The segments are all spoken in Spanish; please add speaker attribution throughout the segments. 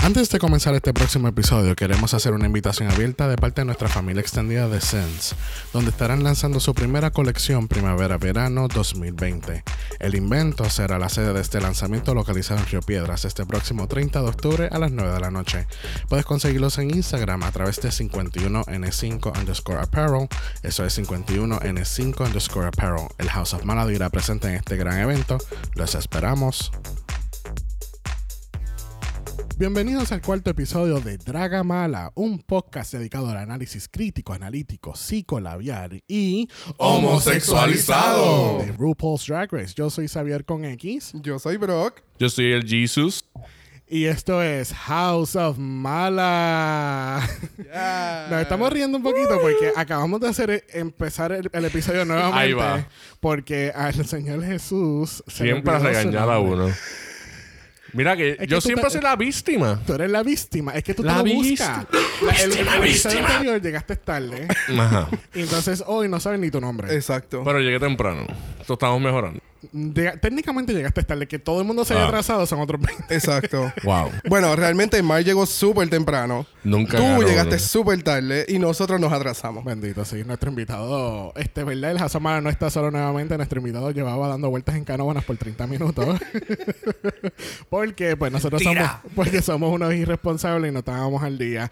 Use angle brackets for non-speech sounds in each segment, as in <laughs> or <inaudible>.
Speaker 1: Antes de comenzar este próximo episodio, queremos hacer una invitación abierta de parte de nuestra familia extendida de Sense, donde estarán lanzando su primera colección Primavera-Verano 2020. El invento será la sede de este lanzamiento localizado en Río Piedras este próximo 30 de octubre a las 9 de la noche. Puedes conseguirlos en Instagram a través de 51N5 underscore apparel, eso es 51N5 underscore apparel. El House of Malado irá presente en este gran evento. Los esperamos. Bienvenidos al cuarto episodio de Draga Mala, un podcast dedicado al análisis crítico, analítico, psicolabial y
Speaker 2: Homosexualizado.
Speaker 1: de RuPaul's Drag Race. Yo soy Xavier con X
Speaker 3: Yo soy Brock.
Speaker 2: Yo soy el Jesus.
Speaker 1: y esto es House of Mala. Nos estamos riendo un poquito porque acabamos de hacer empezar el, el episodio nuevamente.
Speaker 2: Ahí va.
Speaker 1: Porque al Señor Jesús se le
Speaker 2: Siempre a
Speaker 1: olvidó su
Speaker 2: regañar a
Speaker 1: nombre.
Speaker 2: uno. Mira que
Speaker 1: que
Speaker 2: yo
Speaker 1: tú
Speaker 2: siempre
Speaker 1: te-
Speaker 2: soy la víctima.
Speaker 1: Tú eres la víctima. Es que tú te
Speaker 2: La
Speaker 1: lo buscas.
Speaker 2: víctima.
Speaker 1: La- el-
Speaker 2: Víctima,
Speaker 1: el episodio
Speaker 2: víctima.
Speaker 1: anterior llegaste tarde.
Speaker 2: Ajá.
Speaker 1: y entonces hoy no sabes ni tu nombre.
Speaker 3: Exacto.
Speaker 2: <laughs> Pero llegué temprano. Esto estamos mejorando.
Speaker 1: Llega- técnicamente llegaste tarde. Que todo el mundo se haya
Speaker 2: Ah.
Speaker 1: atrasado son otros 20.
Speaker 3: Exacto.
Speaker 2: Wow.
Speaker 3: Bueno, realmente Mar llegó súper temprano.
Speaker 2: Nunca
Speaker 3: Tú
Speaker 2: ganó,
Speaker 3: llegaste
Speaker 2: ¿no?
Speaker 3: súper tarde y nosotros nos atrasamos.
Speaker 1: Bendito, sí. Nuestro invitado, este, ¿verdad? El Hazamara no está solo nuevamente. Nuestro invitado llevaba dando vueltas en canóbanas por 30 minutos. <laughs> porque, pues, nosotros
Speaker 2: Mentira.
Speaker 1: somos, porque somos unos irresponsables y no estábamos al día.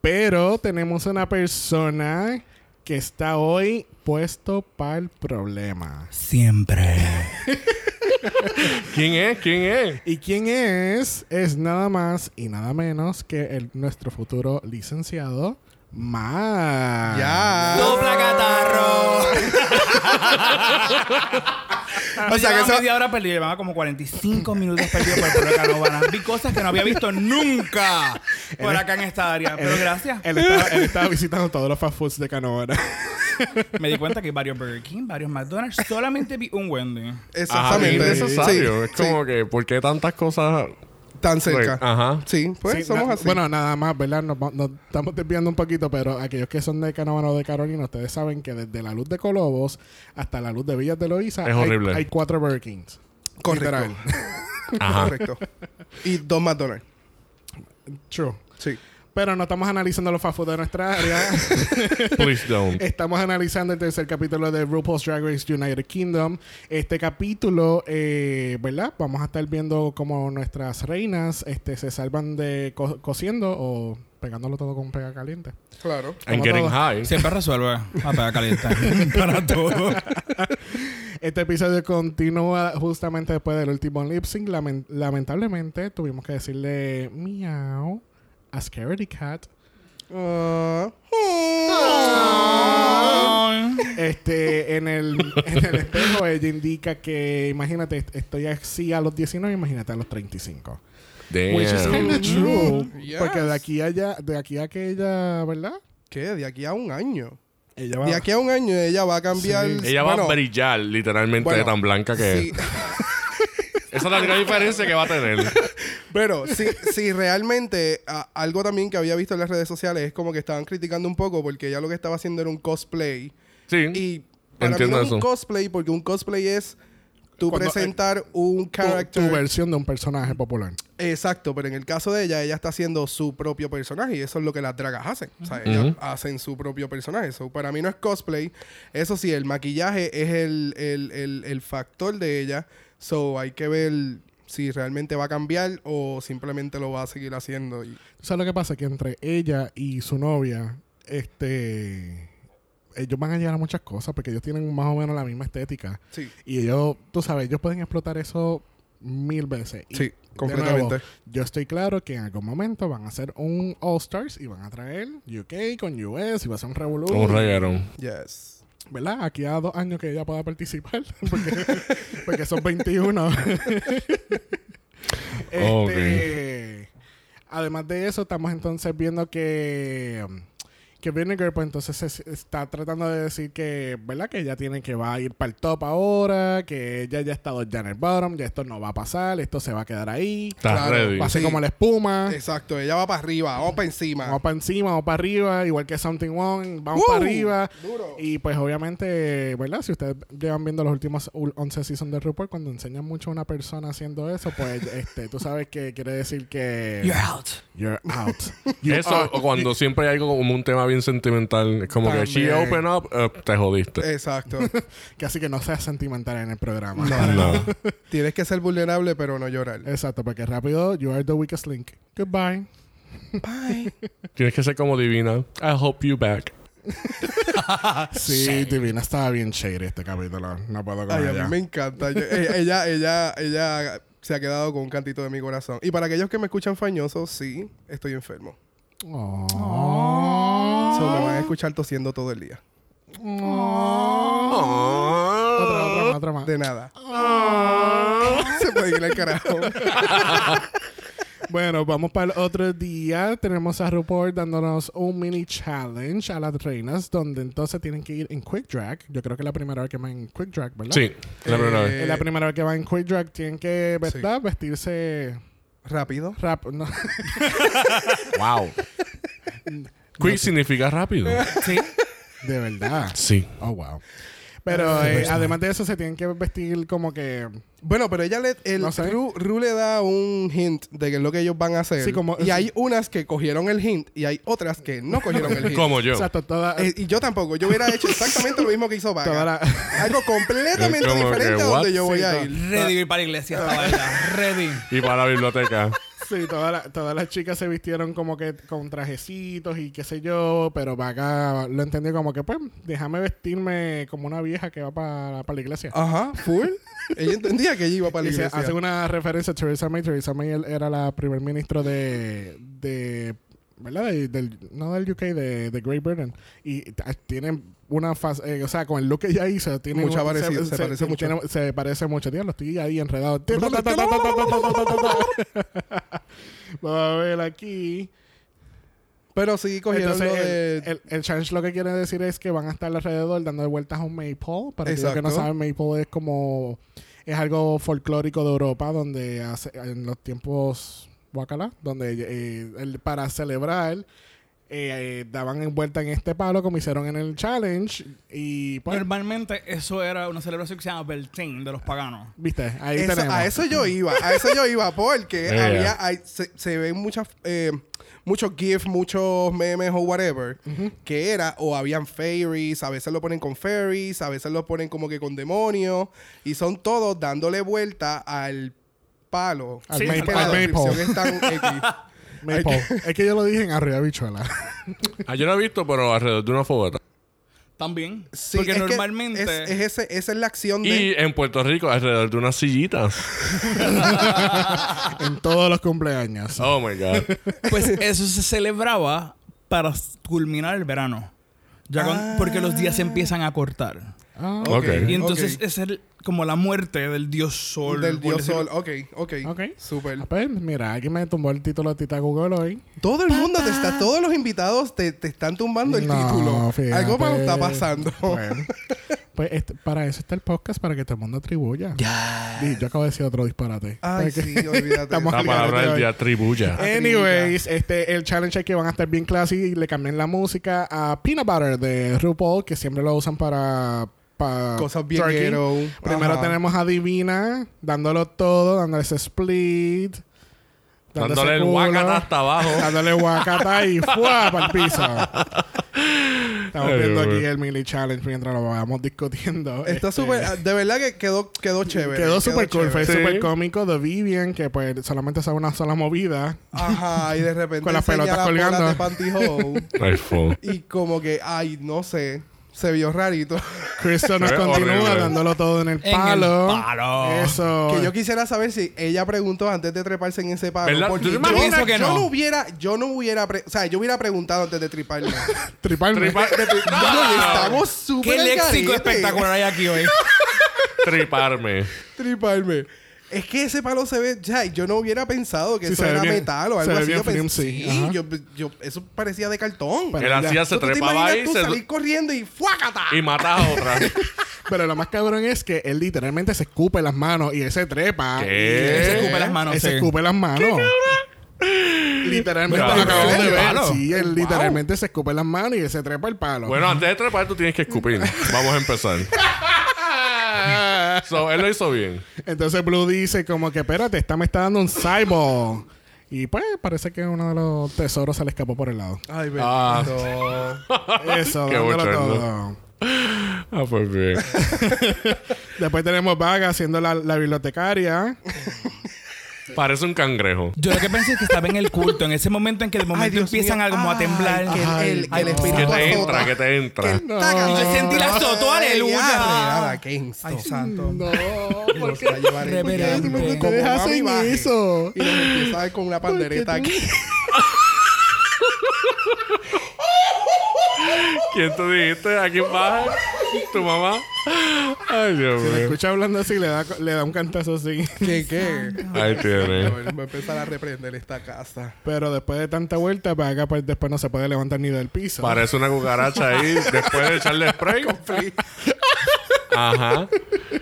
Speaker 1: Pero tenemos una persona que está hoy puesto para el problema.
Speaker 4: Siempre.
Speaker 2: ¿Quién es? ¿Quién es?
Speaker 1: ¿Y quién es? Es nada más y nada menos que el, nuestro futuro licenciado, Mar.
Speaker 3: Ya.
Speaker 4: catarro!
Speaker 3: O sea que eso-
Speaker 4: media hora perdida. Llevaba como 45 minutos perdidos por el pueblo de Canóvana. Vi cosas que no había visto nunca por acá en esta área. Pero gracias.
Speaker 1: Él estaba, él estaba visitando todos los fast foods de Canóvana.
Speaker 4: Me di cuenta que varios Burger King, varios McDonald's. Solamente vi un Wendy.
Speaker 2: Ajá, bien
Speaker 3: Exactamente.
Speaker 2: necesario.
Speaker 3: Sí,
Speaker 2: Es como que, ¿por qué tantas cosas?
Speaker 3: sí, tan cerca.
Speaker 2: Pues, ajá.
Speaker 3: Sí, <laughs> pues
Speaker 1: Sí,
Speaker 3: somos
Speaker 1: na-
Speaker 3: así.
Speaker 1: Bueno, nada más, ¿verdad? Nos, va- nos estamos desviando un poquito, pero aquellos que son de Canóvana o de Carolina, ustedes saben que desde la luz de Colobos hasta la luz de Villas de Loíza
Speaker 2: Es
Speaker 1: hay,
Speaker 2: horrible.
Speaker 1: hay cuatro Burger Kings.
Speaker 3: correcto. <laughs>
Speaker 1: Literal.
Speaker 2: Ajá.
Speaker 3: correcto. Y dos McDonald's.
Speaker 1: True.
Speaker 3: Sí.
Speaker 1: Pero no estamos analizando los fast food de nuestra
Speaker 3: <laughs>
Speaker 1: área.
Speaker 2: Please don't.
Speaker 1: Estamos analizando el tercer capítulo de RuPaul's Drag Race United Kingdom. Este capítulo, eh, ¿verdad? Vamos a estar viendo cómo nuestras reinas este, se salvan de co- cociendo o pegándolo todo con pega caliente.
Speaker 3: Claro.
Speaker 2: I'm
Speaker 1: como
Speaker 2: getting
Speaker 1: todo.
Speaker 2: high.
Speaker 4: Siempre resuelve a pegar caliente.
Speaker 3: <laughs>
Speaker 1: <laughs>
Speaker 4: Para todo.
Speaker 1: Este episodio continúa justamente después del último lip sync. Lamen- lamentablemente tuvimos que decirle miau a Scaredy Cat.
Speaker 3: Ah.
Speaker 4: Ah.
Speaker 1: Este, en el, en el espejo ella indica que, imagínate, estoy así a los 19, imagínate a los 35. Which is
Speaker 2: Damn.
Speaker 1: kinda true.
Speaker 3: Yes.
Speaker 1: Porque de aquí a allá, de aquí a que ella, ¿verdad?
Speaker 3: ¿Qué? De aquí a un año.
Speaker 1: Ella
Speaker 3: De aquí a un año ella va a cambiar.
Speaker 1: Sí.
Speaker 2: Ella va a brillar literalmente de
Speaker 3: bueno,
Speaker 2: tan blanca que
Speaker 3: sí.
Speaker 2: es. Esa es la gran diferencia que va
Speaker 3: <laughs>
Speaker 2: a tener.
Speaker 3: Pero sí, sí, realmente a- algo también que había visto en las redes sociales es como que estaban criticando un poco porque ella lo que estaba haciendo era un cosplay.
Speaker 2: Sí.
Speaker 3: Y para
Speaker 2: Entiendo
Speaker 3: mí no es
Speaker 2: eso.
Speaker 3: un cosplay porque un cosplay es tú
Speaker 1: Cuando, eh,
Speaker 3: presentar un
Speaker 1: tu, tu
Speaker 3: character.
Speaker 1: versión de un personaje popular.
Speaker 3: Exacto, pero en el caso de ella, ella está haciendo su propio personaje y eso es lo que las dragas hacen. O sea, ellas hacen su propio personaje. So, para mí no es cosplay. Eso sí, el maquillaje es el, el- el- el factor de ella. So, hay que ver si realmente va a cambiar o simplemente lo va a seguir haciendo. y-
Speaker 1: O sea, lo que pasa es que entre ella y su novia, este. Ellos van a llegar a muchas cosas porque ellos tienen más o menos la misma estética.
Speaker 3: sí.
Speaker 1: Y ellos, tú sabes, ellos pueden explotar eso mil veces. Y,
Speaker 3: Sí,
Speaker 1: de
Speaker 3: completamente.
Speaker 1: nuevo, yo estoy claro que en algún momento van a hacer un All Stars y van a traer UK con US y va a ser un revolución.
Speaker 2: Un reguero.
Speaker 3: Yes.
Speaker 1: ¿Verdad? Aquí a dos años que ella pueda participar, <laughs> porque, porque son 21. este,
Speaker 2: Ok.
Speaker 1: Además de eso, estamos entonces viendo que, um, Que Vinegar, pues entonces es- está tratando de decir que, ¿verdad? Que ella tiene que va a ir para el top ahora, que ella ya ha estado ya en el bottom, ya esto no va a pasar, esto se va a quedar ahí,
Speaker 2: Estás
Speaker 3: Claro,
Speaker 2: ready.
Speaker 1: va a ser
Speaker 3: Sí.
Speaker 1: como la espuma.
Speaker 3: Exacto, ella va para arriba, vamos para encima.
Speaker 1: Vamos para encima, vamos para arriba, igual que Something One, vamos
Speaker 3: ¡Uh!
Speaker 1: para arriba.
Speaker 3: Duro.
Speaker 1: Y pues obviamente, ¿verdad? Si ustedes llevan viendo los últimos ul- 11 seasons de RuPaul, cuando enseñan mucho a una persona haciendo eso, pues <laughs> este, tú sabes que quiere decir que
Speaker 4: You're out.
Speaker 1: you're out.
Speaker 3: <laughs>
Speaker 1: You
Speaker 2: Eso,
Speaker 1: are-
Speaker 2: o cuando siempre hay algo como un tema bien sentimental, es como que she
Speaker 3: También.
Speaker 2: open up, eh, te jodiste.
Speaker 3: Exacto.
Speaker 1: que así que no seas sentimental en el programa.
Speaker 2: no.
Speaker 3: Tienes que ser vulnerable, pero no llorar.
Speaker 1: <laughs> Exacto, porque rápido, you are the weakest link. Goodbye.
Speaker 3: Bye.
Speaker 2: Tienes que ser como divina. I hope you back.
Speaker 1: Sí, divina, estaba bien shady este capítulo. No puedo con
Speaker 3: Ay, a
Speaker 1: ella.
Speaker 3: mí me encanta. Yo-
Speaker 1: <laughs>
Speaker 3: eh, ella, ella, ella se ha quedado con un cantito de mi corazón. Y para aquellos que me escuchan fañosos, sí, estoy enfermo.
Speaker 1: Oh.
Speaker 3: So, me van a escuchar tosiendo todo el día.
Speaker 1: Otra, otra, otra más.
Speaker 3: De nada. <laughs> Se puede ir al carajo.
Speaker 1: Bueno, vamos para el otro día. Tenemos a RuPaul dándonos un mini challenge a las reinas, donde entonces tienen que ir en quick drag. Yo creo que es la primera vez que van en quick drag, ¿verdad?
Speaker 2: Sí, la primera
Speaker 3: Eh,
Speaker 2: vez.
Speaker 1: Es la primera vez que van en quick drag. Tienen que, ¿verdad? Vestirse
Speaker 3: Rápido.
Speaker 1: rap. No, Eh,
Speaker 2: <laughs> Wow. Quick significa rápido.
Speaker 4: Sí.
Speaker 1: de <laughs> verdad.
Speaker 2: Sí.
Speaker 1: Oh, wow. Pero eh, además de eso, se tienen que vestir como que.
Speaker 3: Bueno, pero ella le, el
Speaker 1: No sé.
Speaker 3: Ru, Ru le da un hint de que es lo que ellos van a hacer.
Speaker 1: Sí, como-
Speaker 3: y hay unas que cogieron el hint y hay otras que no cogieron
Speaker 1: <laughs>
Speaker 3: el hint.
Speaker 2: Como yo.
Speaker 1: Exacto, toda,
Speaker 3: Eh, y yo tampoco. Yo hubiera hecho exactamente lo mismo que hizo Vaga.
Speaker 1: toda la-
Speaker 3: Algo completamente
Speaker 2: Es como
Speaker 3: diferente
Speaker 2: que,
Speaker 3: a donde
Speaker 2: what?
Speaker 3: yo voy
Speaker 1: Sí,
Speaker 3: a
Speaker 1: no.
Speaker 3: ir.
Speaker 4: Ready para la iglesia esta
Speaker 3: <laughs>
Speaker 4: vaina. Ready.
Speaker 2: Y para la biblioteca.
Speaker 1: Sí, toda la- todas las chicas se vistieron como que con trajecitos y qué sé yo, pero acá lo entendió como que, pues, déjame vestirme como una vieja que va para la iglesia.
Speaker 3: Ajá, full. Ella entendía que ella iba Ah, para
Speaker 1: <laughs>
Speaker 3: la
Speaker 1: Y se
Speaker 3: iglesia.
Speaker 1: hace una referencia a Theresa May. Theresa May él era la primer ministro de. de ¿Verdad? De- del, no del UK, de, de Great Britain. Y t- tienen una fase. eh, o sea, con el look que ella hizo, tiene.
Speaker 3: Mucho
Speaker 1: un-
Speaker 3: parecido, se parece mucho.
Speaker 1: tiene- se parece mucho. Dios, lo estoy ahí
Speaker 3: <laughs>
Speaker 1: enredado. Vamos a ver aquí.
Speaker 3: Pero sí cogieron
Speaker 1: Entonces,
Speaker 3: lo de.
Speaker 1: el, el, el challenge lo que quiere decir es que van a estar alrededor dando vueltas a un maypole. Para aquellos que no
Speaker 3: Exacto.
Speaker 1: saben, maypole es como... Es algo folclórico de Europa donde hace, en los tiempos guacala, donde eh, el- para celebrar eh, eh, daban en vuelta en este palo como hicieron en el challenge y pues,
Speaker 4: Normalmente eso era una celebración que se llama Beltane de los paganos.
Speaker 1: viste, ahí
Speaker 3: Eso-
Speaker 1: tenemos.
Speaker 3: a eso yo iba, a eso yo iba,
Speaker 4: <laughs>
Speaker 3: porque
Speaker 2: Yeah.
Speaker 3: había, hay- se, se ven muchas, eh, muchos GIFs, muchos memes o whatever, que era, o habían fairies, a veces lo ponen con fairies, a veces lo ponen como que con demonios, y son todos dándole vuelta al palo.
Speaker 1: Al
Speaker 4: Sí,
Speaker 3: Es que
Speaker 1: maypole.
Speaker 3: la
Speaker 1: al
Speaker 3: descripción
Speaker 1: maypole.
Speaker 3: es tan
Speaker 4: <laughs>
Speaker 3: X.
Speaker 1: Maypole. es que yo lo dije en arriba bichuela.
Speaker 2: Ah, yo lo he visto, pero alrededor de una fogata.
Speaker 4: También.
Speaker 3: Sí,
Speaker 4: Porque
Speaker 3: es que
Speaker 4: normalmente.
Speaker 3: es- es ese- esa es la acción de...
Speaker 2: Y en Puerto Rico, alrededor de unas sillitas.
Speaker 1: <laughs> en todos los cumpleaños.
Speaker 2: Oh my
Speaker 1: <laughs>
Speaker 2: God.
Speaker 4: Pues
Speaker 3: <laughs>
Speaker 4: eso se celebraba para s- culminar el verano. Ya con- porque los días se empiezan a cortar.
Speaker 1: Ah,
Speaker 2: Ok.
Speaker 4: Y entonces
Speaker 3: Ah. ok.
Speaker 4: es el- como la muerte del dios sol.
Speaker 3: Del
Speaker 4: por
Speaker 3: dios
Speaker 4: decirlo.
Speaker 3: sol, ok, ok,
Speaker 1: Ok.
Speaker 3: super.
Speaker 1: Ah, Pues mira, alguien me tumbó el título de Tita Google hoy.
Speaker 3: Todo el mundo te está, todos los invitados te, te están tumbando el
Speaker 1: No,
Speaker 3: título.
Speaker 1: fíjate.
Speaker 3: Algo malo está
Speaker 1: <laughs>
Speaker 3: pasando. <laughs>
Speaker 1: Bueno. pues este- para eso está el podcast, para que todo el mundo atribuya. Y yo acabo de decir otro disparate.
Speaker 3: Ay,
Speaker 1: <laughs> Porque-
Speaker 3: sí, olvídate.
Speaker 1: Estamos
Speaker 2: La
Speaker 1: al garete
Speaker 2: palabra del
Speaker 1: hoy.
Speaker 2: día
Speaker 1: Eh,
Speaker 2: tribuya.
Speaker 1: Anyways, este, el challenge es que van a estar bien clásico y le cambian la música a Peanut Butter de RuPaul, que siempre lo usan para... para
Speaker 3: Cosas bien
Speaker 1: twerking.
Speaker 3: ghetto.
Speaker 1: Primero
Speaker 3: Ajá.
Speaker 1: tenemos a Divina, dándolo todo, dándole ese split. dándose
Speaker 2: Dándole el
Speaker 1: culo.
Speaker 2: guacata hasta abajo.
Speaker 1: <laughs> Dándole guacata y fuera para el piso. Estamos
Speaker 2: Ay,
Speaker 1: viendo
Speaker 2: Dios
Speaker 1: aquí
Speaker 2: mío.
Speaker 1: el mini challenge mientras lo vamos discutiendo.
Speaker 3: Está
Speaker 1: Este,
Speaker 3: súper. De verdad que quedó, quedó chévere.
Speaker 1: Quedó súper cool, fue
Speaker 3: chévere.
Speaker 2: Sí.
Speaker 1: súper cómico. The Vivian, que pues solamente sabe una sola movida.
Speaker 3: Ajá, y de repente.
Speaker 1: Con las
Speaker 3: enseña
Speaker 1: pelotas
Speaker 3: la bola
Speaker 1: colgando.
Speaker 3: de pantyhose,
Speaker 1: <laughs>
Speaker 2: Ay, fo.
Speaker 3: y como que, ay, no sé. Se vio rarito.
Speaker 1: Cristo nos
Speaker 2: Se ve
Speaker 1: continúa
Speaker 2: horrible.
Speaker 1: dándolo todo en el
Speaker 4: En el
Speaker 1: palo.
Speaker 4: palo.
Speaker 1: Eso. eh,
Speaker 3: Que yo quisiera saber si ella preguntó antes de treparse en ese palo.
Speaker 2: ¿Verdad?
Speaker 3: Porque
Speaker 2: Yo
Speaker 3: yo,
Speaker 2: me
Speaker 4: pienso que
Speaker 3: yo
Speaker 4: no.
Speaker 3: no hubiera, yo no hubiera, pre- o sea, yo hubiera preguntado antes de triparme.
Speaker 1: Triparme.
Speaker 2: <laughs> Tripar-
Speaker 3: No, y
Speaker 2: ¡No!
Speaker 3: estamos súper
Speaker 4: Qué
Speaker 3: al
Speaker 4: léxico
Speaker 3: garete.
Speaker 4: espectacular hay aquí hoy.
Speaker 2: Triparme.
Speaker 3: Triparme. Es que ese palo se ve, ya, yo no hubiera pensado que
Speaker 1: Sí,
Speaker 3: eso
Speaker 1: se ve
Speaker 3: era
Speaker 1: bien-
Speaker 3: metal o
Speaker 1: se ve
Speaker 3: algo así.
Speaker 1: bien
Speaker 3: Yo pensé-
Speaker 1: flimsy,
Speaker 3: sí,
Speaker 1: ajá.
Speaker 3: yo, yo- eso parecía de cartón.
Speaker 1: Pero
Speaker 2: Él
Speaker 1: ya.
Speaker 2: hacía, se
Speaker 3: ¿Tú te
Speaker 2: trepaba
Speaker 3: imaginas
Speaker 2: ahí
Speaker 3: tú
Speaker 2: se-
Speaker 3: salir corriendo y ¡fuácata!
Speaker 2: y matas a <laughs> otra.
Speaker 1: Pero lo más cabrón es que él literalmente se escupe las manos y él se trepa.
Speaker 2: ¿Qué?
Speaker 1: Y-
Speaker 2: Él se
Speaker 4: escupe las manos,
Speaker 1: Él se
Speaker 4: sí.
Speaker 1: escupe las manos. Literalmente
Speaker 2: Pero,
Speaker 1: lo acabo
Speaker 2: ¿en
Speaker 1: de
Speaker 2: serio?
Speaker 1: ver.
Speaker 4: Palo.
Speaker 1: Sí, él literalmente se escupe las manos y él se trepa el palo.
Speaker 2: bueno, antes de trepar, tú tienes que escupir. Vamos a empezar. So, él lo hizo bien.
Speaker 1: <laughs> Entonces Blue dice como que espérate, esta me está dando un cyborg. Y pues parece que uno de los tesoros se le escapó por el lado.
Speaker 3: Ay,
Speaker 2: Ah.
Speaker 3: bendito.
Speaker 1: Eso,
Speaker 2: <laughs> Qué
Speaker 1: dándolo
Speaker 2: bochorno.
Speaker 1: todo.
Speaker 2: Ah, pues bien.
Speaker 1: Después tenemos Vaga haciendo la, la
Speaker 3: <laughs>
Speaker 1: bibliotecaria.
Speaker 2: Parece un cangrejo.
Speaker 4: Yo lo que pensé es que estaba en el culto, en ese momento en que de momento
Speaker 3: Dios
Speaker 4: empiezan
Speaker 3: mío.
Speaker 4: a, como a
Speaker 3: Ay,
Speaker 4: temblar.
Speaker 3: que el-
Speaker 1: Ay,
Speaker 3: el, que el
Speaker 4: no.
Speaker 3: espíritu
Speaker 2: Que te
Speaker 3: azota.
Speaker 2: entra, que te entra.
Speaker 3: Que
Speaker 1: <laughs>
Speaker 3: taca.
Speaker 1: No.
Speaker 4: Yo sentí la azotó,
Speaker 3: Ay,
Speaker 4: aleluya.
Speaker 3: arreglada, qué insto.
Speaker 4: Ay, santo.
Speaker 1: No,
Speaker 3: Los va a llevar en
Speaker 4: Reverente.
Speaker 3: diablo.
Speaker 4: ¿Por qué
Speaker 1: ustedes
Speaker 3: Como mami
Speaker 1: hacen
Speaker 3: baje.
Speaker 1: eso?
Speaker 3: Y nos empieza a dar con una pandereta
Speaker 1: tú-
Speaker 3: aquí.
Speaker 2: ¿Quién tú dijiste? ¿A quién vas? ¿Tu mamá? Ay, Dios
Speaker 1: Se le
Speaker 2: mío.
Speaker 1: escucha hablando así, le da, le da un cantazo así. <laughs>
Speaker 3: ¿Qué, qué?
Speaker 2: Ahí tiene.
Speaker 3: Voy a empezar a reprender esta casa.
Speaker 1: Pero después de tanta vuelta, Vaga pues después no se puede levantar ni del piso.
Speaker 2: Parece una cucaracha ahí después de echarle spray. Ajá.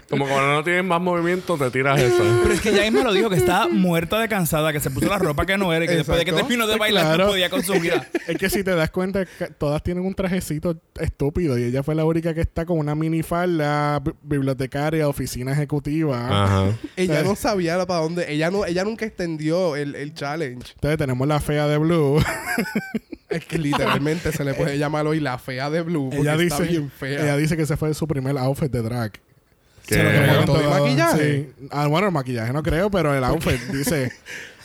Speaker 2: Como cuando no tienes más movimiento, te tiras eso.
Speaker 4: Pero es que ya mismo lo dijo que estaba muerta de cansada, que se puso la ropa que no era y que después de que
Speaker 3: Exacto.
Speaker 4: terminó de bailar
Speaker 1: Claro.
Speaker 4: no
Speaker 3: <laughs>
Speaker 4: podía consumir.
Speaker 1: Es que si te das cuenta, ca- todas tienen un trajecito estúpido y ella fue la única que está con una minifalda, bi- bibliotecaria, oficina ejecutiva.
Speaker 2: Ajá.
Speaker 3: Ella no sabía para dónde. Ella no, ella nunca extendió el, el challenge.
Speaker 1: Entonces tenemos la fea de Blue.
Speaker 3: Es que literalmente se le puede llamar hoy la fea de Blue. Porque
Speaker 1: Eh, <laughs> ella
Speaker 3: está
Speaker 1: dice,
Speaker 3: bien fea.
Speaker 1: ella dice que ese fue su primer outfit de drag.
Speaker 2: ¿Qué?
Speaker 1: Se lo
Speaker 3: ¿Pero
Speaker 1: llevó
Speaker 3: con todo y maquillaje?
Speaker 1: sí. Ah, bueno, el maquillaje no creo, pero el outfit
Speaker 3: <laughs>
Speaker 1: dice.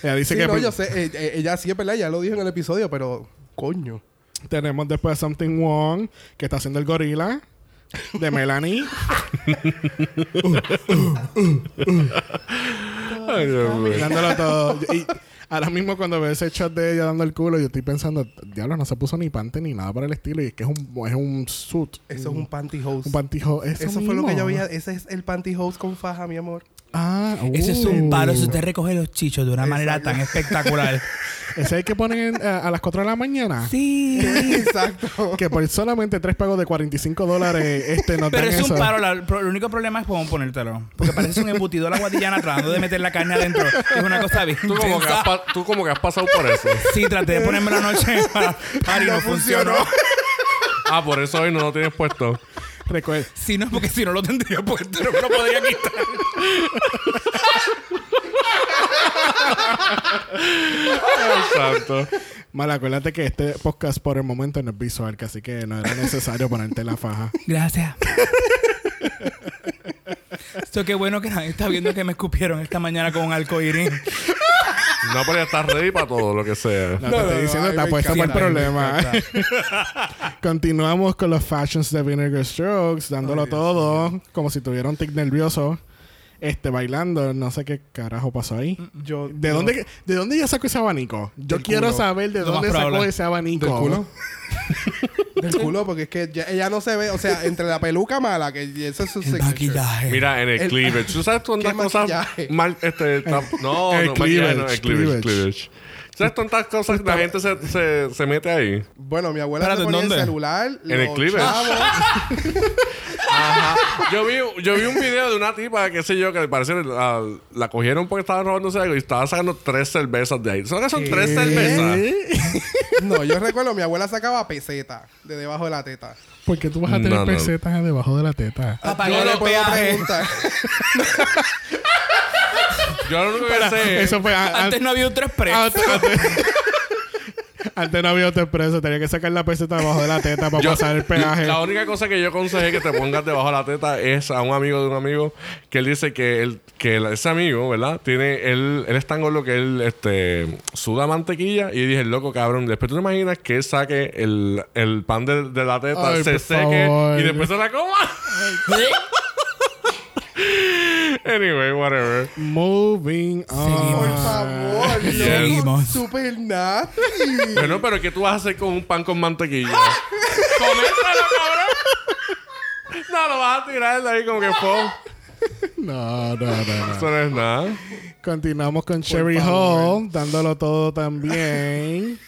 Speaker 1: Ella dice
Speaker 3: Sí,
Speaker 1: que
Speaker 3: no,
Speaker 1: pri-
Speaker 3: yo sé, eh, eh, ella sí es verdad, ya lo dijo en el episodio, pero coño.
Speaker 1: tenemos después a Something Wong, que está haciendo el gorila. De Melanie.
Speaker 2: Ay, Dios mío.
Speaker 1: dándolo todo. Y ahora mismo cuando veo ese shot de ella dando el culo, yo estoy pensando, diablo, no se puso ni pante ni nada para el estilo. Y es que es un, es un suit.
Speaker 3: Eso es un pantyhose.
Speaker 1: Mm. Un pantijo. Eso,
Speaker 3: eso fue lo
Speaker 1: mismo.
Speaker 3: que yo veía. Ese es el pantyhose con faja,
Speaker 1: <laughs>
Speaker 3: mi amor.
Speaker 1: Ah,
Speaker 4: Ese es
Speaker 1: uh.
Speaker 4: un palo. Si usted recoge los chichos de una
Speaker 3: Exacto.
Speaker 4: manera tan espectacular.
Speaker 1: Ese es el que ponen eh, a las 4 de la mañana.
Speaker 4: Sí.
Speaker 3: Exacto.
Speaker 1: Que por solamente tres pagos de 45 dólares este nos
Speaker 4: <laughs> Pero
Speaker 1: dan
Speaker 4: es un
Speaker 1: eso.
Speaker 4: paro. la- pro- el único problema es cómo ponértelo. Porque parece un embutido a la guadillana tratando de meter la carne adentro. Es una cosa bien.
Speaker 2: Tú como, que
Speaker 4: intensa.
Speaker 2: has pa- tú como que has pasado por eso.
Speaker 4: Sí, traté de ponerme la noche para, para y no, funcionó.
Speaker 2: Ah, por eso hoy no lo tienes puesto.
Speaker 1: Recuer-
Speaker 4: Si no, porque si no lo tendría puesto, no me lo podría quitar.
Speaker 2: Exacto.
Speaker 1: Mal, acuérdate que este podcast por el momento no es visual, que así que no era necesario ponerte la faja.
Speaker 4: Gracias. Esto qué bueno que nadie está viendo que me escupieron esta mañana con un arcoíris.
Speaker 2: No, pero ya estás ready para todo lo que sea.
Speaker 1: No, te estoy diciendo, te apuesto por el problema. Continuamos con los fashions de Vinegar Strokes, dándolo todo, como si tuviera un tic nervioso, este, bailando. No sé qué carajo pasó ahí.
Speaker 3: Yo,
Speaker 1: ¿De, dónde, que- ¿De dónde ella sacó ese abanico? Yo
Speaker 3: Mm, Del
Speaker 1: quiero
Speaker 3: culo.
Speaker 1: saber de
Speaker 4: Lo
Speaker 1: dónde
Speaker 4: más
Speaker 1: sacó
Speaker 4: probable.
Speaker 1: ese abanico.
Speaker 3: ¿Del culo? Del culo, porque es que ya- ella no se ve. O sea, entre la peluca mala, que ese es su
Speaker 4: El
Speaker 3: signature.
Speaker 4: maquillaje.
Speaker 2: Mira, en el,
Speaker 3: El-
Speaker 2: cleavage. ¿Tú sabes tantas
Speaker 3: ¿Qué
Speaker 2: cosas?
Speaker 3: maquillaje?
Speaker 2: Mal, este, tam- no,
Speaker 1: el
Speaker 2: no, maquillaje no,
Speaker 1: cleavage,
Speaker 2: el cleavage,
Speaker 1: cleavage.
Speaker 2: cleavage. ¿Sabes tantas cosas que la gente se, se, se mete ahí?
Speaker 3: Bueno, mi abuela
Speaker 4: Espérate,
Speaker 3: se ponía
Speaker 4: ¿dónde?
Speaker 3: el celular.
Speaker 2: En el
Speaker 3: los
Speaker 2: cleavage.
Speaker 3: chavos.
Speaker 2: Yo vi, yo vi un video de una tipa, qué sé yo, que al parecer la, la cogieron porque estaba robándose algo y estaba sacando tres cervezas de ahí. ¿Sabes qué son tres cervezas?
Speaker 3: No, yo recuerdo, mi abuela sacaba peseta de debajo de la teta.
Speaker 1: ¿Por qué tú vas a tener
Speaker 2: No, no.
Speaker 1: pesetas debajo de la teta?
Speaker 4: Para
Speaker 3: Yo
Speaker 4: pagar
Speaker 3: le
Speaker 4: los
Speaker 3: puedo
Speaker 2: <laughs>
Speaker 4: peajes.
Speaker 3: preguntar.
Speaker 2: Yo lo único que sé es
Speaker 1: Eso fue a- a-
Speaker 4: Antes no había un tres presos.
Speaker 1: Antes, <laughs> antes no había otro expreso, tenía que sacar la peseta debajo de la teta para
Speaker 2: yo-
Speaker 1: pasar el peaje.
Speaker 2: La única cosa que yo aconsejé que te pongas debajo de la teta es a un amigo de un amigo que él dice que, él, que el- ese amigo, ¿verdad? Tiene, él, él es tan gordo que él este, suda mantequilla y dije, loco, cabrón, después tú te imaginas que él saque el, el pan de, de la teta,
Speaker 1: Ay,
Speaker 2: se
Speaker 1: por
Speaker 2: seque
Speaker 1: favor.
Speaker 2: y después se la coma.
Speaker 1: <laughs>
Speaker 2: anyway, whatever.
Speaker 1: Moving on.
Speaker 3: Por
Speaker 4: Ah,
Speaker 3: favor, no.
Speaker 4: seguimos.
Speaker 3: Super nasty.
Speaker 2: Bueno, pero ¿qué tú vas a hacer con un pan con mantequilla? ¡Coméntalo, cabrón! No, lo vas a tirar de ahí como que fue.
Speaker 1: No, no, no. no.
Speaker 2: Ah. Eso no es nada.
Speaker 1: Continuamos con Cherry
Speaker 3: favor.
Speaker 1: Hall, dándolo todo también.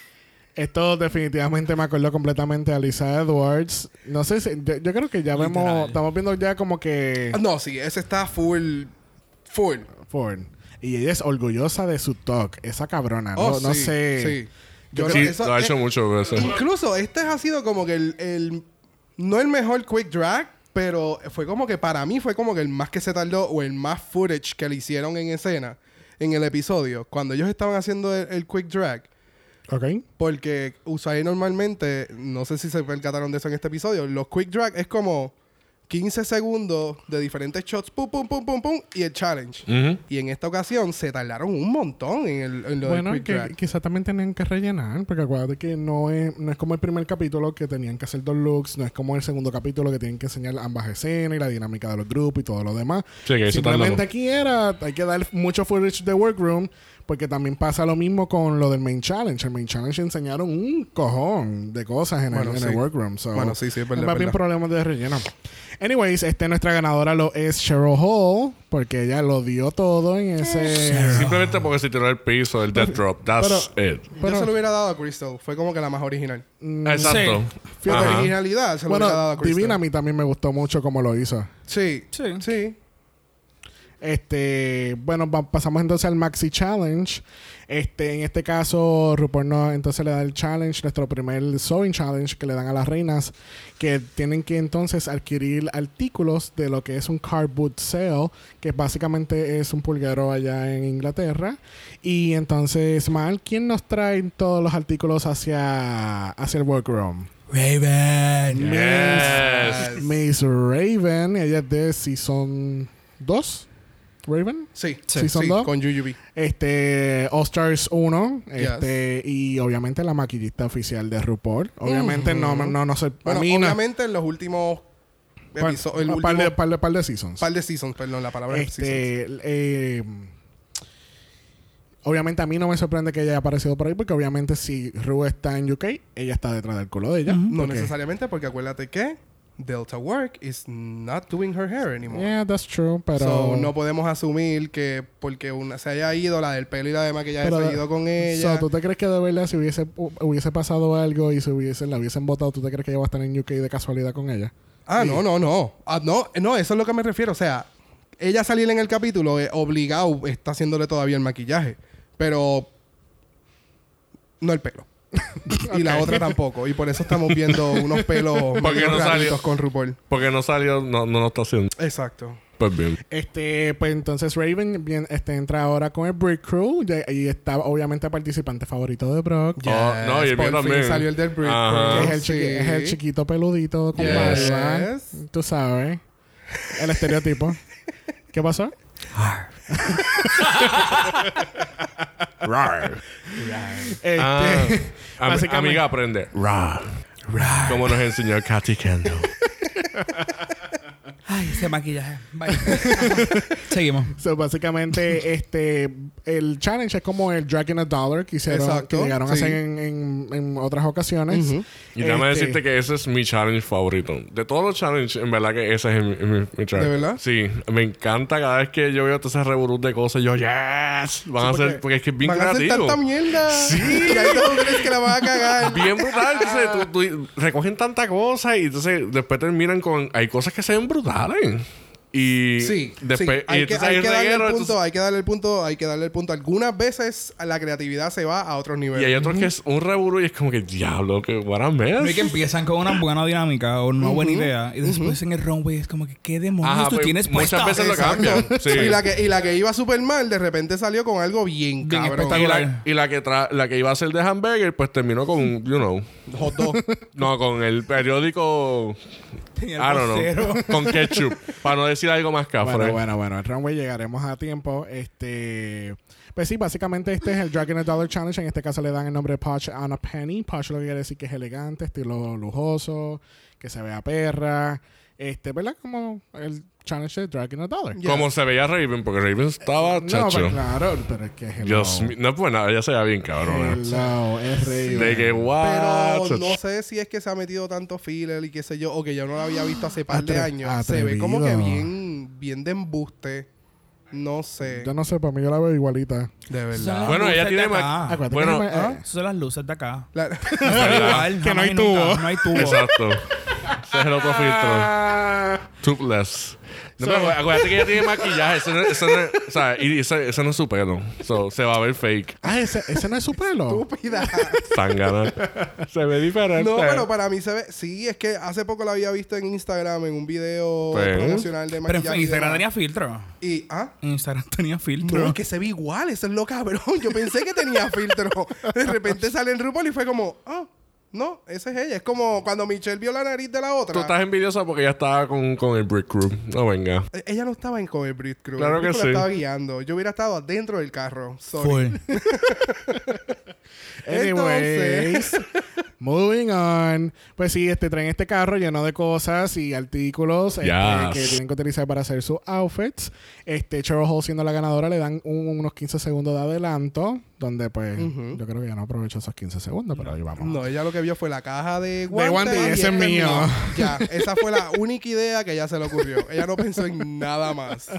Speaker 1: Esto definitivamente me acordó completamente a Lisa Edwards. No sé si, yo, yo creo que ya vemos, estamos viendo ya como que
Speaker 3: Ah, No, sí, ese está full. Full.
Speaker 1: Ford. Y ella es orgullosa de su talk, esa cabrona.
Speaker 3: Oh,
Speaker 1: no, no
Speaker 3: sí,
Speaker 1: sé.
Speaker 3: Sí. Yo
Speaker 2: Sí,
Speaker 3: creo eso-
Speaker 2: lo ha hecho
Speaker 3: eh,
Speaker 2: mucho veces.
Speaker 3: Incluso este ha sido como que el, el- No el mejor quick drag, pero fue como que para mí fue como que el más que se tardó o el más footage que le hicieron en escena, en el episodio, cuando ellos estaban haciendo el, el quick drag.
Speaker 1: Ok.
Speaker 3: Porque Usai normalmente, no sé si se percataron de eso en este episodio, los quick drag es como 15 segundos de diferentes shots, pum, pum, pum, pum, pum, y el challenge.
Speaker 2: Ujú.
Speaker 3: Y en esta ocasión se tardaron un montón en, el, en lo del
Speaker 1: Bueno,
Speaker 3: quick
Speaker 1: que
Speaker 3: drag.
Speaker 1: quizá también tenían que rellenar, porque acuérdate que no es, no es como el primer capítulo que tenían que hacer dos looks, no es como el segundo capítulo que tienen que enseñar ambas escenas y la dinámica de los grupos y todo lo demás.
Speaker 2: Sí, que eso está
Speaker 1: Simplemente
Speaker 2: loco.
Speaker 1: aquí era, hay que dar mucho footage de workroom, porque también pasa lo mismo con lo del main challenge. El main challenge enseñaron un cojón de cosas en,
Speaker 3: Bueno,
Speaker 1: el, en
Speaker 3: sí.
Speaker 1: el workroom. so,
Speaker 3: Bueno, sí, sí, es verdad,
Speaker 1: más
Speaker 3: es
Speaker 1: bien
Speaker 3: verdad.
Speaker 1: problemas de relleno. Anyways, este nuestra ganadora lo es Cheryl Hall, porque ella lo dio todo en ese.
Speaker 2: Simplemente porque se tiró el piso del death drop. That's it.
Speaker 1: Pero-
Speaker 3: Yo se lo hubiera dado a Crystal. Fue como que la más original.
Speaker 2: Ah, Exacto.
Speaker 3: Mm, Fíjate,
Speaker 2: Ajá.
Speaker 3: originalidad se lo hubiera dado a
Speaker 1: Bueno,
Speaker 3: Crystal.
Speaker 1: Divina a mí también me gustó mucho como lo hizo.
Speaker 3: Sí.
Speaker 4: Sí.
Speaker 3: Sí.
Speaker 1: Este, bueno, va- pasamos entonces al Maxi Challenge. Este, en este caso, RuPaul no, entonces le da el challenge, nuestro primer sewing challenge que le dan a las reinas, que tienen que entonces adquirir artículos de lo que es un car boot sale, que básicamente es un pulguero allá en Inglaterra. Y entonces, Mal, ¿quién nos trae todos los artículos hacia, hacia el workroom?
Speaker 4: Raven.
Speaker 2: Yes.
Speaker 1: Miss Raven, ella es de Season 2. Raven.
Speaker 3: Sí.
Speaker 1: Sí, son dos.
Speaker 3: con Yuyubi.
Speaker 1: Este, All Stars 1.
Speaker 3: Yes.
Speaker 1: Este, y obviamente la maquillista oficial de RuPaul. Obviamente no, no, no sé.
Speaker 3: Bueno,
Speaker 1: a mí no-
Speaker 3: obviamente en los últimos
Speaker 1: par-
Speaker 3: episodios, el
Speaker 1: un
Speaker 3: último
Speaker 1: par,
Speaker 3: par
Speaker 1: de, par de- par de seasons.
Speaker 3: de seasons, perdón, la palabra es seasons.
Speaker 1: este, eh, obviamente a mí no me sorprende que ella haya aparecido por ahí, porque obviamente si Ru está en UK, ella está detrás del culo de ella.
Speaker 3: No
Speaker 1: Porque-
Speaker 3: necesariamente porque acuérdate que Delta Work is not doing her hair anymore.
Speaker 1: Yeah, that's true, pero.
Speaker 3: So, no podemos asumir que porque una se haya ido la del pelo y la de maquillaje
Speaker 1: Pero-
Speaker 3: se ha ido con
Speaker 1: So,
Speaker 3: ella.
Speaker 1: ¿Tú te crees que de verdad si hubiese, hu- hubiese pasado algo y se hubiesen, la hubiesen votado, tú te crees que ella va a estar en UK de casualidad con ella?
Speaker 3: ah, no, no, no. Ah, no, no, eso es lo que me refiero, o sea, ella salir en el capítulo eh, obligado está haciéndole todavía el maquillaje, pero no el pelo. <laughs> y la otra tampoco. Y por eso estamos viendo unos pelos
Speaker 2: <laughs> Porque
Speaker 3: medio
Speaker 2: no salió.
Speaker 3: raritos con RuPaul.
Speaker 2: Porque no salió, no, no lo está haciendo.
Speaker 3: Exacto.
Speaker 2: Pues bien.
Speaker 1: Este, pues entonces Raven bien, este, entra ahora con el Brick Crew ya- y está obviamente el participante favorito de Brock.
Speaker 3: Yes,
Speaker 2: Oh, no, y el
Speaker 3: por
Speaker 2: mío
Speaker 3: fin
Speaker 2: también.
Speaker 3: salió el del Brick.
Speaker 2: Ajá.
Speaker 1: Que es,
Speaker 3: Crew.
Speaker 1: el chiqui-
Speaker 3: Sí.
Speaker 1: es el chiquito peludito con
Speaker 2: Ah, Yes.
Speaker 1: barba.
Speaker 3: Yes.
Speaker 1: Tú sabes. El estereotipo. ¿Qué pasó?
Speaker 2: Rar.
Speaker 1: Este,
Speaker 3: <laughs>
Speaker 2: Ah, am-
Speaker 1: Básicamente-
Speaker 2: amiga aprende. Rar. Como nos enseñó Katy Kendall.
Speaker 4: Ay, ese maquillaje.
Speaker 2: <laughs>
Speaker 4: Bye. Seguimos.
Speaker 1: So, básicamente, este el challenge es como el Drag in a Dollar que hicieron,
Speaker 3: Exacto,
Speaker 1: que llegaron a
Speaker 3: sí.
Speaker 1: hacer en, en- en otras ocasiones.
Speaker 2: Y déjame
Speaker 1: Este,
Speaker 2: decirte que ese es mi challenge favorito. De todos los challenges, en verdad que ese es mi, mi- mi challenge.
Speaker 3: ¿De verdad?
Speaker 2: Sí. Me encanta cada vez que yo veo todo ese revolú de cosas. Yo, yes. Van a hacer... Porque es que es bien
Speaker 3: Van a hacer
Speaker 2: creativo.
Speaker 3: tanta mierda. Sí. Y ahí tú crees que la van a cagar.
Speaker 2: <laughs> Bien brutal. Entonces, tú- tú- recogen tanta cosa y entonces después terminan con... Hay cosas que se ven brutales. Y
Speaker 3: Sí,
Speaker 2: después...
Speaker 3: sí.
Speaker 2: Y
Speaker 3: Hay, que,
Speaker 2: entonces
Speaker 3: hay
Speaker 2: hay
Speaker 3: que darle el
Speaker 2: reguero,
Speaker 3: punto,
Speaker 2: entonces-
Speaker 3: hay que darle el punto, hay que darle el punto. Algunas veces la creatividad se va a otros
Speaker 2: Y hay
Speaker 3: niveles.
Speaker 2: otros que es un revolú y es como que, diablo, que what a mess.
Speaker 4: No, y que empiezan con una buena dinámica o una buena idea. Y después en el runway es como que, ¿qué demonios
Speaker 2: Ajá,
Speaker 4: tú
Speaker 2: pues,
Speaker 4: tienes
Speaker 2: muchas
Speaker 4: puesta?
Speaker 2: veces lo
Speaker 4: Exacto.
Speaker 2: cambian.
Speaker 3: <laughs>
Speaker 2: Sí.
Speaker 3: Y, la que, y la que iba súper mal, de repente salió con algo bien,
Speaker 4: Bien
Speaker 2: Y
Speaker 3: cabrón.
Speaker 4: espectacular.
Speaker 2: la, y la que tra- la que iba a ser de hamburger, pues terminó con, un, you know,
Speaker 3: Hot dog.
Speaker 2: no, con el periódico, I
Speaker 4: Tenía el
Speaker 2: don't
Speaker 4: vocero.
Speaker 2: know, con ketchup, para no decir algo más cafre.
Speaker 1: Bueno, bueno, bueno, el runway llegaremos a tiempo. Este, pues sí, básicamente este es el Drag in a Dollar Challenge. En este caso le dan el nombre Posh on a Penny. Posh lo que quiere decir que es elegante, estilo lujoso, que se vea perra. Este, ¿verdad? Como el challenge de Drag in a Dollar.
Speaker 3: Yeah.
Speaker 2: Como se veía Raven, porque Raven estaba
Speaker 1: No,
Speaker 2: chacho.
Speaker 1: pero claro, pero es que es
Speaker 2: Dios mío, no, pues nada, ella se veía bien ¿eh? cabrona.
Speaker 1: Hello, es rey.
Speaker 2: De que
Speaker 3: Pero
Speaker 4: Ah,
Speaker 2: what?
Speaker 3: no sé si es que se ha metido tanto filler y qué sé yo, o que yo no la había visto hace par de
Speaker 1: Atre-
Speaker 3: años. Se ve como que
Speaker 1: atrevido.
Speaker 3: bien, bien de embuste. No sé.
Speaker 1: Yo no sé, para mí yo la veo igualita.
Speaker 3: De
Speaker 4: verdad.
Speaker 3: verdad.
Speaker 2: Bueno, ella
Speaker 4: Luces
Speaker 2: tiene
Speaker 4: de
Speaker 2: ma-
Speaker 4: acá.
Speaker 1: Acuérdate
Speaker 2: Bueno,
Speaker 1: que me- ¿ah?
Speaker 4: <laughs> Esas son las luces
Speaker 2: <laughs>
Speaker 4: de acá.
Speaker 3: La-
Speaker 4: Igual,
Speaker 1: que no
Speaker 4: jamás
Speaker 1: hay
Speaker 4: y nunca.
Speaker 1: tubo.
Speaker 4: No hay tubo.
Speaker 2: Exacto. Ese es el otro filtro. Tubeless. No, pero acuérdate que ella tiene maquillaje. Ese no, ese no, o sea, y ese, ese no es su pelo. So, se va a ver fake.
Speaker 1: Ah, ese, ese no es su pelo.
Speaker 4: <laughs>
Speaker 3: Estúpida.
Speaker 2: Sangana. Se ve diferente.
Speaker 3: No, pero para mí se ve. Sí, es que hace poco la había visto en Instagram en un video
Speaker 2: Pues.
Speaker 3: promocional de
Speaker 4: Pero
Speaker 3: maquillaje.
Speaker 4: en
Speaker 3: y
Speaker 4: Instagram tenía
Speaker 3: demás.
Speaker 4: filtro.
Speaker 3: Y, ah,
Speaker 4: En Instagram tenía filtro.
Speaker 3: no, es que se ve igual, eso es lo cabrón. Yo pensé que tenía filtro. De repente sale en RuPaul y fue como, ah, no, esa es ella. Es como cuando Michelle vio la nariz de la otra.
Speaker 2: Tú estás envidiosa porque ella estaba con, con el Brick Crew. No venga.
Speaker 3: Eh, Ella no estaba en Cover Brit Crew.
Speaker 2: Claro
Speaker 3: Yo
Speaker 2: que
Speaker 3: la
Speaker 2: sí.
Speaker 3: estaba guiando. Yo hubiera estado adentro del carro. Sorry.
Speaker 4: Full.
Speaker 1: Anyways, moving on. Pues sí, este traen este carro lleno de cosas y artículos este,
Speaker 2: Yes.
Speaker 1: que tienen que utilizar para hacer sus outfits. Este Cheryl Hall siendo la ganadora le dan un- unos 15 segundos de adelanto, donde pues yo creo que ya no aprovecho esos 15 segundos, pero ahí vamos.
Speaker 3: No, ella lo que vio fue la caja de
Speaker 1: guante,
Speaker 3: guantes.
Speaker 1: y ese es
Speaker 3: este
Speaker 1: mío.
Speaker 3: Ya, esa fue la única idea que ya se le ocurrió. Ella no pensó en nada más.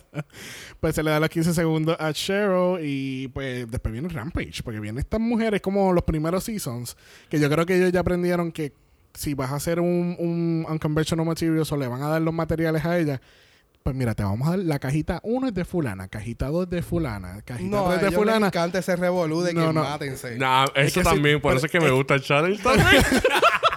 Speaker 1: Pues se le da los 15 segundos a Cheryl y pues después viene Rampage, porque vienen estas mujeres como los primeros seasons, que yo creo que ellos ya aprendieron que si vas a hacer un, un unconventional materials o le van a dar los materiales a ella, pues mira, te vamos a dar la cajita 1 es de fulana, cajita 2 de fulana, cajita
Speaker 3: No, a
Speaker 1: 3
Speaker 3: ellos
Speaker 1: de
Speaker 3: les
Speaker 1: fulana.
Speaker 3: encanta ese revolú de
Speaker 1: No,
Speaker 3: que
Speaker 1: no.
Speaker 3: mátense.
Speaker 2: Nah, eso
Speaker 1: que sí,
Speaker 2: también. por
Speaker 1: pero-
Speaker 2: eso es que me gusta el challenge también.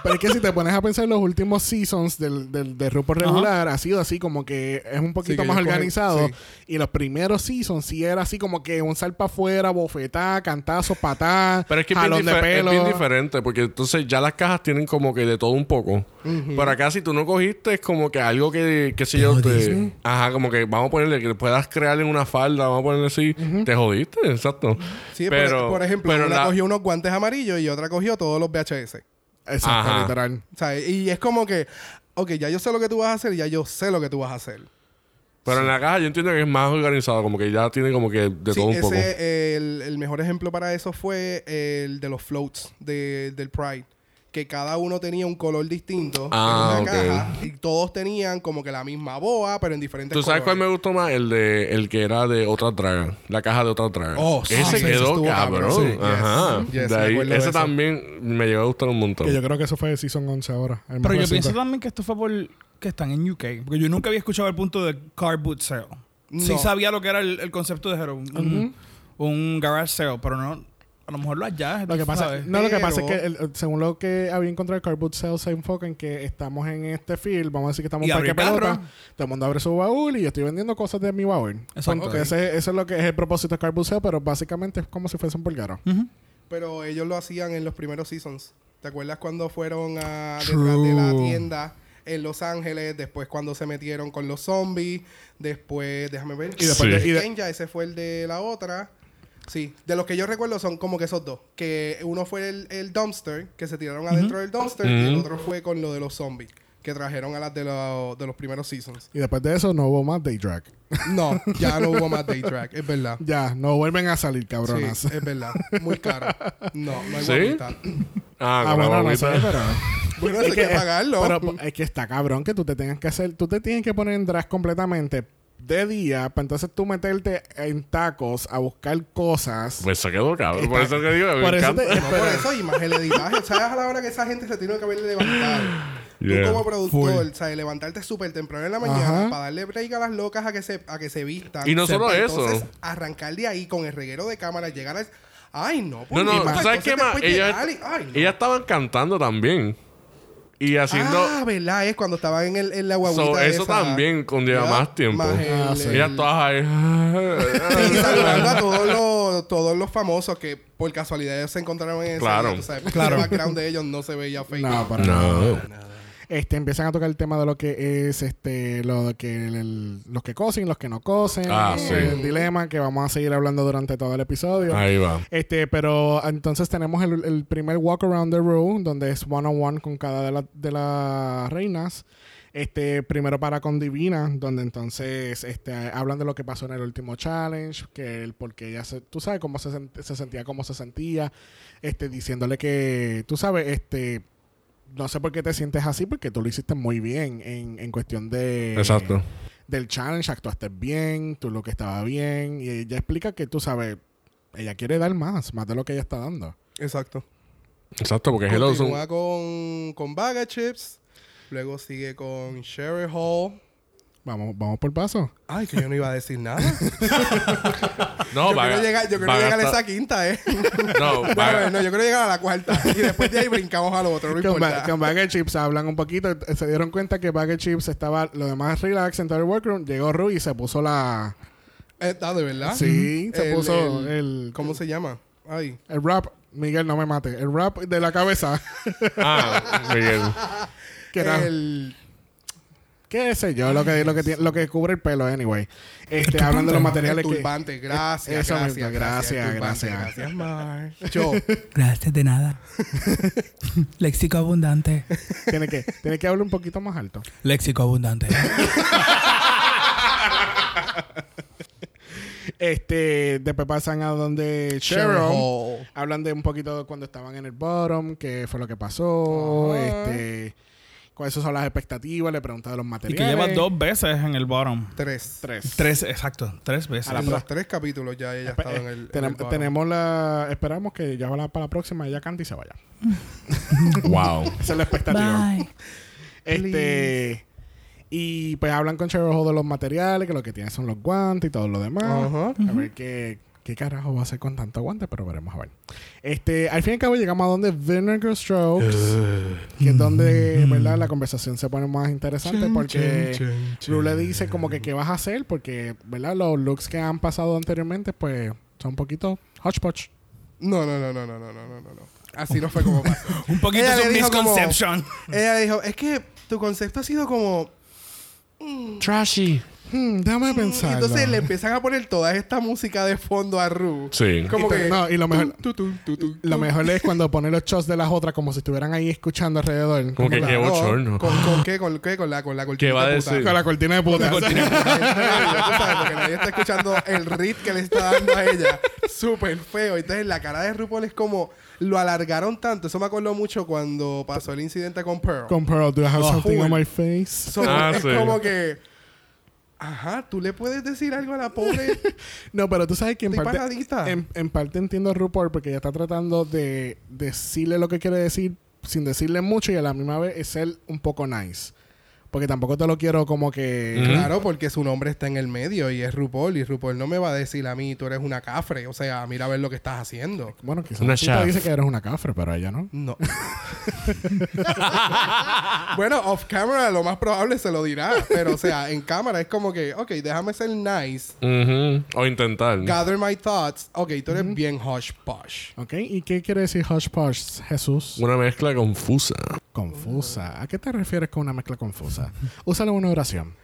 Speaker 1: Pero es que si te pones a pensar los últimos seasons del, del, del RuPaul regular, ha sido así como que es un poquito
Speaker 3: que
Speaker 1: más
Speaker 3: ellos cogen-
Speaker 1: organizado.
Speaker 3: sí.
Speaker 1: Y los primeros seasons sí era así como que un salpa afuera, bofetá, cantazo, patá,
Speaker 2: Pero es que es bien,
Speaker 1: jalón de
Speaker 2: difer- es
Speaker 1: pelo.
Speaker 2: bien diferente, porque entonces ya las cajas tienen como que de todo un poco. Pero acá si tú no cogiste es como que algo que, qué sé yo, te, ajá, como que vamos a ponerle que puedas crearle una falda, vamos a ponerle así, te jodiste, exacto.
Speaker 3: Sí, por-
Speaker 2: pero,
Speaker 3: por, ejemplo,
Speaker 2: pero
Speaker 3: una
Speaker 2: la-
Speaker 3: cogió unos guantes amarillos y otra cogió todos los VHS.
Speaker 1: Exacto,
Speaker 2: Ajá.
Speaker 1: literal.
Speaker 3: O sea, y es como que, ok, ya yo sé lo que tú vas a hacer, ya yo sé lo que tú vas a hacer.
Speaker 2: pero en la caja yo entiendo que es más organizado, como que ya tiene como que de
Speaker 3: Sí,
Speaker 2: todo un
Speaker 3: ese,
Speaker 2: poco.
Speaker 3: eh, el, el mejor ejemplo para eso fue el de los floats de- del Pride. Que cada uno tenía un color distinto
Speaker 2: Ah,
Speaker 3: en una
Speaker 2: ok.
Speaker 3: caja. Y todos tenían como que la misma boa, pero en diferentes
Speaker 2: ¿Tú sabes cuál me
Speaker 3: colores.
Speaker 2: gustó más? El de el que era de otra draga. La caja de otra draga.
Speaker 3: Oh, sí,
Speaker 2: ese
Speaker 3: sí,
Speaker 2: quedó
Speaker 3: estuvo
Speaker 2: cabrón.
Speaker 3: cabrón, sí.
Speaker 2: Ajá.
Speaker 3: Yes, yes,
Speaker 2: De
Speaker 3: me
Speaker 2: ahí-
Speaker 3: acuerdo de
Speaker 2: ese
Speaker 3: eso.
Speaker 2: también me llegó a gustar un montón.
Speaker 1: Que yo creo que eso fue season 11 ahora. el más
Speaker 4: <laughs> Pero yo
Speaker 1: reciente.
Speaker 4: pienso también que esto fue por que están en UK. Porque yo nunca había escuchado el punto de car boot sale. Sí
Speaker 3: No.
Speaker 4: sabía lo que era el, el concepto de Hero. Un, un garage sale, pero no. A lo mejor lo allá.
Speaker 1: Lo que pasa,
Speaker 4: ¿sabes?
Speaker 1: no, lo que pasa es que
Speaker 3: Pero-
Speaker 1: el- según lo que había encontrado el Cardboard Sale se enfoca en que estamos en este field, vamos a decir que estamos
Speaker 4: Y
Speaker 1: en parque de
Speaker 4: abrir carro.
Speaker 1: pelota, todo el mundo abre su baúl y yo estoy vendiendo cosas de mi baúl.
Speaker 4: Exacto.
Speaker 1: Porque ese- eso es lo que es el propósito de Cardboard Sale, pero básicamente es como si fuese un pulgaro.
Speaker 3: Pero ellos lo hacían en los primeros seasons. ¿Te acuerdas cuando fueron a detrás de la
Speaker 4: True.
Speaker 3: tienda en Los Ángeles? Después cuando se metieron con los zombies. Después, déjame ver.
Speaker 1: Y después
Speaker 2: Sí.
Speaker 1: de- y de-
Speaker 3: Kenja, ese fue el de la otra. Sí, de los que yo recuerdo son como que esos dos. Que uno fue el, el dumpster, que se tiraron adentro del dumpster, y el
Speaker 2: Ujú.
Speaker 3: otro fue con lo de los zombies, que trajeron a las de, lo- de los primeros seasons.
Speaker 1: Y después de eso no hubo más Day Drag.
Speaker 3: No, ya no hubo más day track, es verdad.
Speaker 1: Ya, no vuelven a salir,
Speaker 3: Sí,
Speaker 1: cabronas. <laughs>
Speaker 3: es verdad. Muy caro. No, no hay
Speaker 2: ¿Sí?
Speaker 3: guapita.
Speaker 1: ah,
Speaker 2: Ah, con la
Speaker 1: bueno, no sé,
Speaker 2: guaguita.
Speaker 1: <laughs> pero...
Speaker 3: Bueno, hay que, pagarlo.
Speaker 1: eh, pero po- es que está cabrón que tú te tengas que hacer... Tú te tienes que poner en drag completamente de día para entonces tú meterte en tacos a buscar cosas.
Speaker 2: Pues se quedó cabrón. Por
Speaker 1: Está-
Speaker 2: eso que digo, me
Speaker 1: por eso
Speaker 2: encanta.
Speaker 1: te-
Speaker 3: No, por eso, y más el editaje. ¿Sabes a la hora que esa gente se tiene que haber levantado?
Speaker 2: Yeah.
Speaker 3: Tú como productor, ¿sabes? Levantarte súper temprano en la mañana
Speaker 1: Ajá.
Speaker 3: para darle break a las locas a que se, a que se vistan.
Speaker 2: Y no solo
Speaker 3: Para
Speaker 2: eso.
Speaker 3: Entonces, arrancar de ahí con el reguero de cámaras, llegar a... Ay, no.
Speaker 2: No,
Speaker 3: pues,
Speaker 2: no,
Speaker 3: ni más.
Speaker 2: ¿tú sabes qué
Speaker 3: Entonces,
Speaker 2: más?
Speaker 3: después
Speaker 2: Ellas,
Speaker 3: llegar y- ay, no.
Speaker 2: ellas estaban cantando también. Y haciendo.
Speaker 3: Ah, ¿verdad? Es cuando estaban en, el, en la guaguita
Speaker 2: So, eso
Speaker 3: esa.
Speaker 2: también conlleva
Speaker 3: Ya,
Speaker 2: más tiempo.
Speaker 1: Ah,
Speaker 3: el-
Speaker 1: sí.
Speaker 2: Ellas todas ahí.
Speaker 3: <laughs> Y saludando a todos los, todos los famosos que por casualidad ellos se encontraron en ese
Speaker 2: Claro.
Speaker 3: día, tú sabes, el background de ellos no se veía fake.
Speaker 1: No, para
Speaker 2: no.
Speaker 1: Este, empiezan a tocar el tema de lo que es este lo de que el- el- los que cosen, los que no cosen,
Speaker 2: Ah, sí. Ah,
Speaker 1: el dilema que vamos a seguir hablando durante todo el episodio.
Speaker 2: Ahí va.
Speaker 1: Este, pero entonces tenemos el, el primer walk around the room, donde es one on one con cada de, la- de las reinas. Este, primero para con Divina, donde entonces este, hablan de lo que pasó en el último challenge, que el porque ella se- tú sabes cómo se, sent- se sentía, cómo se sentía, este, diciéndole que, tú sabes, este, no sé por qué te sientes así, porque tú lo hiciste muy bien en, en cuestión de
Speaker 2: Exacto.
Speaker 1: del challenge, actuaste bien, tú lo que estaba bien. Y ella explica que tú sabes, ella quiere dar más, más de lo que ella está dando.
Speaker 3: Exacto.
Speaker 2: Exacto, porque Hello es un-
Speaker 3: Continúa con, con Baga Chips. Luego sigue con Sherry Hall.
Speaker 1: Vamos, vamos por paso.
Speaker 3: Ay, que yo no iba a decir nada.
Speaker 2: <laughs> No,
Speaker 3: yo,
Speaker 2: va
Speaker 3: quiero llegar, yo quiero llegar a esa quinta, ¿eh?
Speaker 2: No,
Speaker 3: No, <laughs>
Speaker 2: Vaga-
Speaker 3: no, no, yo quiero llegar a la cuarta. Y después de ahí brincamos a lo otro. No
Speaker 1: Con, ba-
Speaker 3: importa.
Speaker 1: con Bagger Chips hablan un poquito. eh, Se dieron cuenta que Bagger Chips estaba lo demás relax en todo el workroom. Llegó Rui y se puso la.
Speaker 3: Está de Eh, verdad.
Speaker 1: Sí, se
Speaker 3: Ah, El-
Speaker 1: puso
Speaker 3: el-
Speaker 1: el.
Speaker 3: ¿Cómo se llama? Ay.
Speaker 1: El rap. Miguel, no me mate. El rap de la cabeza. <laughs>
Speaker 2: Ah, Miguel.
Speaker 1: que era.
Speaker 3: El,
Speaker 1: ¿Qué sé yo? Lo que, lo, que, tiene- lo que cubre el pelo, anyway. Este, hablando de los
Speaker 3: el
Speaker 1: materiales que.
Speaker 3: turbante. Gracias,
Speaker 1: Eso
Speaker 3: gracias,
Speaker 1: mismo,
Speaker 3: gracias,
Speaker 1: gracias,
Speaker 3: el
Speaker 1: gracias.
Speaker 3: turbante, gracias, Mar. Yo,
Speaker 4: Gracias de nada. <laughs> Léxico abundante.
Speaker 1: Tiene que, tiene que hablar un poquito más alto.
Speaker 4: Léxico abundante.
Speaker 1: Este, después pasan a donde
Speaker 3: Cheryl
Speaker 1: Cheryl.
Speaker 3: Hall.
Speaker 1: Hablan de un poquito de cuando estaban en el bottom, qué fue lo que pasó,
Speaker 3: Ajá.
Speaker 1: este, cuáles son las expectativas, le preguntan de los
Speaker 4: y
Speaker 1: materiales.
Speaker 4: que lleva dos veces en el bottom.
Speaker 3: Tres.
Speaker 1: tres.
Speaker 4: Tres, exacto. Tres veces.
Speaker 1: A la
Speaker 3: En los tres capítulos ya ella ha estado en el. en
Speaker 1: Tenem-
Speaker 3: el bottom.
Speaker 1: tenemos la esperamos que ya va la- para la próxima ella cante y se vaya.
Speaker 2: Wow.
Speaker 1: Esa es la expectativa.
Speaker 4: Bye.
Speaker 1: Este y pues hablan con Cheryl Hall de los materiales, que lo que tiene son los guantes y todo lo demás.
Speaker 3: Ajá.
Speaker 1: A ver qué, qué carajo va a hacer con tanto guante, pero veremos a ver. Este, al fin y al cabo llegamos a donde Vinegar Strokes, que es donde, ¿verdad? La conversación se pone más interesante porque Blue le dice como que qué vas a hacer porque, ¿verdad? Los looks que han pasado anteriormente pues son un poquito hodgepodge.
Speaker 3: No, no, no, no, no, no, no, no, no. Así no fue como pasó.
Speaker 4: Un poquito
Speaker 3: Ella
Speaker 4: es
Speaker 3: le
Speaker 4: un
Speaker 3: dijo como-
Speaker 4: misconception.
Speaker 3: <laughs> ella dijo: Es que tu concepto ha sido como. mm,
Speaker 1: Trashy. Hmm, déjame pensar.
Speaker 3: Entonces le empiezan a poner toda esta música de fondo a Ru.
Speaker 2: Sí.
Speaker 3: Como que.
Speaker 1: No, y lo mejor
Speaker 3: tu, tu, tu, tu, tu.
Speaker 1: lo mejor
Speaker 3: <laughs>
Speaker 1: es cuando pone los shots de las otras como si estuvieran ahí escuchando alrededor.
Speaker 2: Como que
Speaker 1: la-
Speaker 2: qué
Speaker 3: No,
Speaker 2: bochorno.
Speaker 3: ¿Con, con qué? ¿Con qué? Con la, con la cortinita
Speaker 2: va a
Speaker 3: puta.
Speaker 2: decir?
Speaker 1: con la cortina de puta.
Speaker 3: Porque nadie está escuchando el rit que le está dando a ella. Súper feo. Entonces la cara de RuPaul es como... Lo alargaron tanto. Eso me acuerdo mucho cuando pasó el incidente con Pearl.
Speaker 1: Con Pearl, do I have
Speaker 3: Oh,
Speaker 1: something on
Speaker 3: full.
Speaker 1: my face?
Speaker 3: So,
Speaker 2: Ah,
Speaker 3: es
Speaker 2: sí.
Speaker 3: como que... Ajá, ¿tú le puedes decir algo a la pobre?
Speaker 1: No, pero tú sabes que en
Speaker 3: Estoy
Speaker 1: parte,
Speaker 3: paradita.
Speaker 1: en, en parte entiendo a RuPaul porque ella está tratando de decirle lo que quiere decir sin decirle mucho y a la misma vez es ser un poco nice. Porque tampoco te lo quiero como que...
Speaker 2: Ujú.
Speaker 3: Claro, porque su nombre está en el medio y es RuPaul. Y RuPaul no me va a decir a mí, tú eres una cafre. O sea, mira a ver lo que estás haciendo.
Speaker 1: Bueno, quizás
Speaker 2: Una
Speaker 1: tú
Speaker 2: chaf.
Speaker 1: te dice que eres una cafre, pero ella no.
Speaker 3: No. <laughs> bueno, off camera lo más probable se lo dirá. Pero, o sea, en cámara es como que, ok, déjame ser nice.
Speaker 2: Ujú. O intentar.
Speaker 3: Gather my thoughts. Ok, tú eres bien hush posh.
Speaker 1: ¿Ok? ¿Y qué quiere decir Hush Push, Jesús?
Speaker 2: Una mezcla confusa.
Speaker 1: Confusa. ¿A qué te refieres con una mezcla confusa? Úsalo en una
Speaker 2: <laughs>
Speaker 1: oración.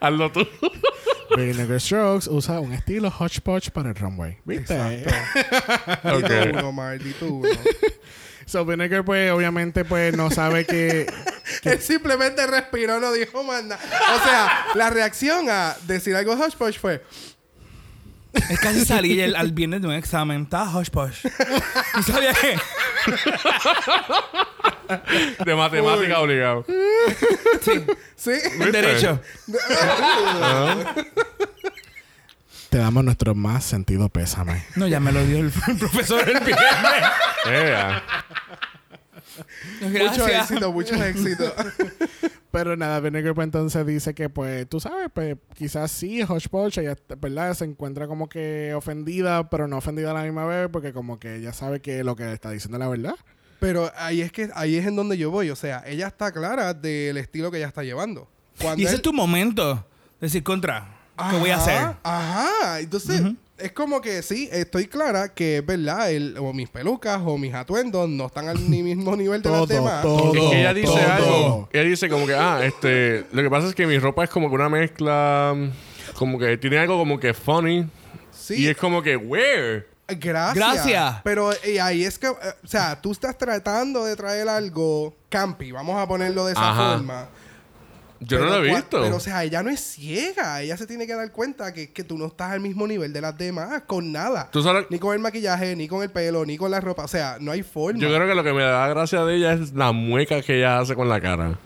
Speaker 2: Hazlo tú.
Speaker 1: Vinegar Strokes usa un estilo hodgepodge para el runway. ¿Viste?
Speaker 3: Dito
Speaker 2: Ok.
Speaker 3: uno, Mar, dito uno.
Speaker 1: So, Vinegar, pues, obviamente, pues, no sabe que...
Speaker 3: <laughs> Él simplemente respiró, no dijo más nada. O sea, la reacción a decir algo hush posh fue,
Speaker 4: Es casi salir el, al viernes de un examen. Estaba hush posh. ¿Tú sabías qué?
Speaker 2: De matemática obligado.
Speaker 3: sí.
Speaker 2: ¿Viste?
Speaker 4: Derecho.
Speaker 1: <laughs> Te damos nuestro más sentido pésame.
Speaker 4: No, ya me lo dio el, <laughs> el profesor el viernes.
Speaker 2: <laughs> Ea.
Speaker 3: Mucho
Speaker 4: Gracias.
Speaker 3: éxito, <laughs> mucho éxito.
Speaker 1: Pero nada, Vinegar pues, entonces dice que, pues, tú sabes, pues, quizás sí, Hodgepodge, ella, ¿verdad? Se encuentra como que ofendida, pero no ofendida a la misma vez, porque como que ella sabe que lo que le está diciendo es la verdad.
Speaker 3: Pero ahí es que ahí es en donde yo voy. O sea, ella está clara del estilo que ella está llevando. Cuando
Speaker 4: Y ese
Speaker 3: él-
Speaker 4: es tu momento. Decir contra. ¿Qué voy a
Speaker 3: Ajá,
Speaker 4: hacer?
Speaker 3: Ajá. Entonces, es como que sí, estoy clara que es verdad, el, o mis pelucas o mis atuendos no están al ni- mismo nivel de
Speaker 1: Todo,
Speaker 3: las demás.
Speaker 1: todo.
Speaker 2: Es que ella dice
Speaker 1: todo.
Speaker 2: algo. Ella dice como que, ah, este. Lo que pasa es que mi ropa es como que una mezcla. mm, Como que tiene algo como que funny. Y
Speaker 3: Sí,
Speaker 2: es como que, where?
Speaker 3: gracias.
Speaker 4: Gracias.
Speaker 3: Pero eh, ahí es que, eh, o sea, tú estás tratando de traer algo campi, vamos a ponerlo de esa
Speaker 2: Ajá.
Speaker 3: forma.
Speaker 2: Yo no
Speaker 3: Pero
Speaker 2: lo he
Speaker 3: cua-
Speaker 2: visto.
Speaker 3: Pero, o sea, ella no es ciega. Ella se tiene que dar cuenta que, que tú no estás al mismo nivel de las demás con nada.
Speaker 2: Tú sabes-
Speaker 3: Ni con el maquillaje, ni con el pelo, ni con la ropa. O sea, no hay forma.
Speaker 2: Yo creo que lo que me da gracia de ella es la mueca que ella hace con la cara.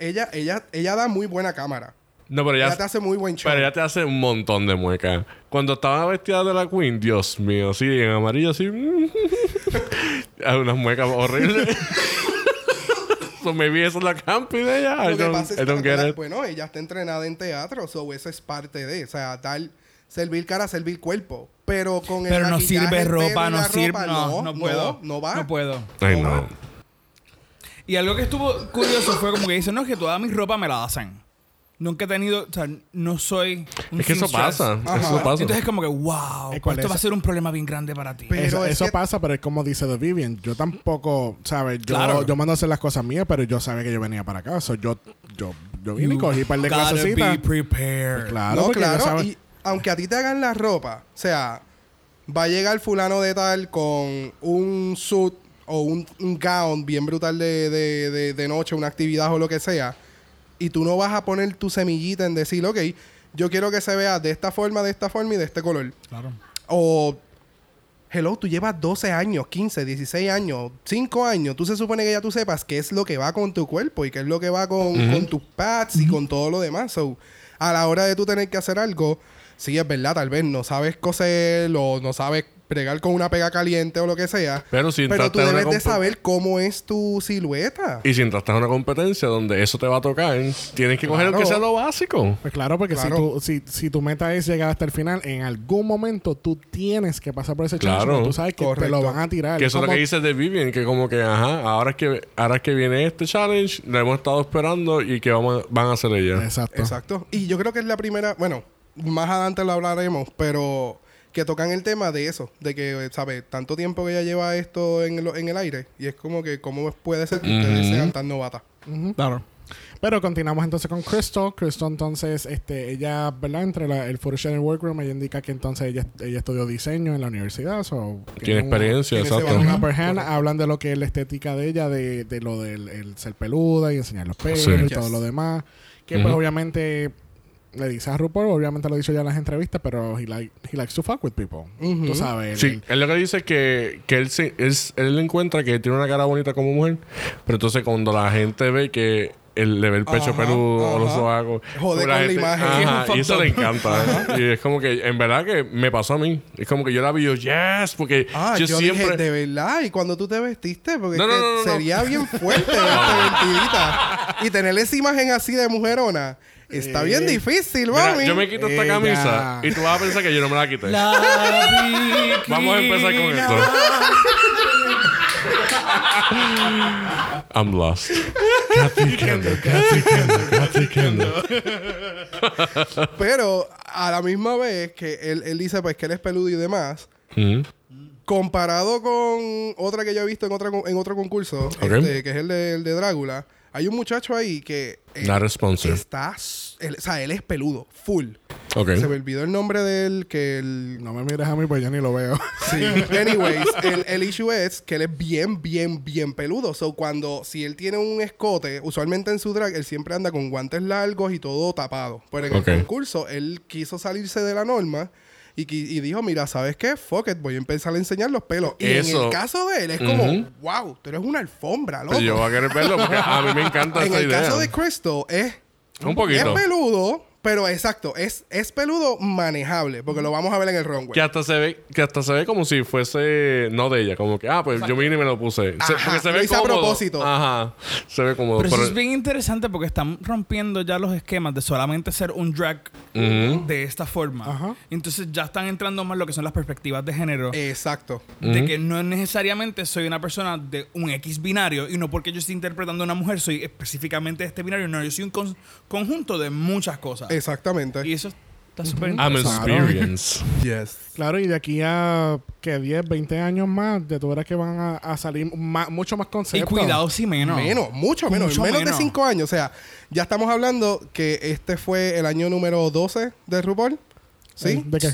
Speaker 3: ella, ella, ella da muy buena cámara.
Speaker 2: No, pero
Speaker 3: Ella
Speaker 2: ya,
Speaker 3: te hace muy buen show.
Speaker 2: pero ya te hace un montón de muecas. Cuando estaba vestida de la Queen, Dios mío, sí, en amarillo, sí. <laughs> Hay unas muecas
Speaker 3: <laughs>
Speaker 2: horribles. so maybe eso es la campi de ella. I
Speaker 3: Lo que
Speaker 2: don't,
Speaker 3: pasa es
Speaker 2: I
Speaker 3: que
Speaker 2: don't get
Speaker 3: la-
Speaker 2: it.
Speaker 3: bueno, ella está entrenada en teatro, so eso es parte de, o sea, tal servir cara, servir cuerpo, pero con el
Speaker 4: Pero no
Speaker 3: maquillaje,
Speaker 4: sirve
Speaker 3: el pelo y
Speaker 4: ropa,
Speaker 3: la
Speaker 4: no
Speaker 3: ropa,
Speaker 4: sirve. No, no
Speaker 3: no,
Speaker 4: puedo.
Speaker 3: no va.
Speaker 4: No puedo.
Speaker 2: Ay, no.
Speaker 4: Y algo que estuvo curioso fue como que dice, no, es que toda mi ropa me la hacen. Nunca he tenido, o sea, no soy un
Speaker 2: Es que eso
Speaker 4: seamstress.
Speaker 2: pasa.
Speaker 3: Ajá.
Speaker 2: Eso pasa.
Speaker 4: Entonces es como que, wow, pues
Speaker 1: Es Pues, cuál
Speaker 4: esto va a
Speaker 1: es-
Speaker 4: ser un problema bien grande para ti.
Speaker 3: Pero
Speaker 1: eso
Speaker 3: es
Speaker 1: eso
Speaker 3: que-
Speaker 1: pasa, pero es como dice The Vivian. Yo tampoco, ¿sabes? Yo,
Speaker 4: Claro.
Speaker 1: yo mando a hacer las cosas mías, pero yo sabía que yo venía para acá. So, yo, yo, yo vine y
Speaker 4: You
Speaker 1: cogí un par de
Speaker 4: gotta
Speaker 1: clasecitas.
Speaker 4: be prepared.
Speaker 1: Claro,
Speaker 3: No,
Speaker 1: porque yo
Speaker 3: claro,
Speaker 1: sabía-
Speaker 3: y aunque a ti te hagan la ropa, o sea, va a llegar fulano de tal con un suit o un, un gown bien brutal de, de- de- de noche, una actividad o lo que sea, y tú no vas a poner tu semillita en decir, ok, yo quiero que se vea de esta forma, de esta forma y de este color.
Speaker 4: Claro.
Speaker 3: O, hello, tú llevas 12 años, 15, 16 años, 5 años. Tú se supone que ya tú sepas qué es lo que va con tu cuerpo y qué es lo que va con, con tus pads y con todo lo demás. So, a la hora de tú tener que hacer algo, sí, es verdad, tal vez no sabes coser o no sabes pregar con una pega caliente o lo que sea.
Speaker 2: Pero si
Speaker 3: Pero tú
Speaker 2: entraste a una
Speaker 3: debes de
Speaker 2: compu-
Speaker 3: saber cómo es tu silueta.
Speaker 2: Y si entraste a una competencia donde eso te va a tocar, tienes que coger lo que
Speaker 3: Claro.
Speaker 2: sea lo básico.
Speaker 1: Pues claro, porque
Speaker 3: Claro.
Speaker 1: Si, tu, si, si tu meta es llegar hasta el final, en algún momento tú tienes que pasar por ese challenge.
Speaker 2: Claro.
Speaker 1: porque Tú sabes que te
Speaker 3: Correcto.
Speaker 1: lo van a tirar.
Speaker 2: Que eso es lo
Speaker 1: Como-
Speaker 2: que dice de Vivian, que como que, ajá, ahora es que, ahora es que viene este challenge, lo hemos estado esperando y que vamos, a- van a hacer ella.
Speaker 1: Exacto.
Speaker 3: Exacto. Y yo creo que es la primera, bueno, más adelante lo hablaremos, pero que tocan el tema de eso, de que, ¿sabes? Tanto tiempo que ella lleva esto en el, en el aire y es como que, ¿cómo puede ser que ustedes sean tan novatas?
Speaker 4: Claro.
Speaker 1: Pero continuamos entonces con Crystal. Crystal entonces, este, ella, ¿verdad? Entre la- el Photoshop y el Workroom, ella indica que entonces ella, ella estudió diseño en la universidad. so,
Speaker 2: Tiene
Speaker 1: un-
Speaker 2: experiencia,
Speaker 3: tiene ese
Speaker 2: exacto.
Speaker 1: un
Speaker 3: Ajá.
Speaker 1: upper hand. hablan de lo que es la estética de ella, de, de lo del el ser peluda y enseñar los pelos
Speaker 2: Sí.
Speaker 1: y
Speaker 2: Yes.
Speaker 1: todo lo demás. Que pues
Speaker 2: Ujú.
Speaker 1: obviamente le dice a RuPaul, obviamente lo he dicho ya en las entrevistas, pero he, like- he likes to fuck with people. Tú sabes.
Speaker 2: Sí,
Speaker 1: el-
Speaker 2: él lo que dice es que, que él, se- él, él encuentra que tiene una cara bonita como mujer, pero entonces cuando la gente ve que él le ve el pecho
Speaker 3: Ajá,
Speaker 2: peludo o los
Speaker 3: ajá.
Speaker 2: sobacos,
Speaker 3: Jode
Speaker 2: como
Speaker 3: con la imagen. <laughs>
Speaker 2: ajá,
Speaker 4: Es un
Speaker 2: y eso le
Speaker 4: fucked up.
Speaker 2: encanta. ¿eh? y es como que, en verdad que me pasó a mí. Es como que yo la vi y yo, yes, porque
Speaker 3: Ah,
Speaker 2: yo,
Speaker 3: yo,
Speaker 2: siempre...
Speaker 3: dije, de verdad, y cuando tú te vestiste, porque
Speaker 2: No,
Speaker 3: es
Speaker 2: no,
Speaker 3: que
Speaker 2: no, no, no.
Speaker 3: sería bien
Speaker 2: <laughs>
Speaker 3: fuerte verte vestidita y tener esa imagen así de mujerona. Está bien difícil,
Speaker 2: Mira,
Speaker 3: mami.
Speaker 2: yo me quito esta
Speaker 1: Ella.
Speaker 2: camisa y tú vas a pensar que yo no me la quité. Vamos a empezar con esto.
Speaker 3: <laughs>
Speaker 2: I'm lost. Kathy Kendall, Kathy Kendall,
Speaker 3: <laughs>
Speaker 2: Kathy Kendall.
Speaker 3: Pero a la misma vez que él, él dice pues que él es peludo y demás,
Speaker 2: Mm.
Speaker 3: comparado con otra que yo he visto en, otra, con- en otro concurso,
Speaker 2: Ok.
Speaker 3: este, que es el de, el de Drácula, hay un muchacho ahí que eh,
Speaker 2: Not a sponsor.
Speaker 3: está, s- él- o sea, él es peludo, full.
Speaker 2: Ok.
Speaker 3: Se me olvidó el nombre de él, que el...
Speaker 1: No me mires a mí, pues yo ni lo
Speaker 2: <laughs>
Speaker 1: veo.
Speaker 3: Sí. <laughs> Anyways, el, el issue es que él es bien, bien, bien peludo. So, cuando, si él tiene un escote, usualmente en su drag, él siempre anda con guantes largos y todo tapado. Pero en
Speaker 2: Ok.
Speaker 3: el concurso, él quiso salirse de la norma y, qui- y dijo, mira, ¿sabes qué? Fuck it, voy a empezar a enseñar los pelos. Y en
Speaker 2: Eso.
Speaker 3: el caso de él, es como,
Speaker 2: Ujú.
Speaker 3: wow, tú eres una alfombra, loco.
Speaker 2: Pero yo voy a querer verlo porque a mí me encanta
Speaker 3: en
Speaker 2: esa
Speaker 3: el
Speaker 2: idea.
Speaker 3: caso de Crystal, es
Speaker 2: Un
Speaker 3: es
Speaker 2: poquito.
Speaker 3: peludo, pero exacto, es, es peludo manejable, porque lo vamos a ver en el runway.
Speaker 2: Que hasta se ve, que hasta se ve como si fuese no de ella, como que ah, pues yo vine y me lo puse. Se,
Speaker 3: Ajá,
Speaker 2: porque se
Speaker 3: lo
Speaker 2: ve
Speaker 3: hice a
Speaker 2: cómodo.
Speaker 3: propósito.
Speaker 2: Ajá. Se ve cómodo.
Speaker 4: Pero eso
Speaker 2: pero-
Speaker 4: es bien interesante porque están rompiendo ya los esquemas de solamente ser un drag de esta forma.
Speaker 1: Ajá.
Speaker 4: Entonces ya están entrando más lo que son las perspectivas de género.
Speaker 3: Exacto.
Speaker 4: de que no necesariamente soy una persona de un X binario y no porque yo esté interpretando a una mujer soy específicamente este binario. No, yo soy un con- conjunto de muchas cosas.
Speaker 3: Exactamente.
Speaker 4: Y eso está súper
Speaker 2: I'm
Speaker 4: interesante.
Speaker 2: experienced.
Speaker 3: Yes.
Speaker 1: Claro, y de aquí a que 10, 20 años más, de tu verás que van a, a salir ma- mucho más
Speaker 4: Y
Speaker 1: conceptos.
Speaker 4: cuidado si menos.
Speaker 3: Menos, mucho menos,
Speaker 4: Mucho
Speaker 3: menos,
Speaker 4: menos.
Speaker 3: de 5 años. O sea, ya estamos hablando que este fue el año número 12 de RuPaul. ¿Sí?
Speaker 1: Eh, ¿De qué?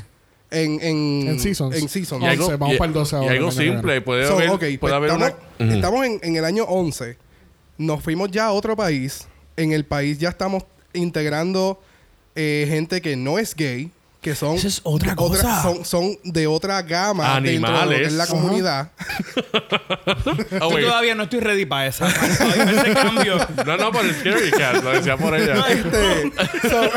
Speaker 3: En, en,
Speaker 1: En Seasons.
Speaker 3: En Seasons.
Speaker 2: Y algo,
Speaker 1: Once, vamos
Speaker 2: y-
Speaker 1: para el doce
Speaker 2: y
Speaker 1: ahora,
Speaker 2: algo
Speaker 1: mañana.
Speaker 2: simple. Puede
Speaker 3: So,
Speaker 2: haber,
Speaker 3: ok,
Speaker 2: puede
Speaker 3: pues
Speaker 2: haber
Speaker 3: estamos,
Speaker 2: una... Ujú.
Speaker 3: estamos en, en el año 11. Nos fuimos ya a otro país. En el país ya estamos integrando eh, gente que no es gay, que son
Speaker 4: Esa es otra cosa.
Speaker 3: son, son de otra gama dentro de lo que es la
Speaker 2: Animales.
Speaker 3: comunidad.
Speaker 2: Ah,
Speaker 4: Yo
Speaker 2: wait.
Speaker 4: todavía no estoy ready para esa. Todavía no ese cambio.
Speaker 2: No, no, por el Scary Cat, lo decía por ella.
Speaker 3: <laughs> Este, so-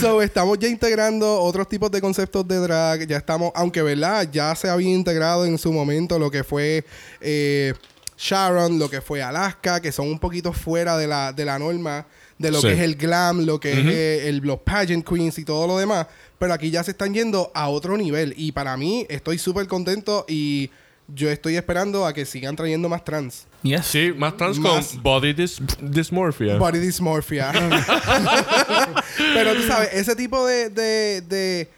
Speaker 3: <laughs> so, estamos ya integrando otros tipos de conceptos de drag. Ya estamos, aunque verdad, ya se había integrado en su momento lo que fue eh, Sharon, lo que fue Alaska, que son un poquito fuera de la, de la norma de lo
Speaker 2: Sí.
Speaker 3: que es el glam, lo que es eh, el, los pageant queens y todo lo demás. Pero aquí ya se están yendo a otro nivel. Y para mí, estoy súper contento y yo estoy esperando a que sigan trayendo más trans.
Speaker 4: Yes.
Speaker 2: Sí, más trans
Speaker 3: Más-
Speaker 2: con body dis- dysmorphia.
Speaker 3: Body dysmorphia. <laughs> Pero tú sabes, ese tipo de, de, de,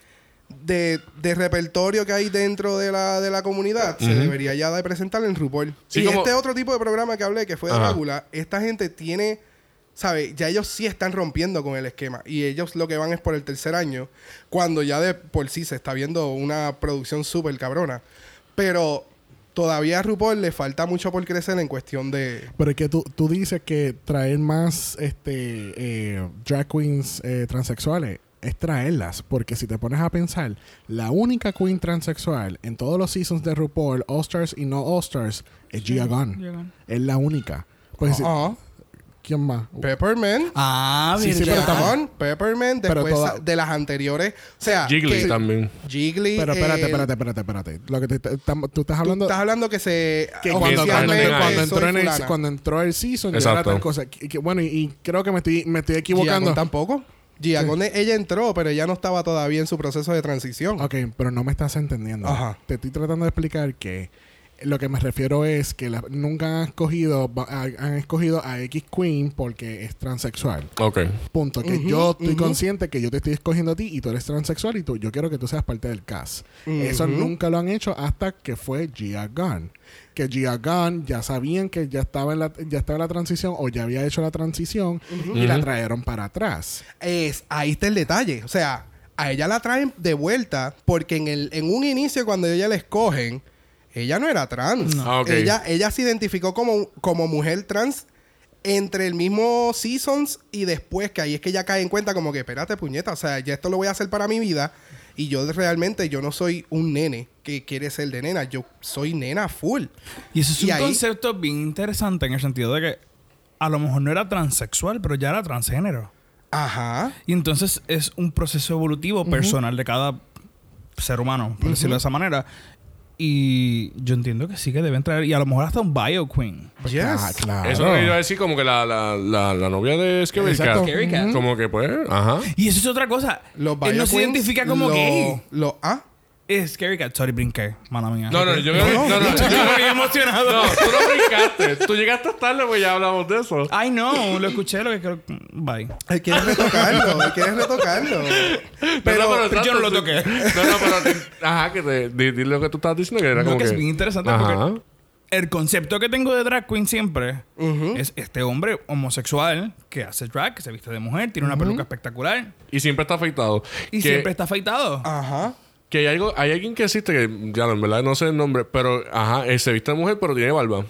Speaker 3: de, de repertorio que hay dentro de la, de la comunidad se debería ya de presentar en RuPaul.
Speaker 2: Sí,
Speaker 3: y
Speaker 2: como-
Speaker 3: este otro tipo de programa que hablé, que fue de
Speaker 2: Ajá.
Speaker 3: Drácula, esta gente tiene... ¿Sabes? Ya ellos sí están rompiendo con el esquema. Y ellos lo que van es por el tercer año, cuando ya de por sí se está viendo una producción súper cabrona. Pero todavía a RuPaul le falta mucho por crecer en cuestión de...
Speaker 1: Pero es que tú, tú dices que traer más este eh, drag queens eh, transexuales es traerlas, porque si te pones a pensar, la única queen transexual en todos los seasons de RuPaul, All Stars y no All Stars, es Gia Gunn.
Speaker 4: Gia Gunn.
Speaker 1: Es la única. Porque si-
Speaker 3: Ajá.
Speaker 1: ¿Quién más?
Speaker 3: Peppermint.
Speaker 4: Ah,
Speaker 1: Sí, sí, pero
Speaker 4: verdad.
Speaker 1: estamos-
Speaker 3: Peppermint, Peppermint,
Speaker 1: Pero
Speaker 3: después
Speaker 1: toda-
Speaker 3: a- de las anteriores. O sea,
Speaker 2: Jiggly
Speaker 3: que-
Speaker 2: también.
Speaker 3: Jiggly.
Speaker 1: Pero espérate,
Speaker 3: eh,
Speaker 1: espérate, espérate, espérate. Lo que te- te- tam- tú estás
Speaker 3: Tú
Speaker 1: hablando...
Speaker 3: estás hablando que se.
Speaker 1: que cuando,
Speaker 2: Oficialmente
Speaker 1: cuando,
Speaker 2: tengan
Speaker 1: cuando
Speaker 2: ahí.
Speaker 1: entró en el,
Speaker 3: fulana.
Speaker 1: cuando entró el season, ya era
Speaker 2: Exacto.
Speaker 1: tal cosa. Que- que- bueno, y, y creo que me estoy, me estoy
Speaker 3: Gia Gunn
Speaker 1: equivocando.
Speaker 3: tampoco. Gia Gunn, ella entró, pero ella no estaba todavía en su proceso de transición.
Speaker 1: Ok, pero no me estás entendiendo.
Speaker 3: Ajá.
Speaker 1: Te estoy tratando de explicar que lo que me refiero es que la- nunca han escogido, ba- han han escogido a X Queen porque es transexual.
Speaker 2: Ok.
Speaker 1: Punto. Que yo estoy consciente que yo te estoy escogiendo a ti y tú eres transexual y tú, yo quiero que tú seas parte del cast. Eso nunca lo han hecho hasta que fue Gia Gunn. Que Gia Gunn ya sabían que ya estaba en la, ya estaba en la transición o ya había hecho la transición y la trajeron para atrás.
Speaker 3: Es, ahí está el detalle. O sea, a ella la traen de vuelta porque en, el, en un inicio, cuando ella la escogen, ella no era trans.
Speaker 2: No. Ah, ok.
Speaker 3: ella, ella se identificó como, como mujer trans entre el mismo Seasons y después, que ahí es que ella cae en cuenta como que, espérate, puñeta, o sea, ya esto lo voy a hacer para mi vida y yo realmente, yo no soy un nene que quiere ser de nena, yo soy nena full.
Speaker 4: Y eso es
Speaker 3: Y
Speaker 4: un
Speaker 3: ahí-
Speaker 4: concepto bien interesante en el sentido de que a lo mejor no era transexual, pero ya era transgénero.
Speaker 3: Ajá.
Speaker 4: Y entonces es un proceso evolutivo personal de cada ser humano, por decirlo de esa manera. Y yo entiendo que sí que deben traer, y a lo mejor hasta un bio queen.
Speaker 3: Yes.
Speaker 1: Ah, claro.
Speaker 2: Eso es lo que iba a decir, como que la, la, la, la novia de Scary Cat.
Speaker 1: Exacto.
Speaker 4: Scary Cat.
Speaker 2: Como que pues, ajá.
Speaker 4: Y eso es otra cosa.
Speaker 3: Los
Speaker 4: Él no
Speaker 3: bio
Speaker 4: se
Speaker 3: queens,
Speaker 4: identifica como
Speaker 3: lo-
Speaker 4: gay.
Speaker 3: lo- ah,
Speaker 4: Es Scary Cat. Sorry, brinqué. Mala mía.
Speaker 2: No, no,
Speaker 4: <laughs>
Speaker 2: yo creo que. No, no, yo-
Speaker 4: Estaba bien emocionado.
Speaker 2: no, tú no brincaste. Tú llegaste tarde, pues ya hablamos de eso.
Speaker 4: Ay, no. Lo escuché, lo que creo... Bye.
Speaker 3: él quiere retocarlo, él quiere retocarlo.
Speaker 2: No, no,
Speaker 4: pero yo no
Speaker 2: exacto,
Speaker 4: lo
Speaker 2: sí.
Speaker 4: toqué.
Speaker 2: No, no, pero. te- Ajá, que te. Dile lo que tú estabas diciendo, que era
Speaker 4: No,
Speaker 2: como.
Speaker 4: que es bien interesante
Speaker 2: Ajá.
Speaker 4: porque el concepto que tengo de drag queen siempre es este hombre homosexual que hace drag, que se viste de mujer, tiene una peluca espectacular
Speaker 2: Y siempre está afeitado.
Speaker 4: y
Speaker 2: Que-
Speaker 4: siempre está afeitado.
Speaker 3: Ajá.
Speaker 2: Que hay algo, hay alguien que existe que, ya en verdad no sé el nombre, pero ajá, eh, se viste de mujer, pero tiene barba.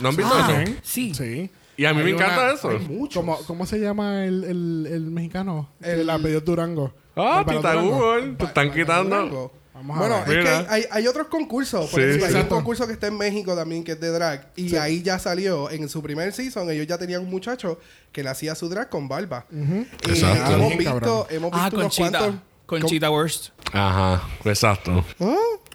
Speaker 2: ¿No han visto
Speaker 4: Ah,
Speaker 2: eso?
Speaker 4: sí.
Speaker 1: Sí.
Speaker 2: Y a mí me
Speaker 1: Hay
Speaker 2: encanta
Speaker 1: una-
Speaker 2: eso.
Speaker 1: hay muchos. ¿Cómo, cómo se llama el, el, el mexicano? El, apellido es Durango.
Speaker 2: Ah,
Speaker 1: Álvaro
Speaker 2: Tita
Speaker 1: Durango.
Speaker 2: Google, te están quitando.
Speaker 3: Durango.
Speaker 1: Vamos a
Speaker 3: bueno,
Speaker 1: ver.
Speaker 3: es que
Speaker 2: Mira.
Speaker 3: hay, hay otros concursos. Por
Speaker 2: Sí,
Speaker 3: ejemplo, hay un
Speaker 1: exacto.
Speaker 3: concurso que está en México también, que es de drag. Y ahí ya salió, en su primer season, ellos ya tenían un muchacho que le hacía su drag con barba. Y
Speaker 1: Exacto.
Speaker 3: hemos
Speaker 1: Bien cabrón.
Speaker 3: visto, hemos visto
Speaker 4: Ah,
Speaker 3: unos cuantos...
Speaker 4: Conchita. Conchita Worst.
Speaker 2: Ajá, exacto.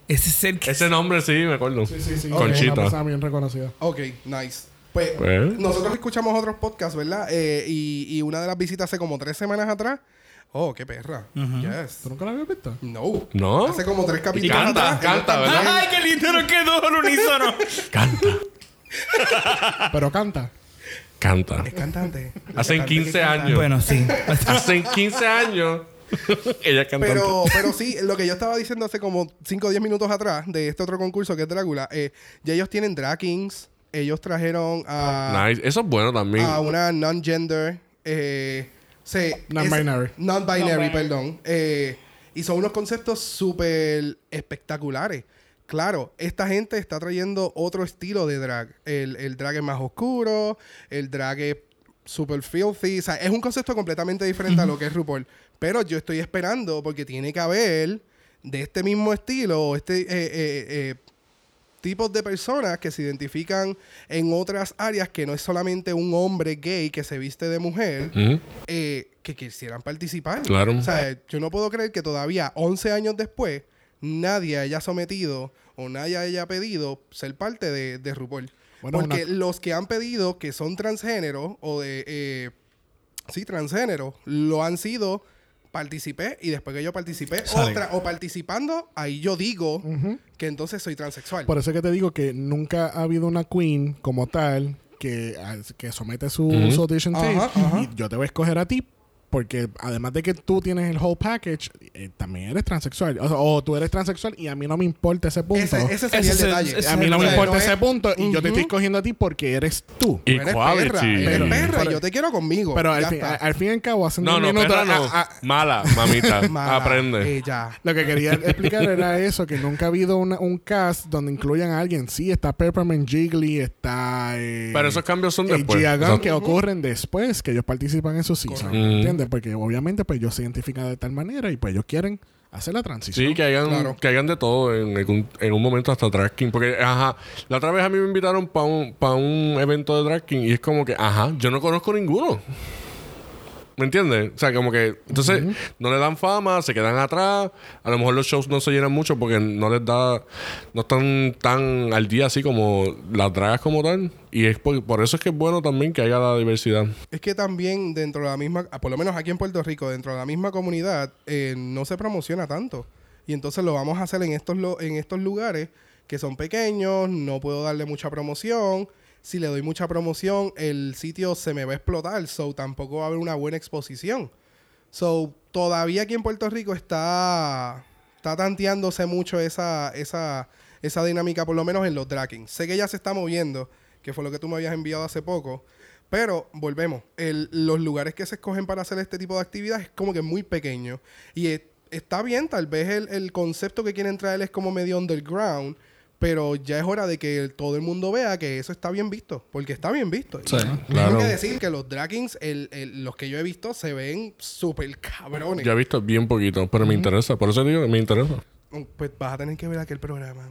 Speaker 4: Ese es el que...
Speaker 2: Ese nombre sí, me acuerdo.
Speaker 1: Sí, sí, Es una
Speaker 2: Conchita.
Speaker 1: persona bien reconocida.
Speaker 3: Ok, nice. Pues,
Speaker 2: Pues.
Speaker 3: nosotros escuchamos otros podcasts, ¿verdad? Eh, y, y una de las visitas hace como tres semanas atrás. Oh, qué perra. Yes.
Speaker 1: ¿Tú nunca la habías visto?
Speaker 3: No.
Speaker 2: ¿No?
Speaker 3: Hace como tres capítulos
Speaker 2: canta,
Speaker 3: atrás, ella
Speaker 2: canta,
Speaker 3: también-
Speaker 2: ¿verdad?
Speaker 4: ¡Ay, qué lindo nos quedó el unísono!
Speaker 2: Canta,
Speaker 1: Pero canta.
Speaker 2: canta.
Speaker 3: Cantante.
Speaker 2: Hacen 15 años.
Speaker 4: bueno, sí.
Speaker 2: Hace 15 años. Ella es cantante.
Speaker 3: Pero, <laughs> pero sí, lo que yo estaba diciendo hace como 5 o 10 minutos atrás de este otro concurso que es Drácula, eh, ya ellos tienen drag kings, ellos trajeron a,
Speaker 2: Nice. Eso es bueno también.
Speaker 3: a una non-gender, eh, se-
Speaker 1: Non-binary.
Speaker 3: es- Non-binary, perdón. eh, y son unos conceptos súper espectaculares. Claro, esta gente está trayendo otro estilo de drag. El, el drag es más oscuro, el drag es super filthy. O sea, es un concepto completamente diferente a lo que es RuPaul. Pero yo estoy esperando porque tiene que haber de este mismo estilo o este eh, eh, eh, tipos de personas que se identifican en otras áreas que no es solamente un hombre gay que se viste de mujer
Speaker 2: Ujú.
Speaker 3: eh, que quisieran participar.
Speaker 2: Claro.
Speaker 3: O sea, yo no puedo creer que todavía 11 años después nadie haya sometido o nadie haya pedido ser parte de, de RuPaul.
Speaker 1: Bueno,
Speaker 3: Porque
Speaker 1: una-
Speaker 3: los que han pedido que son transgénero o de... eh, sí, transgénero, lo han sido participé y después que yo participé
Speaker 4: Salen.
Speaker 3: otra, o participando, ahí yo digo que entonces soy transexual.
Speaker 1: Por eso es que te digo que nunca ha habido una queen como tal que, a- que somete su,
Speaker 2: Ujú.
Speaker 1: su audition
Speaker 3: Ajá,
Speaker 1: tape.
Speaker 3: ajá.
Speaker 1: Y yo te voy a escoger a ti. Porque además de que tú tienes el whole package, eh, también eres transexual. O, sea, o tú eres transexual y a mí no me importa ese punto.
Speaker 3: ese, ese sería
Speaker 4: Ese
Speaker 3: el
Speaker 4: es-
Speaker 3: detalle.
Speaker 4: ese
Speaker 1: a mí no me
Speaker 4: o sea,
Speaker 1: importa
Speaker 3: no
Speaker 1: ese
Speaker 3: es-
Speaker 1: punto y yo te estoy
Speaker 3: Ujú.
Speaker 1: escogiendo a ti porque eres tú.
Speaker 3: Tú eres perra,
Speaker 2: Equality.
Speaker 3: eres perra y
Speaker 1: Pero-
Speaker 3: yo te quiero conmigo.
Speaker 1: Pero al
Speaker 3: ya
Speaker 1: fin, eh,
Speaker 3: está.
Speaker 1: al fin y al cabo, hace
Speaker 2: No,
Speaker 1: un
Speaker 2: no,
Speaker 1: minuto...
Speaker 2: perra no.
Speaker 1: a- a-
Speaker 2: Mala,
Speaker 1: eh,
Speaker 2: mamita.
Speaker 3: <laughs> Mala, eh,
Speaker 2: Aprende.
Speaker 3: Ella.
Speaker 1: Lo que
Speaker 2: <laughs>
Speaker 1: quería explicar era eso, que nunca ha habido una- un cast donde incluyan a alguien. Sí, está Peppermint Jiggly, está... eh,
Speaker 2: Pero esos cambios son
Speaker 1: eh,
Speaker 2: después.
Speaker 1: Gia Gunn,
Speaker 2: Exacto. Mm.
Speaker 1: que ocurren después, que ellos participan en su season.
Speaker 2: Correcto.
Speaker 1: ¿Entiendes? Porque obviamente pues ellos se identifican de tal manera y pues ellos quieren hacer la transición.
Speaker 2: Sí, que hagan,
Speaker 3: Claro.
Speaker 2: que hagan de todo en, algún- en un momento hasta drag king. Porque, ajá, la otra vez a mí me invitaron para un, pa un evento de drag king y es como que, ajá, yo no conozco ninguno. ¿Me entiendes? O sea, como que, entonces, no le dan fama, se quedan atrás. A lo mejor los shows no se llenan mucho porque no les da, no están tan al día así como las dragas como tal. Y es por, por eso es que es bueno también que haya la diversidad.
Speaker 3: Es que también dentro de la misma, ah, por lo menos aquí en Puerto Rico, dentro de la misma comunidad, eh, no se promociona tanto. Y entonces lo vamos a hacer en estos, lo- en estos lugares que son pequeños, no puedo darle mucha promoción. Si le doy mucha promoción, el sitio se me va a explotar, so tampoco va a haber una buena exposición. So, todavía aquí en Puerto Rico está, está tanteándose mucho esa, esa, esa dinámica, por lo menos en los dragging. Sé que ya se está moviendo, que fue lo que tú me habías enviado hace poco. Pero volvemos, El- los lugares que se escogen para hacer este tipo de actividades es como que muy pequeño. Y es- está bien, tal vez el, el concepto que quieren traer es como medio underground, pero ya es hora de que todo el mundo vea que eso está bien visto, porque está bien visto.
Speaker 4: Sí,
Speaker 2: claro.
Speaker 3: Tengo que decir que los drag kings, el- el- los que yo he visto, se ven súper cabrones.
Speaker 2: Ya he visto bien poquito, pero me interesa. Por eso digo que me interesa.
Speaker 3: Pues vas a tener que ver aquel
Speaker 1: <laughs>
Speaker 3: programa.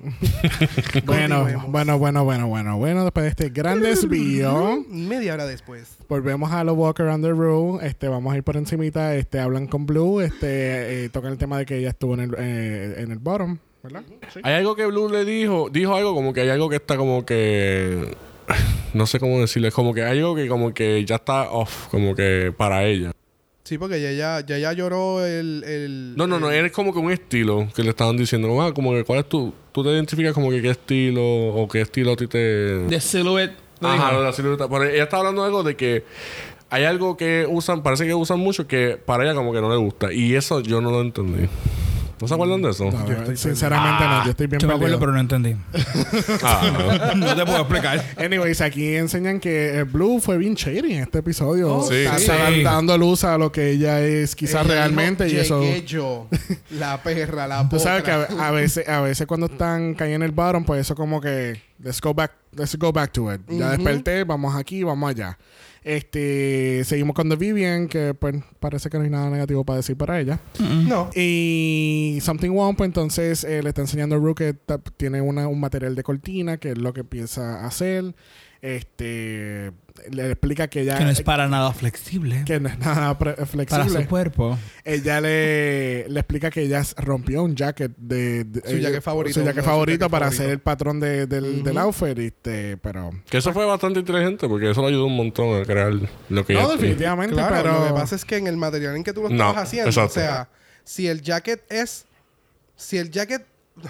Speaker 1: Bueno,
Speaker 3: Continuemos.
Speaker 1: bueno, bueno, bueno, bueno, bueno. Después de este gran desvío,
Speaker 3: Media hora después.
Speaker 1: volvemos a los Walk Around the Room. Este, vamos a ir por encimita. Este, hablan con Blue. Este, eh, tocan el tema de que ella estuvo en el, eh, en el bottom, ¿verdad? Sí.
Speaker 2: Hay algo que Blue le dijo, dijo algo como que hay algo que está como que no sé cómo decirle, es como que hay algo que como que ya está off, como que para ella.
Speaker 3: Sí, porque ya ya, ya, ya lloró el, el-
Speaker 2: No, no, no,
Speaker 3: el-
Speaker 2: es como que un estilo que le estaban diciendo, ah, como que cuál es tu, tú te identificas como que qué estilo o qué estilo a ti te...
Speaker 4: The Silhouette. lo
Speaker 2: Ajá,
Speaker 4: dijo.
Speaker 2: lo de la silueta. Pero ella está hablando de algo de que hay algo que usan, parece que usan mucho que para ella como que no le gusta y eso yo no lo entendí. ¿No se acuerdan de eso?
Speaker 1: No, sinceramente no, yo estoy bien
Speaker 4: Yo me acuerdo,
Speaker 1: perdido.
Speaker 4: pero no entendí.
Speaker 2: Ah,
Speaker 4: <laughs> no te puedo explicar.
Speaker 1: Anyways, aquí enseñan que eh, Blue fue bien shady en este episodio.
Speaker 3: Oh,
Speaker 2: Sí.
Speaker 1: Está-
Speaker 2: sí.
Speaker 1: está dando luz a lo que ella es
Speaker 3: Ella
Speaker 1: quizás
Speaker 3: dijo,
Speaker 1: realmente y eso...
Speaker 3: Eh, "Llegué yo, la perra, la
Speaker 1: Tú sabes que
Speaker 3: potra".
Speaker 1: a, a veces, a veces cuando están cayendo en el bottom, pues eso como que let's go back, let's go back to it. Ya
Speaker 3: Ujú.
Speaker 1: desperté, vamos aquí, vamos allá. Este, seguimos con The Vivian, que pues parece que no hay nada negativo para decir para ella.
Speaker 3: No.
Speaker 1: Y Something One, pues entonces eh, le está enseñando a Rue que ta- tiene una- un material de cortina, que es lo que piensa hacer. Este, le explica que ya
Speaker 4: Que no es para nada flexible.
Speaker 1: eh, que no es nada pre-
Speaker 4: Para
Speaker 1: flexible.
Speaker 4: su cuerpo.
Speaker 1: Ella le, le explica que ella rompió un jacket de, de-
Speaker 3: Su jacket favorito,
Speaker 1: su
Speaker 3: uno
Speaker 1: jacket
Speaker 3: de sus
Speaker 1: favorito
Speaker 3: jackets
Speaker 1: para
Speaker 3: favoritos.
Speaker 1: hacer el patrón de- del, del outfit, este, pero
Speaker 2: que eso fue bastante inteligente porque eso le ayudó un montón a crear lo que
Speaker 1: no
Speaker 2: ella-
Speaker 1: definitivamente,
Speaker 3: Claro,
Speaker 1: pero
Speaker 3: lo que pasa es que en el material en que tú lo
Speaker 2: No,
Speaker 3: estabas haciendo,
Speaker 2: exacto.
Speaker 3: o sea, si el jacket es, si el jacket, <sighs>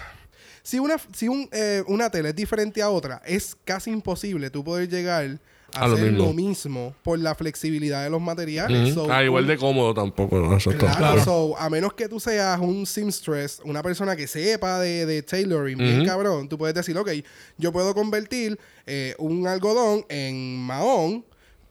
Speaker 3: si una, si un, eh, una tela es diferente a otra, es casi imposible tú poder llegar a,
Speaker 2: A lo
Speaker 3: hacer
Speaker 2: mismo.
Speaker 3: lo mismo por la flexibilidad de los materiales.
Speaker 2: Ujú.
Speaker 3: So,
Speaker 2: ah, igual
Speaker 3: tú-
Speaker 2: de cómodo tampoco, ¿no? Eso está-
Speaker 3: Claro, so, a menos que tú seas un seamstress, una persona que sepa de, de tailoring, bien
Speaker 2: Ujú.
Speaker 3: cabrón, tú puedes decir, ok, yo puedo convertir eh, un algodón en mahón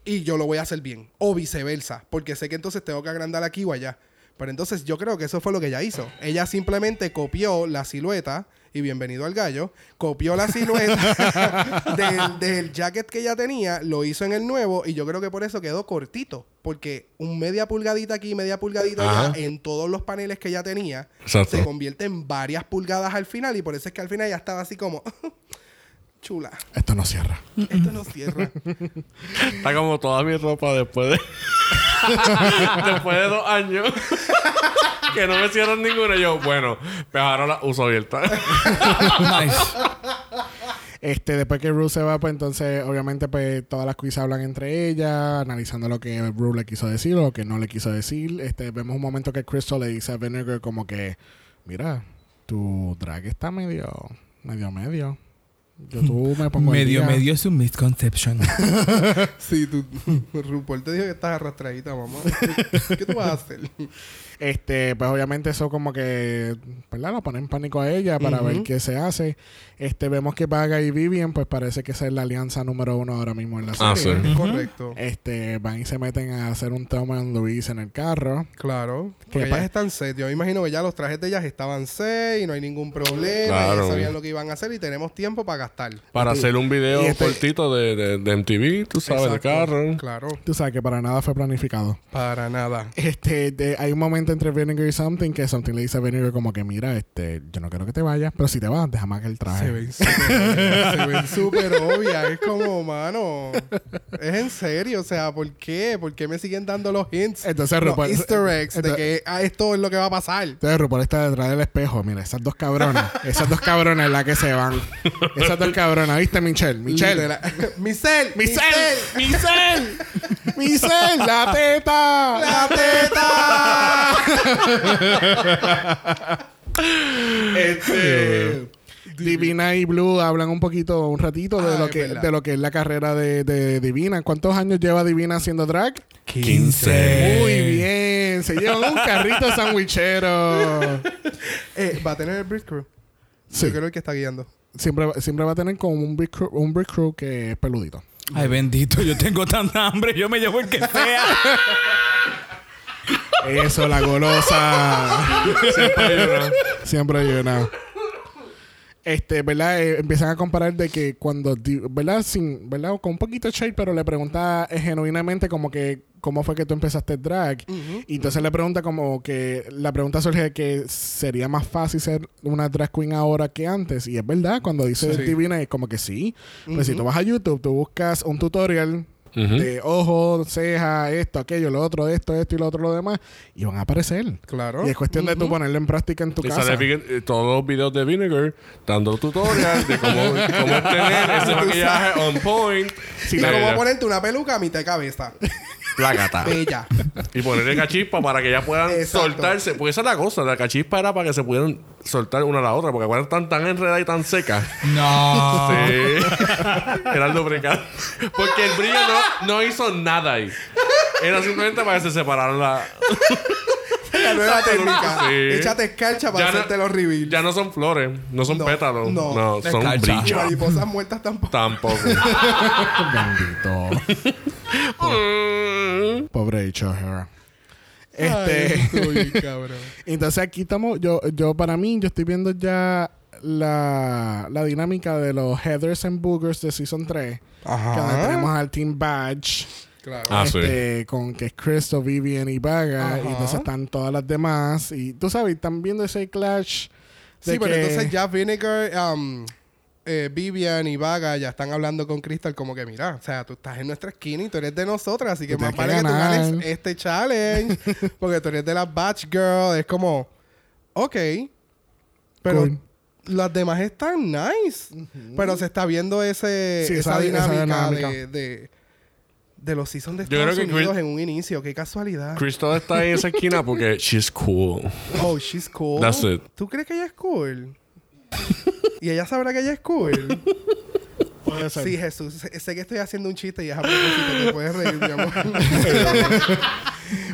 Speaker 3: y yo lo voy a hacer bien. O viceversa, porque sé que entonces tengo que agrandar aquí o allá. Pero entonces yo creo que eso fue lo que ella hizo. Ella simplemente copió la silueta y Bienvenido al Gallo, copió la silueta
Speaker 2: <laughs>
Speaker 3: del, del jacket que ya tenía, lo hizo en el nuevo y yo creo que por eso quedó cortito. Porque un media pulgadita aquí, media pulgadita
Speaker 2: Ajá.
Speaker 3: allá, en todos los paneles que ya tenía,
Speaker 2: Exacto.
Speaker 3: se convierte en varias pulgadas al final y por eso es que al final ya estaba así como... <laughs> Chula,
Speaker 1: Esto no cierra.
Speaker 3: esto no cierra.
Speaker 2: Está como toda mi ropa después de. <laughs> después de dos años. <laughs> que no me cierran ninguno. Yo, bueno, pues ahora la uso
Speaker 1: <laughs>
Speaker 2: abierta.
Speaker 4: Nice.
Speaker 1: Este, después que Rue se va, pues entonces, obviamente, pues todas las quiz hablan entre ellas, analizando lo que Rue le quiso decir o lo que no le quiso decir. Este, vemos un momento que Crystal le dice a Vinegar como que, mira, tu drag está medio, medio, medio. Yo tú me pongo al
Speaker 4: Medio,
Speaker 1: día".
Speaker 4: medio es un misconception.
Speaker 3: <laughs> Sí, tú, <laughs> RuPaul te dijo que estás arrastradita, mamá. <laughs> ¿Qué tú vas a <laughs> hacer?
Speaker 1: Este, pues obviamente eso como que, ¿verdad? Lo pone en pánico a ella para
Speaker 3: Ujú.
Speaker 1: ver qué se hace. Este, vemos que Vaga y Vivian, pues parece que esa es la alianza número uno ahora mismo en la
Speaker 2: Ah,
Speaker 1: serie.
Speaker 2: sí.
Speaker 3: Es correcto.
Speaker 1: Este, van y se meten a hacer un trauma en Luis en el carro.
Speaker 3: Claro.
Speaker 1: Que
Speaker 3: Porque
Speaker 1: pa-
Speaker 3: ellas están set. Yo me imagino que ya los trajes de ellas estaban set y no hay ningún problema.
Speaker 2: Claro.
Speaker 3: Ellas sabían lo que iban a hacer y tenemos tiempo para gastar.
Speaker 2: Para hacer un video
Speaker 1: Y este-
Speaker 2: cortito de, de, de MTV, tú sabes, de
Speaker 3: Exacto.
Speaker 2: carro.
Speaker 3: Claro.
Speaker 1: Tú sabes que para nada fue planificado.
Speaker 3: Para nada.
Speaker 1: Este, de- hay un momento entre Vinegar y Something que Something le dice a Vinegar como que, mira, este, yo no quiero que te vayas, pero si te vas, déjame que el traje.
Speaker 3: Se ven súper se ven súper obvias. Es como, mano. Es en serio. O sea, ¿por qué? ¿Por qué me siguen dando los hints?
Speaker 1: Entonces,
Speaker 3: los
Speaker 1: RuPaul-
Speaker 3: Easter eggs de
Speaker 1: entonces-
Speaker 3: que ah, esto es lo que va a pasar.
Speaker 1: Entonces RuPaul está detrás del espejo. Mira, esas dos cabronas. Esas dos cabronas es la que se van. Esas dos cabronas. ¿Viste, Michelle? Michelle.
Speaker 3: Literal- <laughs> Michelle.
Speaker 1: ¡Michelle! ¡Michelle! <laughs> ¡Michelle! ¡La teta! ¡La teta!
Speaker 3: Eh,
Speaker 1: este... Divina y Blue hablan un poquito, un ratito de,
Speaker 3: Ah,
Speaker 1: lo
Speaker 3: es
Speaker 1: que,
Speaker 3: verdad.
Speaker 1: de lo que es la carrera de, de Divina. ¿Cuántos años lleva Divina haciendo drag?
Speaker 2: 15.
Speaker 1: Muy
Speaker 3: Eh.
Speaker 1: bien. Se llevan un carrito
Speaker 3: <laughs>
Speaker 1: sandwichero.
Speaker 3: Eh, va a tener el Brit Crew.
Speaker 1: Sí.
Speaker 3: Yo creo que está guiando.
Speaker 1: siempre, va- siempre va a tener como un big crew, un big crew que es peludito.
Speaker 4: Ay, bendito, yo tengo tanta hambre, yo me llevo el que sea.
Speaker 1: Eso, la golosa. siempre hay una. Este, ¿verdad? Eh, empiezan a comparar de que cuando, di- ¿verdad? Sin, ¿verdad? Con un poquito de shade, pero le pregunta eh, genuinamente como que cómo fue que tú empezaste drag. Y entonces le pregunta como que la pregunta surge de que sería más fácil ser una drag queen ahora que antes. Y es verdad, cuando dice
Speaker 3: Sí.
Speaker 1: Divina es como que sí. Pero si tú vas a YouTube, tú buscas un tutorial
Speaker 2: Ujú.
Speaker 1: de ojo, ceja, esto, aquello, lo otro, esto, esto y lo otro, lo demás, y van a aparecer.
Speaker 3: Claro.
Speaker 1: Y es cuestión de tú ponerlo en práctica en tu
Speaker 2: Y
Speaker 1: casa.
Speaker 2: sale Vig- eh, todos los videos de Vinegar dando tutorial de cómo,
Speaker 1: <laughs>
Speaker 2: cómo tener ese maquillaje on point.
Speaker 3: y
Speaker 2: Eh,
Speaker 3: como ponerte una peluca a mitad
Speaker 1: <laughs>
Speaker 3: de cabeza.
Speaker 2: Placata.
Speaker 3: Bella.
Speaker 2: Y ponerle cachispa para que ya
Speaker 3: <laughs>
Speaker 2: puedan
Speaker 3: Exacto.
Speaker 2: soltarse. Porque esa es la cosa. La cachispa era para que se pudieran soltar una a la otra. Porque cuando están tan enredadas y tan secas.
Speaker 4: No.
Speaker 2: Sí. <laughs> Eran lubricadas. Porque el brillo no, no hizo nada ahí. Era simplemente para que se separaran la...
Speaker 3: La nueva técnica.
Speaker 2: Sí.
Speaker 3: Échate escarcha para
Speaker 2: Ya no-
Speaker 3: hacerte los reveals.
Speaker 2: Ya no son flores. No son
Speaker 3: No,
Speaker 2: pétalos.
Speaker 3: no.
Speaker 2: No. son
Speaker 4: Escarcha.
Speaker 3: y
Speaker 2: brillos.
Speaker 3: mariposas muertas tampoco.
Speaker 2: Tampoco.
Speaker 1: Bendito.
Speaker 2: <laughs> Mm.
Speaker 1: Pobre hecho Este. <laughs>
Speaker 3: Ay, uy, cabrón.
Speaker 1: Entonces aquí estamos, yo, yo para mí, yo estoy viendo ya la, la dinámica de los Heathers and Boogers de Season 3. Que
Speaker 3: Ah.
Speaker 1: ahora tenemos al Team Badge.
Speaker 3: Claro.
Speaker 2: Ah, sí.
Speaker 1: este, con que es Cristo, Vivian y Vaga.
Speaker 3: Ajá.
Speaker 1: Y entonces están todas las demás. Y tú sabes, están viendo ese clash. de
Speaker 3: sí, pero
Speaker 1: que-
Speaker 3: entonces ya Vinegar, um, eh, Vivian y Vaga ya están hablando con Crystal como que, mira, o sea, tú estás en nuestra esquina y tú eres de nosotras, así que
Speaker 1: Tú
Speaker 3: más
Speaker 1: tienes que
Speaker 3: vale que tú
Speaker 1: ganar.
Speaker 3: ganes
Speaker 1: <laughs>
Speaker 3: este challenge, porque tú eres de la Batch Girl. Es como, ok, pero
Speaker 1: Cool.
Speaker 3: las demás están nice, pero se está viendo ese,
Speaker 1: Sí,
Speaker 3: esa,
Speaker 1: esa- esa
Speaker 3: dinámica,
Speaker 1: dinámica.
Speaker 3: De, de, de los seasons de
Speaker 2: Yo creo
Speaker 3: Estados
Speaker 2: que
Speaker 3: Unidos
Speaker 2: Chris-
Speaker 3: en un inicio. Qué casualidad.
Speaker 2: Crystal está en esa esquina porque she's cool.
Speaker 3: Oh, she's cool.
Speaker 2: That's it.
Speaker 3: ¿Tú crees que ella es cool? y ella sabrá que ella es cool.
Speaker 1: Puede ser.
Speaker 3: Sí, Jesús. Sé, sé que estoy haciendo un chiste y es a propósito. Te puedes reír,
Speaker 1: <laughs>
Speaker 3: mi amor.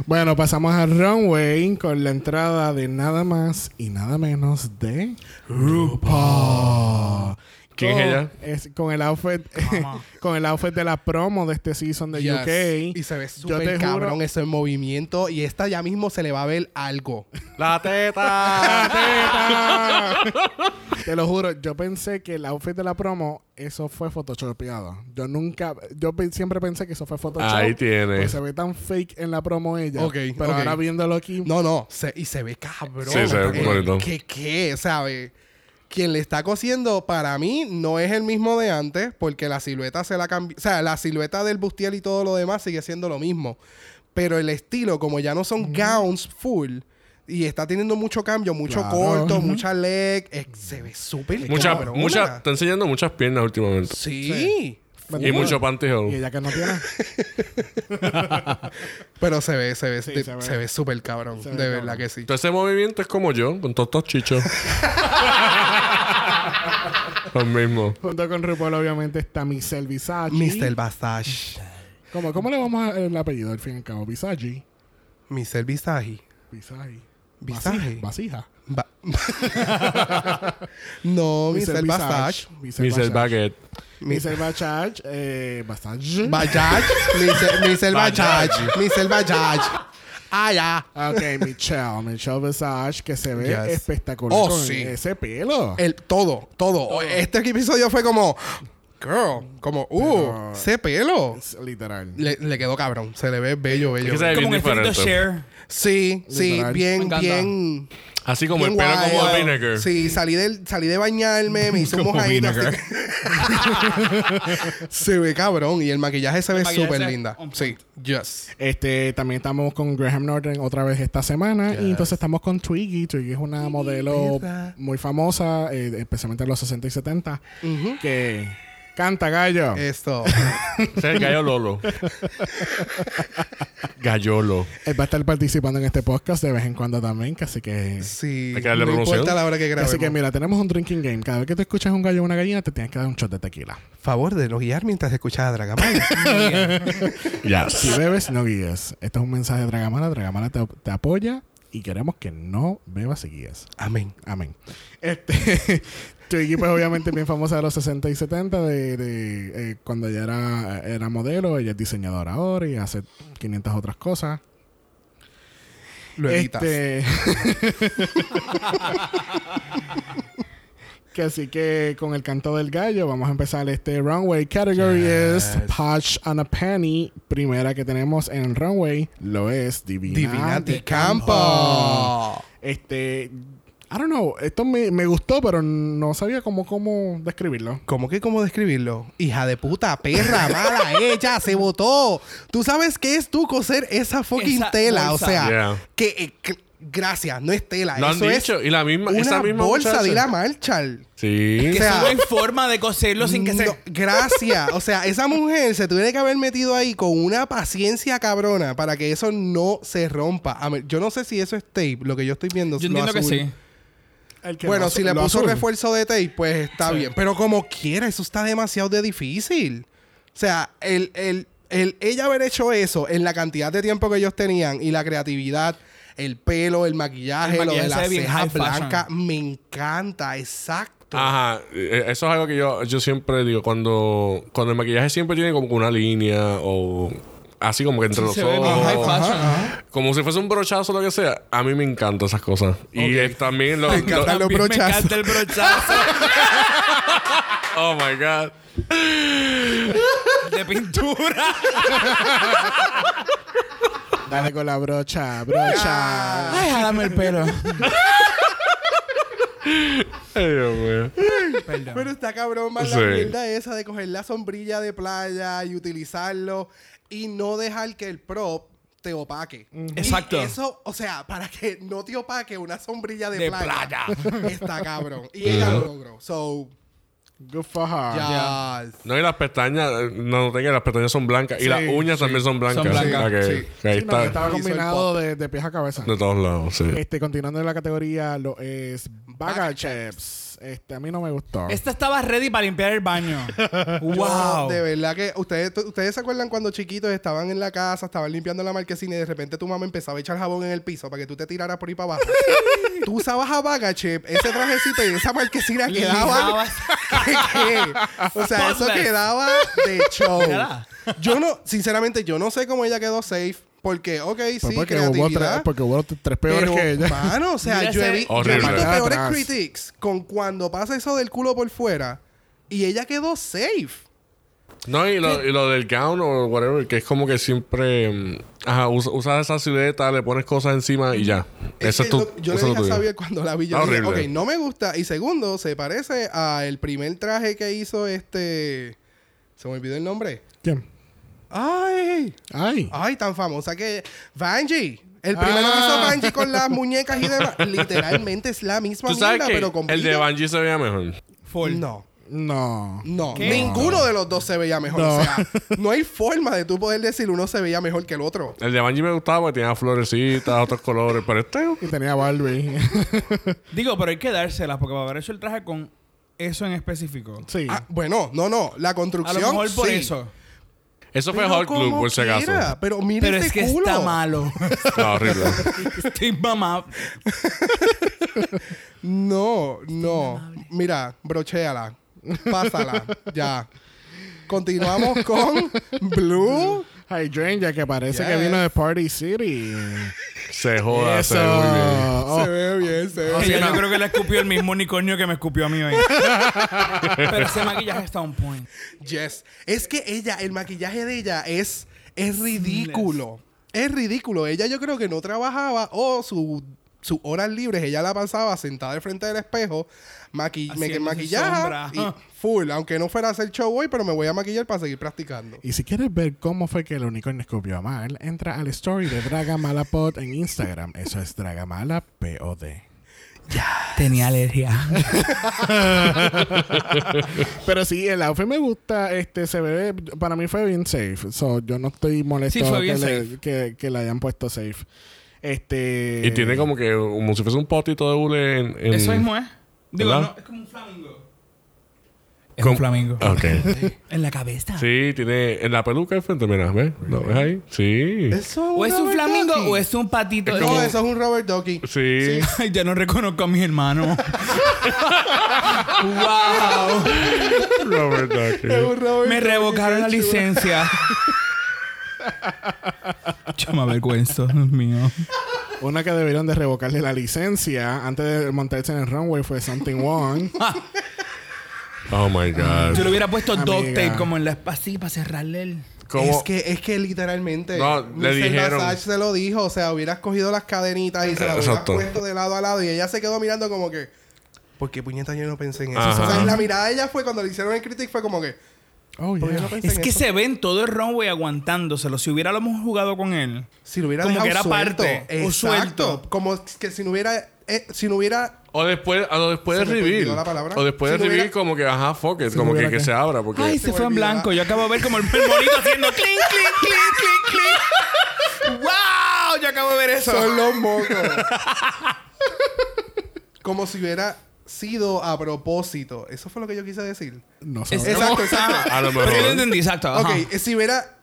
Speaker 1: Bueno, pasamos al runway con la entrada de nada más y nada menos de RuPaul.
Speaker 2: ¿Quién
Speaker 3: Oh.
Speaker 1: Con-
Speaker 2: es ella?
Speaker 1: es- con el outfit <laughs> con el outfit de la promo de este season de UK.
Speaker 3: Y se ve
Speaker 1: Yo te
Speaker 3: súper cabrón
Speaker 1: juro-
Speaker 3: eso en movimiento. Y esta ya mismo se le va a ver algo.
Speaker 2: La teta.
Speaker 3: <laughs>
Speaker 1: Te Te lo juro, yo pensé que el outfit de la promo, eso fue photoshopeado. Yo nunca, yo pe- siempre pensé que eso fue photoshop.
Speaker 2: Ahí tiene.
Speaker 3: Pues,
Speaker 1: porque se ve tan fake en la promo ella.
Speaker 3: Ok,
Speaker 1: pero
Speaker 3: ok.
Speaker 1: ahora viéndolo aquí,
Speaker 3: No, no, se- y se ve cabrón.
Speaker 2: Sí, se ve
Speaker 3: Eh,
Speaker 2: bonito.
Speaker 3: ¿Qué, qué? ¿Sabe? Quien le está cosiendo, para mí, no es el mismo de antes, porque la silueta se la cambió. O sea, la silueta del bustiel y todo lo demás sigue siendo lo mismo. Pero el estilo, como ya no son gowns full, y está teniendo mucho cambio, mucho
Speaker 1: Claro.
Speaker 3: corto,
Speaker 1: Ujú.
Speaker 3: mucha leg, eh, se ve súper
Speaker 2: Mucha,
Speaker 3: cabrona.
Speaker 2: mucha, está enseñando muchas piernas últimamente.
Speaker 3: Sí.
Speaker 1: Bueno,
Speaker 2: Y
Speaker 1: bueno.
Speaker 2: mucho pantyhose.
Speaker 1: y ella que no
Speaker 2: <laughs>
Speaker 1: tiene.
Speaker 3: Pero se ve, se ve,
Speaker 1: Sí,
Speaker 3: de-
Speaker 1: se ve.
Speaker 3: se ve súper cabrón.
Speaker 1: Se ve
Speaker 3: de verdad
Speaker 1: cabrón.
Speaker 3: que sí.
Speaker 2: Todo ese movimiento es como yo, con todos estos
Speaker 3: <laughs>
Speaker 2: chichos. Los mismos.
Speaker 1: Junto con RuPaul, obviamente, está Michelle Visage.
Speaker 3: Mr. Bastash.
Speaker 1: ¿Cómo, cómo le vamos a el apellido al fin y al cabo? Visage.
Speaker 3: Mr. Visagi.
Speaker 1: Visage.
Speaker 3: Visage.
Speaker 1: Vasija.
Speaker 3: Ba- <laughs> no, Mr. Bastage.
Speaker 2: Miss Baguette.
Speaker 1: Michelle Visage. Eh, Bastage.
Speaker 3: Bajaj. Mr. Mr. Bajaj. Mr. Bajaj. Ah, ya.
Speaker 1: ok, Michelle. Michelle Visage, que se ve
Speaker 3: Yes.
Speaker 1: espectacular
Speaker 3: Oh,
Speaker 1: con
Speaker 3: sí.
Speaker 1: ese pelo.
Speaker 3: El, todo, todo. Este episodio fue como, girl, como, uh,
Speaker 1: Pero-
Speaker 3: ese pelo.
Speaker 1: Es literal.
Speaker 3: Le, le quedó cabrón. Se le ve bello, bello.
Speaker 2: que se ve
Speaker 3: bello.
Speaker 4: Como un
Speaker 2: bien
Speaker 4: efecto
Speaker 2: diferente.
Speaker 4: share.
Speaker 3: Sí, sí,
Speaker 1: Literal.
Speaker 3: bien,
Speaker 4: encanta.
Speaker 3: bien.
Speaker 2: Así como el
Speaker 3: bien
Speaker 2: pelo como
Speaker 3: wild.
Speaker 2: de vinegar.
Speaker 3: Sí, salí, del, salí de bañarme, me hice un
Speaker 2: <laughs> Como
Speaker 3: mojadito. así.
Speaker 2: vinegar.
Speaker 3: <laughs> se ve cabrón y el maquillaje se ve
Speaker 4: maquillaje
Speaker 3: súper
Speaker 4: se ve
Speaker 3: linda.
Speaker 4: on
Speaker 3: Sí,
Speaker 4: point.
Speaker 3: yes.
Speaker 1: Este, también estamos con Graham Norton otra vez esta semana. Y entonces estamos con Twiggy. Twiggy es una modelo
Speaker 3: perra.
Speaker 1: muy famosa, eh, especialmente en los 60 y 70, que canta gallo.
Speaker 2: <laughs>
Speaker 3: Esto.
Speaker 2: Ese es el gallo
Speaker 3: <laughs>
Speaker 2: Lolo. Gallolo.
Speaker 1: Él va a estar participando en este podcast de vez en cuando también, que así que...
Speaker 3: Sí.
Speaker 2: Hay que darle
Speaker 3: no
Speaker 2: promoción.
Speaker 3: importa la hora que grabemos.
Speaker 1: Así que mira, tenemos un drinking game. Cada vez que tú escuchas un gallo o una gallina, te tienes que dar un shot de tequila.
Speaker 3: Favor de no guiar mientras escuchas a <laughs> Dragamala.
Speaker 1: Si
Speaker 2: Yes.
Speaker 1: bebes, no guías. Este es un mensaje de Dragamala. Dragamala te, te apoya y queremos que no bebas y guías.
Speaker 3: Amén.
Speaker 1: Amén. Este, <laughs> Twiggy, pues obviamente es bien famosa de los 60 y 70, de, de, eh, cuando ella era, era modelo, ella es diseñadora ahora y hace 500 otras cosas.
Speaker 3: Lo evitas.
Speaker 1: Este... <laughs> que así que con el canto del gallo vamos a empezar este runway. Category es Patch and a Penny. Primera que tenemos en el runway lo es Divinati,
Speaker 3: Divinati
Speaker 1: Campo.
Speaker 3: Campo.
Speaker 1: Este, I don't know, esto me, me gustó, pero no sabía cómo, cómo describirlo.
Speaker 3: ¿Cómo que cómo describirlo? Hija de puta, <laughs> perra, mala, ella se votó. Tú sabes qué es tú coser esa fucking
Speaker 4: Esa
Speaker 3: tela.
Speaker 4: bolsa.
Speaker 3: O sea,
Speaker 2: Yeah.
Speaker 3: que, eh, que- gracias, no es tela.
Speaker 2: Lo han
Speaker 3: eso
Speaker 2: dicho.
Speaker 3: es
Speaker 2: Y la misma,
Speaker 3: una
Speaker 2: esa misma
Speaker 3: bolsa
Speaker 2: muchacha.
Speaker 3: de ir a Marshall.
Speaker 2: Sí.
Speaker 4: Que
Speaker 3: O sea,
Speaker 4: eso no hay forma de coserlo sin que
Speaker 3: No,
Speaker 4: se...
Speaker 3: gracias. O sea, esa mujer se tuviera que haber metido ahí con una paciencia cabrona para que eso no se rompa. A ver, yo no sé si eso es tape, lo que yo estoy viendo.
Speaker 4: Yo
Speaker 3: lo
Speaker 4: entiendo que
Speaker 3: azul.
Speaker 4: sí.
Speaker 3: Bueno, si le puso
Speaker 1: un
Speaker 3: refuerzo de tape, pues está bien. Pero como quiera, eso está demasiado de difícil. O sea, el, el, el ella haber hecho eso en la cantidad de tiempo que ellos tenían y la creatividad, el pelo, el maquillaje,
Speaker 4: El
Speaker 3: lo de
Speaker 4: maquillaje
Speaker 3: las
Speaker 4: se ve bien
Speaker 3: cejas
Speaker 4: high fashion.
Speaker 3: blancas, me encanta, exacto.
Speaker 2: Ajá, Eh, eso es algo que yo, yo siempre digo, cuando, cuando el maquillaje siempre tiene como que una línea o así como que entre los
Speaker 4: Se ve bien high
Speaker 2: ojos,
Speaker 4: fashion.
Speaker 2: como si fuese un brochazo o lo que sea, a mí me encantan esas cosas. Y eh, también lo, lo-
Speaker 3: encantan los
Speaker 4: También <laughs> me
Speaker 3: brochazos.
Speaker 4: encanta el brochazo
Speaker 2: Oh my god.
Speaker 4: de pintura.
Speaker 1: Dale con la brocha, brocha.
Speaker 4: Ay, jálame el pelo.
Speaker 2: Ay, Dios mío.
Speaker 3: Pero está cabrón más
Speaker 2: Sí.
Speaker 3: la mierda esa de coger la sombrilla de playa y utilizarlo y no dejar que el prop te opaque. Y
Speaker 4: Exacto.
Speaker 3: eso, o sea, para que no te opaque una sombrilla de,
Speaker 4: De
Speaker 3: playa, <laughs> Está cabrón. Y ella lo logró. So,
Speaker 1: Good for her.
Speaker 4: Ah,
Speaker 3: yes.
Speaker 2: No, y las pestañas, eh, no noté que las pestañas son blancas. y las uñas también son blancas.
Speaker 4: Son blancas,
Speaker 2: o sea que-
Speaker 3: sí.
Speaker 2: que ahí
Speaker 1: Sí, no,
Speaker 2: está.
Speaker 1: estaba
Speaker 3: Hizo el
Speaker 1: combinado de, de pies a cabeza.
Speaker 2: De todos lados, sí.
Speaker 1: Este, continuando en la categoría, lo es Baga Chips. Este, a mí no me gustó.
Speaker 4: Esta estaba ready para limpiar
Speaker 3: <laughs>
Speaker 4: el baño. wow.
Speaker 3: De verdad que ustedes, ustedes se acuerdan cuando chiquitos estaban en la casa, estaban limpiando la marquesina y de repente tu mamá empezaba a echar jabón en el piso para que tú te tiraras por ahí para
Speaker 4: <laughs>
Speaker 3: abajo. tú usabas a Bagachep, ese trajecito y esa marquesina quedaba.
Speaker 4: Lijabas.
Speaker 3: o sea, eso
Speaker 4: Spotless. <laughs>
Speaker 3: quedaba de show.
Speaker 4: Nada.
Speaker 3: Yo no, sinceramente, yo no sé cómo ella quedó safe. Porque, ok,
Speaker 1: Pues
Speaker 3: sí,
Speaker 1: porque, hubo tres,
Speaker 3: creatividad.
Speaker 1: porque hubo tres peores
Speaker 3: pero,
Speaker 1: que ella.
Speaker 3: Mano, o sea,
Speaker 4: Mira
Speaker 3: yo he
Speaker 4: ese-
Speaker 3: vi- yo he
Speaker 2: Horrible.
Speaker 3: visto
Speaker 1: Atrás.
Speaker 3: peores critiques con cuando pasa eso del culo por fuera y ella quedó safe.
Speaker 2: No, y lo, y lo del gown o whatever, que es como que siempre. mm, Ajá, us- usas esa silueta, le pones cosas encima y ya.
Speaker 3: que
Speaker 2: Eso es tu.
Speaker 3: lo- yo le dije
Speaker 2: eso es lo
Speaker 3: a
Speaker 2: tuyo.
Speaker 3: Xavier cuando la vi, yo
Speaker 2: Está
Speaker 3: dije, ok,
Speaker 2: horrible.
Speaker 3: no me gusta. Y segundo, se parece al primer traje que hizo este... Se me olvidó el nombre.
Speaker 1: <laughs> ¿Quién?
Speaker 3: ¡Ay!
Speaker 1: Ay.
Speaker 3: Ay, tan famosa que. Vanji. El primero
Speaker 1: Ah.
Speaker 3: que hizo Vanji con las muñecas y demás. Literalmente es la misma
Speaker 2: Tú sabes
Speaker 3: mierda,
Speaker 2: que
Speaker 3: pero con
Speaker 2: el de
Speaker 3: brillo.
Speaker 2: Bungie se veía mejor.
Speaker 4: Ford.
Speaker 3: No.
Speaker 1: No.
Speaker 3: No,
Speaker 4: ¿Qué?
Speaker 3: ninguno de los dos se veía mejor.
Speaker 1: No.
Speaker 3: O sea, no hay forma de tú poder decir uno se veía mejor que el otro.
Speaker 2: El de Bungie me gustaba porque tenía florecitas, otros colores, pero este.
Speaker 1: Y tenía Barbie. <laughs>
Speaker 4: Digo, pero hay que dárselas porque para haber hecho el traje con eso en específico.
Speaker 1: sí.
Speaker 3: Ah, bueno, no, no. La
Speaker 4: A
Speaker 3: construcción.
Speaker 4: lo mejor por
Speaker 3: sí.
Speaker 4: eso.
Speaker 2: Eso fue
Speaker 3: Pero
Speaker 2: Hot Club,
Speaker 3: como
Speaker 2: por si acaso.
Speaker 3: quiera, Pero mira
Speaker 4: Pero
Speaker 3: ese
Speaker 4: es que
Speaker 3: culo. <laughs>
Speaker 4: está malo.
Speaker 2: No, horrible.
Speaker 4: Estoy mamá.
Speaker 3: No, no. Mira, brochéala. Pásala. ya. Continuamos con Blue.
Speaker 1: Hydrangea, que parece que
Speaker 3: Yes.
Speaker 1: vino de Party City.
Speaker 2: Se joda,
Speaker 1: Eso.
Speaker 2: se ve muy bien.
Speaker 1: Oh,
Speaker 3: Se ve bien, se ve
Speaker 4: Ella yo creo que le escupió el mismo unicornio que me escupió a
Speaker 3: <laughs>
Speaker 4: mí hoy. Pero ese maquillaje está on point.
Speaker 3: Yes. Es que ella, el maquillaje de ella es, es ridículo. Es ridículo. Ella yo creo que no trabajaba o su- sus horas libres ella la pasaba sentada al frente del espejo, maqui me-
Speaker 4: Haciéndose
Speaker 3: maquillada
Speaker 4: sombra.
Speaker 3: y full. Aunque no fuera a hacer show hoy, pero me voy a maquillar para seguir practicando.
Speaker 1: Y si quieres ver cómo fue que el unicornio escupió a Mal, entra al story de Dragamala Pod en Instagram. Eso es Dragamala POD.
Speaker 4: Tenía alergia.
Speaker 1: Pero sí, el outfit me gusta. Este se ve, para mí fue bien safe. So, yo no estoy molesto
Speaker 4: Sí, fue
Speaker 1: que,
Speaker 4: bien
Speaker 1: le, que, que le hayan puesto safe. Este.
Speaker 2: Y tiene como que como si fuese un potito de hule en, en-
Speaker 4: Eso mismo es. Digo,
Speaker 2: ¿Verdad?
Speaker 4: no, es como un flamingo. Es
Speaker 2: Como-
Speaker 4: un flamingo.
Speaker 2: Ok.
Speaker 4: En la cabeza.
Speaker 2: Sí, tiene en la peluca de frente, mira, ¿ves? ¿Lo ves ahí? Sí.
Speaker 3: Eso
Speaker 4: O es un
Speaker 3: Robert
Speaker 4: flamingo
Speaker 3: Ducky.
Speaker 4: o es un patito. Oh.
Speaker 3: No, eso es un Robert Ducky.
Speaker 2: Sí.
Speaker 4: <laughs> Ay, ya no reconozco a mis <laughs> hermanos. wow.
Speaker 2: <laughs> Robert Ducky.
Speaker 3: Es un Robert
Speaker 4: Me
Speaker 3: Ducky,
Speaker 4: revocaron
Speaker 3: qué
Speaker 4: la
Speaker 3: chulo.
Speaker 4: licencia. Yo me avergüenzo, Dios mío.
Speaker 1: Una que debieron de revocarle la licencia antes de montarse en el runway fue Something
Speaker 4: <laughs>
Speaker 1: Wrong.
Speaker 2: Oh my god.
Speaker 4: Yo le hubiera puesto duct
Speaker 1: Amiga.
Speaker 4: tape como en la así para cerrarle el.
Speaker 2: ¿Cómo?
Speaker 3: Es que, es que literalmente.
Speaker 2: No, le
Speaker 3: Mr.
Speaker 2: dijeron.
Speaker 3: Massage se lo dijo. O sea, hubieras cogido las cadenitas y se las hubieras
Speaker 2: Exacto.
Speaker 3: puesto de lado a lado. Y ella se quedó mirando como que. ¿Por qué puñeta yo no pensé en eso?
Speaker 2: Ajá.
Speaker 3: O sea, la mirada de ella fue cuando le hicieron el critic fue como que.
Speaker 1: Oh,
Speaker 3: ¿Por qué
Speaker 1: yeah.
Speaker 3: no pensé
Speaker 4: Es
Speaker 3: en
Speaker 4: que
Speaker 3: eso?
Speaker 4: se ven todo el runway aguantándoselo. Si hubiera lo hemos jugado con él.
Speaker 3: Si lo hubiera
Speaker 4: como que
Speaker 3: dejado
Speaker 4: era
Speaker 3: suelto.
Speaker 4: parte, o
Speaker 3: Exacto.
Speaker 4: suelto.
Speaker 3: Como que si no hubiera. eh, si no hubiera.
Speaker 2: O después, o después
Speaker 3: Se
Speaker 2: de
Speaker 3: me
Speaker 2: reveal.
Speaker 3: perdió la palabra.
Speaker 2: O después de
Speaker 3: Si no
Speaker 2: reveal,
Speaker 3: hubiera-
Speaker 2: como que, ajá, fuck it. como
Speaker 1: hubiera
Speaker 2: que, que
Speaker 1: que-
Speaker 2: se abra. Porque
Speaker 4: Ay, se fue en
Speaker 3: olvidaba.
Speaker 4: blanco. Yo acabo de ver como el monito haciendo clink, clink, clink, clink, clink. ¡Wow! Yo acabo de ver eso.
Speaker 3: Son
Speaker 4: <laughs>
Speaker 3: los mocos. como si hubiera sido a propósito. Eso fue lo que yo quise decir.
Speaker 1: No
Speaker 4: Es-
Speaker 1: sabemos.
Speaker 3: Exacto, exacto.
Speaker 2: A lo mejor.
Speaker 4: Ah, Pero yo lo entendí, exacto. ajá.
Speaker 3: Ok, eh, si hubiera.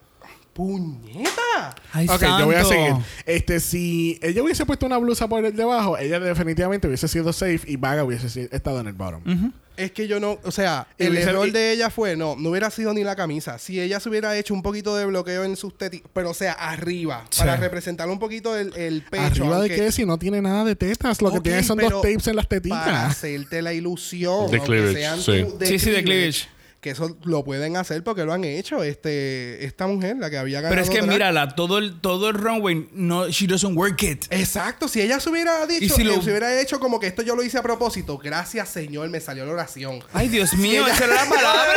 Speaker 3: ¡Puñeta!
Speaker 4: Ay,
Speaker 1: Ok, yo voy a
Speaker 4: santo.
Speaker 1: seguir. Este, si ella hubiese puesto una blusa por el debajo, ella definitivamente hubiese sido safe y Vaga hubiese si- estado en el bottom.
Speaker 3: Es que yo no, o sea,
Speaker 1: Y
Speaker 3: el
Speaker 1: hubiese-
Speaker 3: error
Speaker 1: y-
Speaker 3: de ella fue, no, no hubiera sido ni la camisa. Si ella se hubiera hecho un poquito de bloqueo en sus tetis, pero o sea, arriba,
Speaker 4: Sí.
Speaker 3: para representar un poquito el, el pecho.
Speaker 1: ¿Arriba de
Speaker 3: aunque-
Speaker 1: qué? Si no tiene nada de tetas. Lo que
Speaker 3: Ok,
Speaker 1: tiene son
Speaker 3: pero
Speaker 1: dos tapes en las <laughs>
Speaker 3: Para
Speaker 1: tetitas.
Speaker 3: hacerte la ilusión.
Speaker 2: De
Speaker 3: aunque
Speaker 2: cleavage,
Speaker 3: sean
Speaker 2: sí.
Speaker 3: tu-
Speaker 4: Sí, sí, de cleavage.
Speaker 3: Que eso lo pueden hacer porque lo han hecho. Este, esta mujer, la que había ganado.
Speaker 4: Pero es que
Speaker 3: drag-
Speaker 4: mírala, todo el, todo el runway, no, she doesn't work it.
Speaker 3: Exacto, si ella se hubiera dicho,
Speaker 4: si lo-
Speaker 3: eh, se hubiera hecho como que esto yo lo hice a propósito. Gracias, Señor, me salió la oración.
Speaker 4: Ay, Dios mío, esa era la
Speaker 3: <laughs>
Speaker 4: palabra,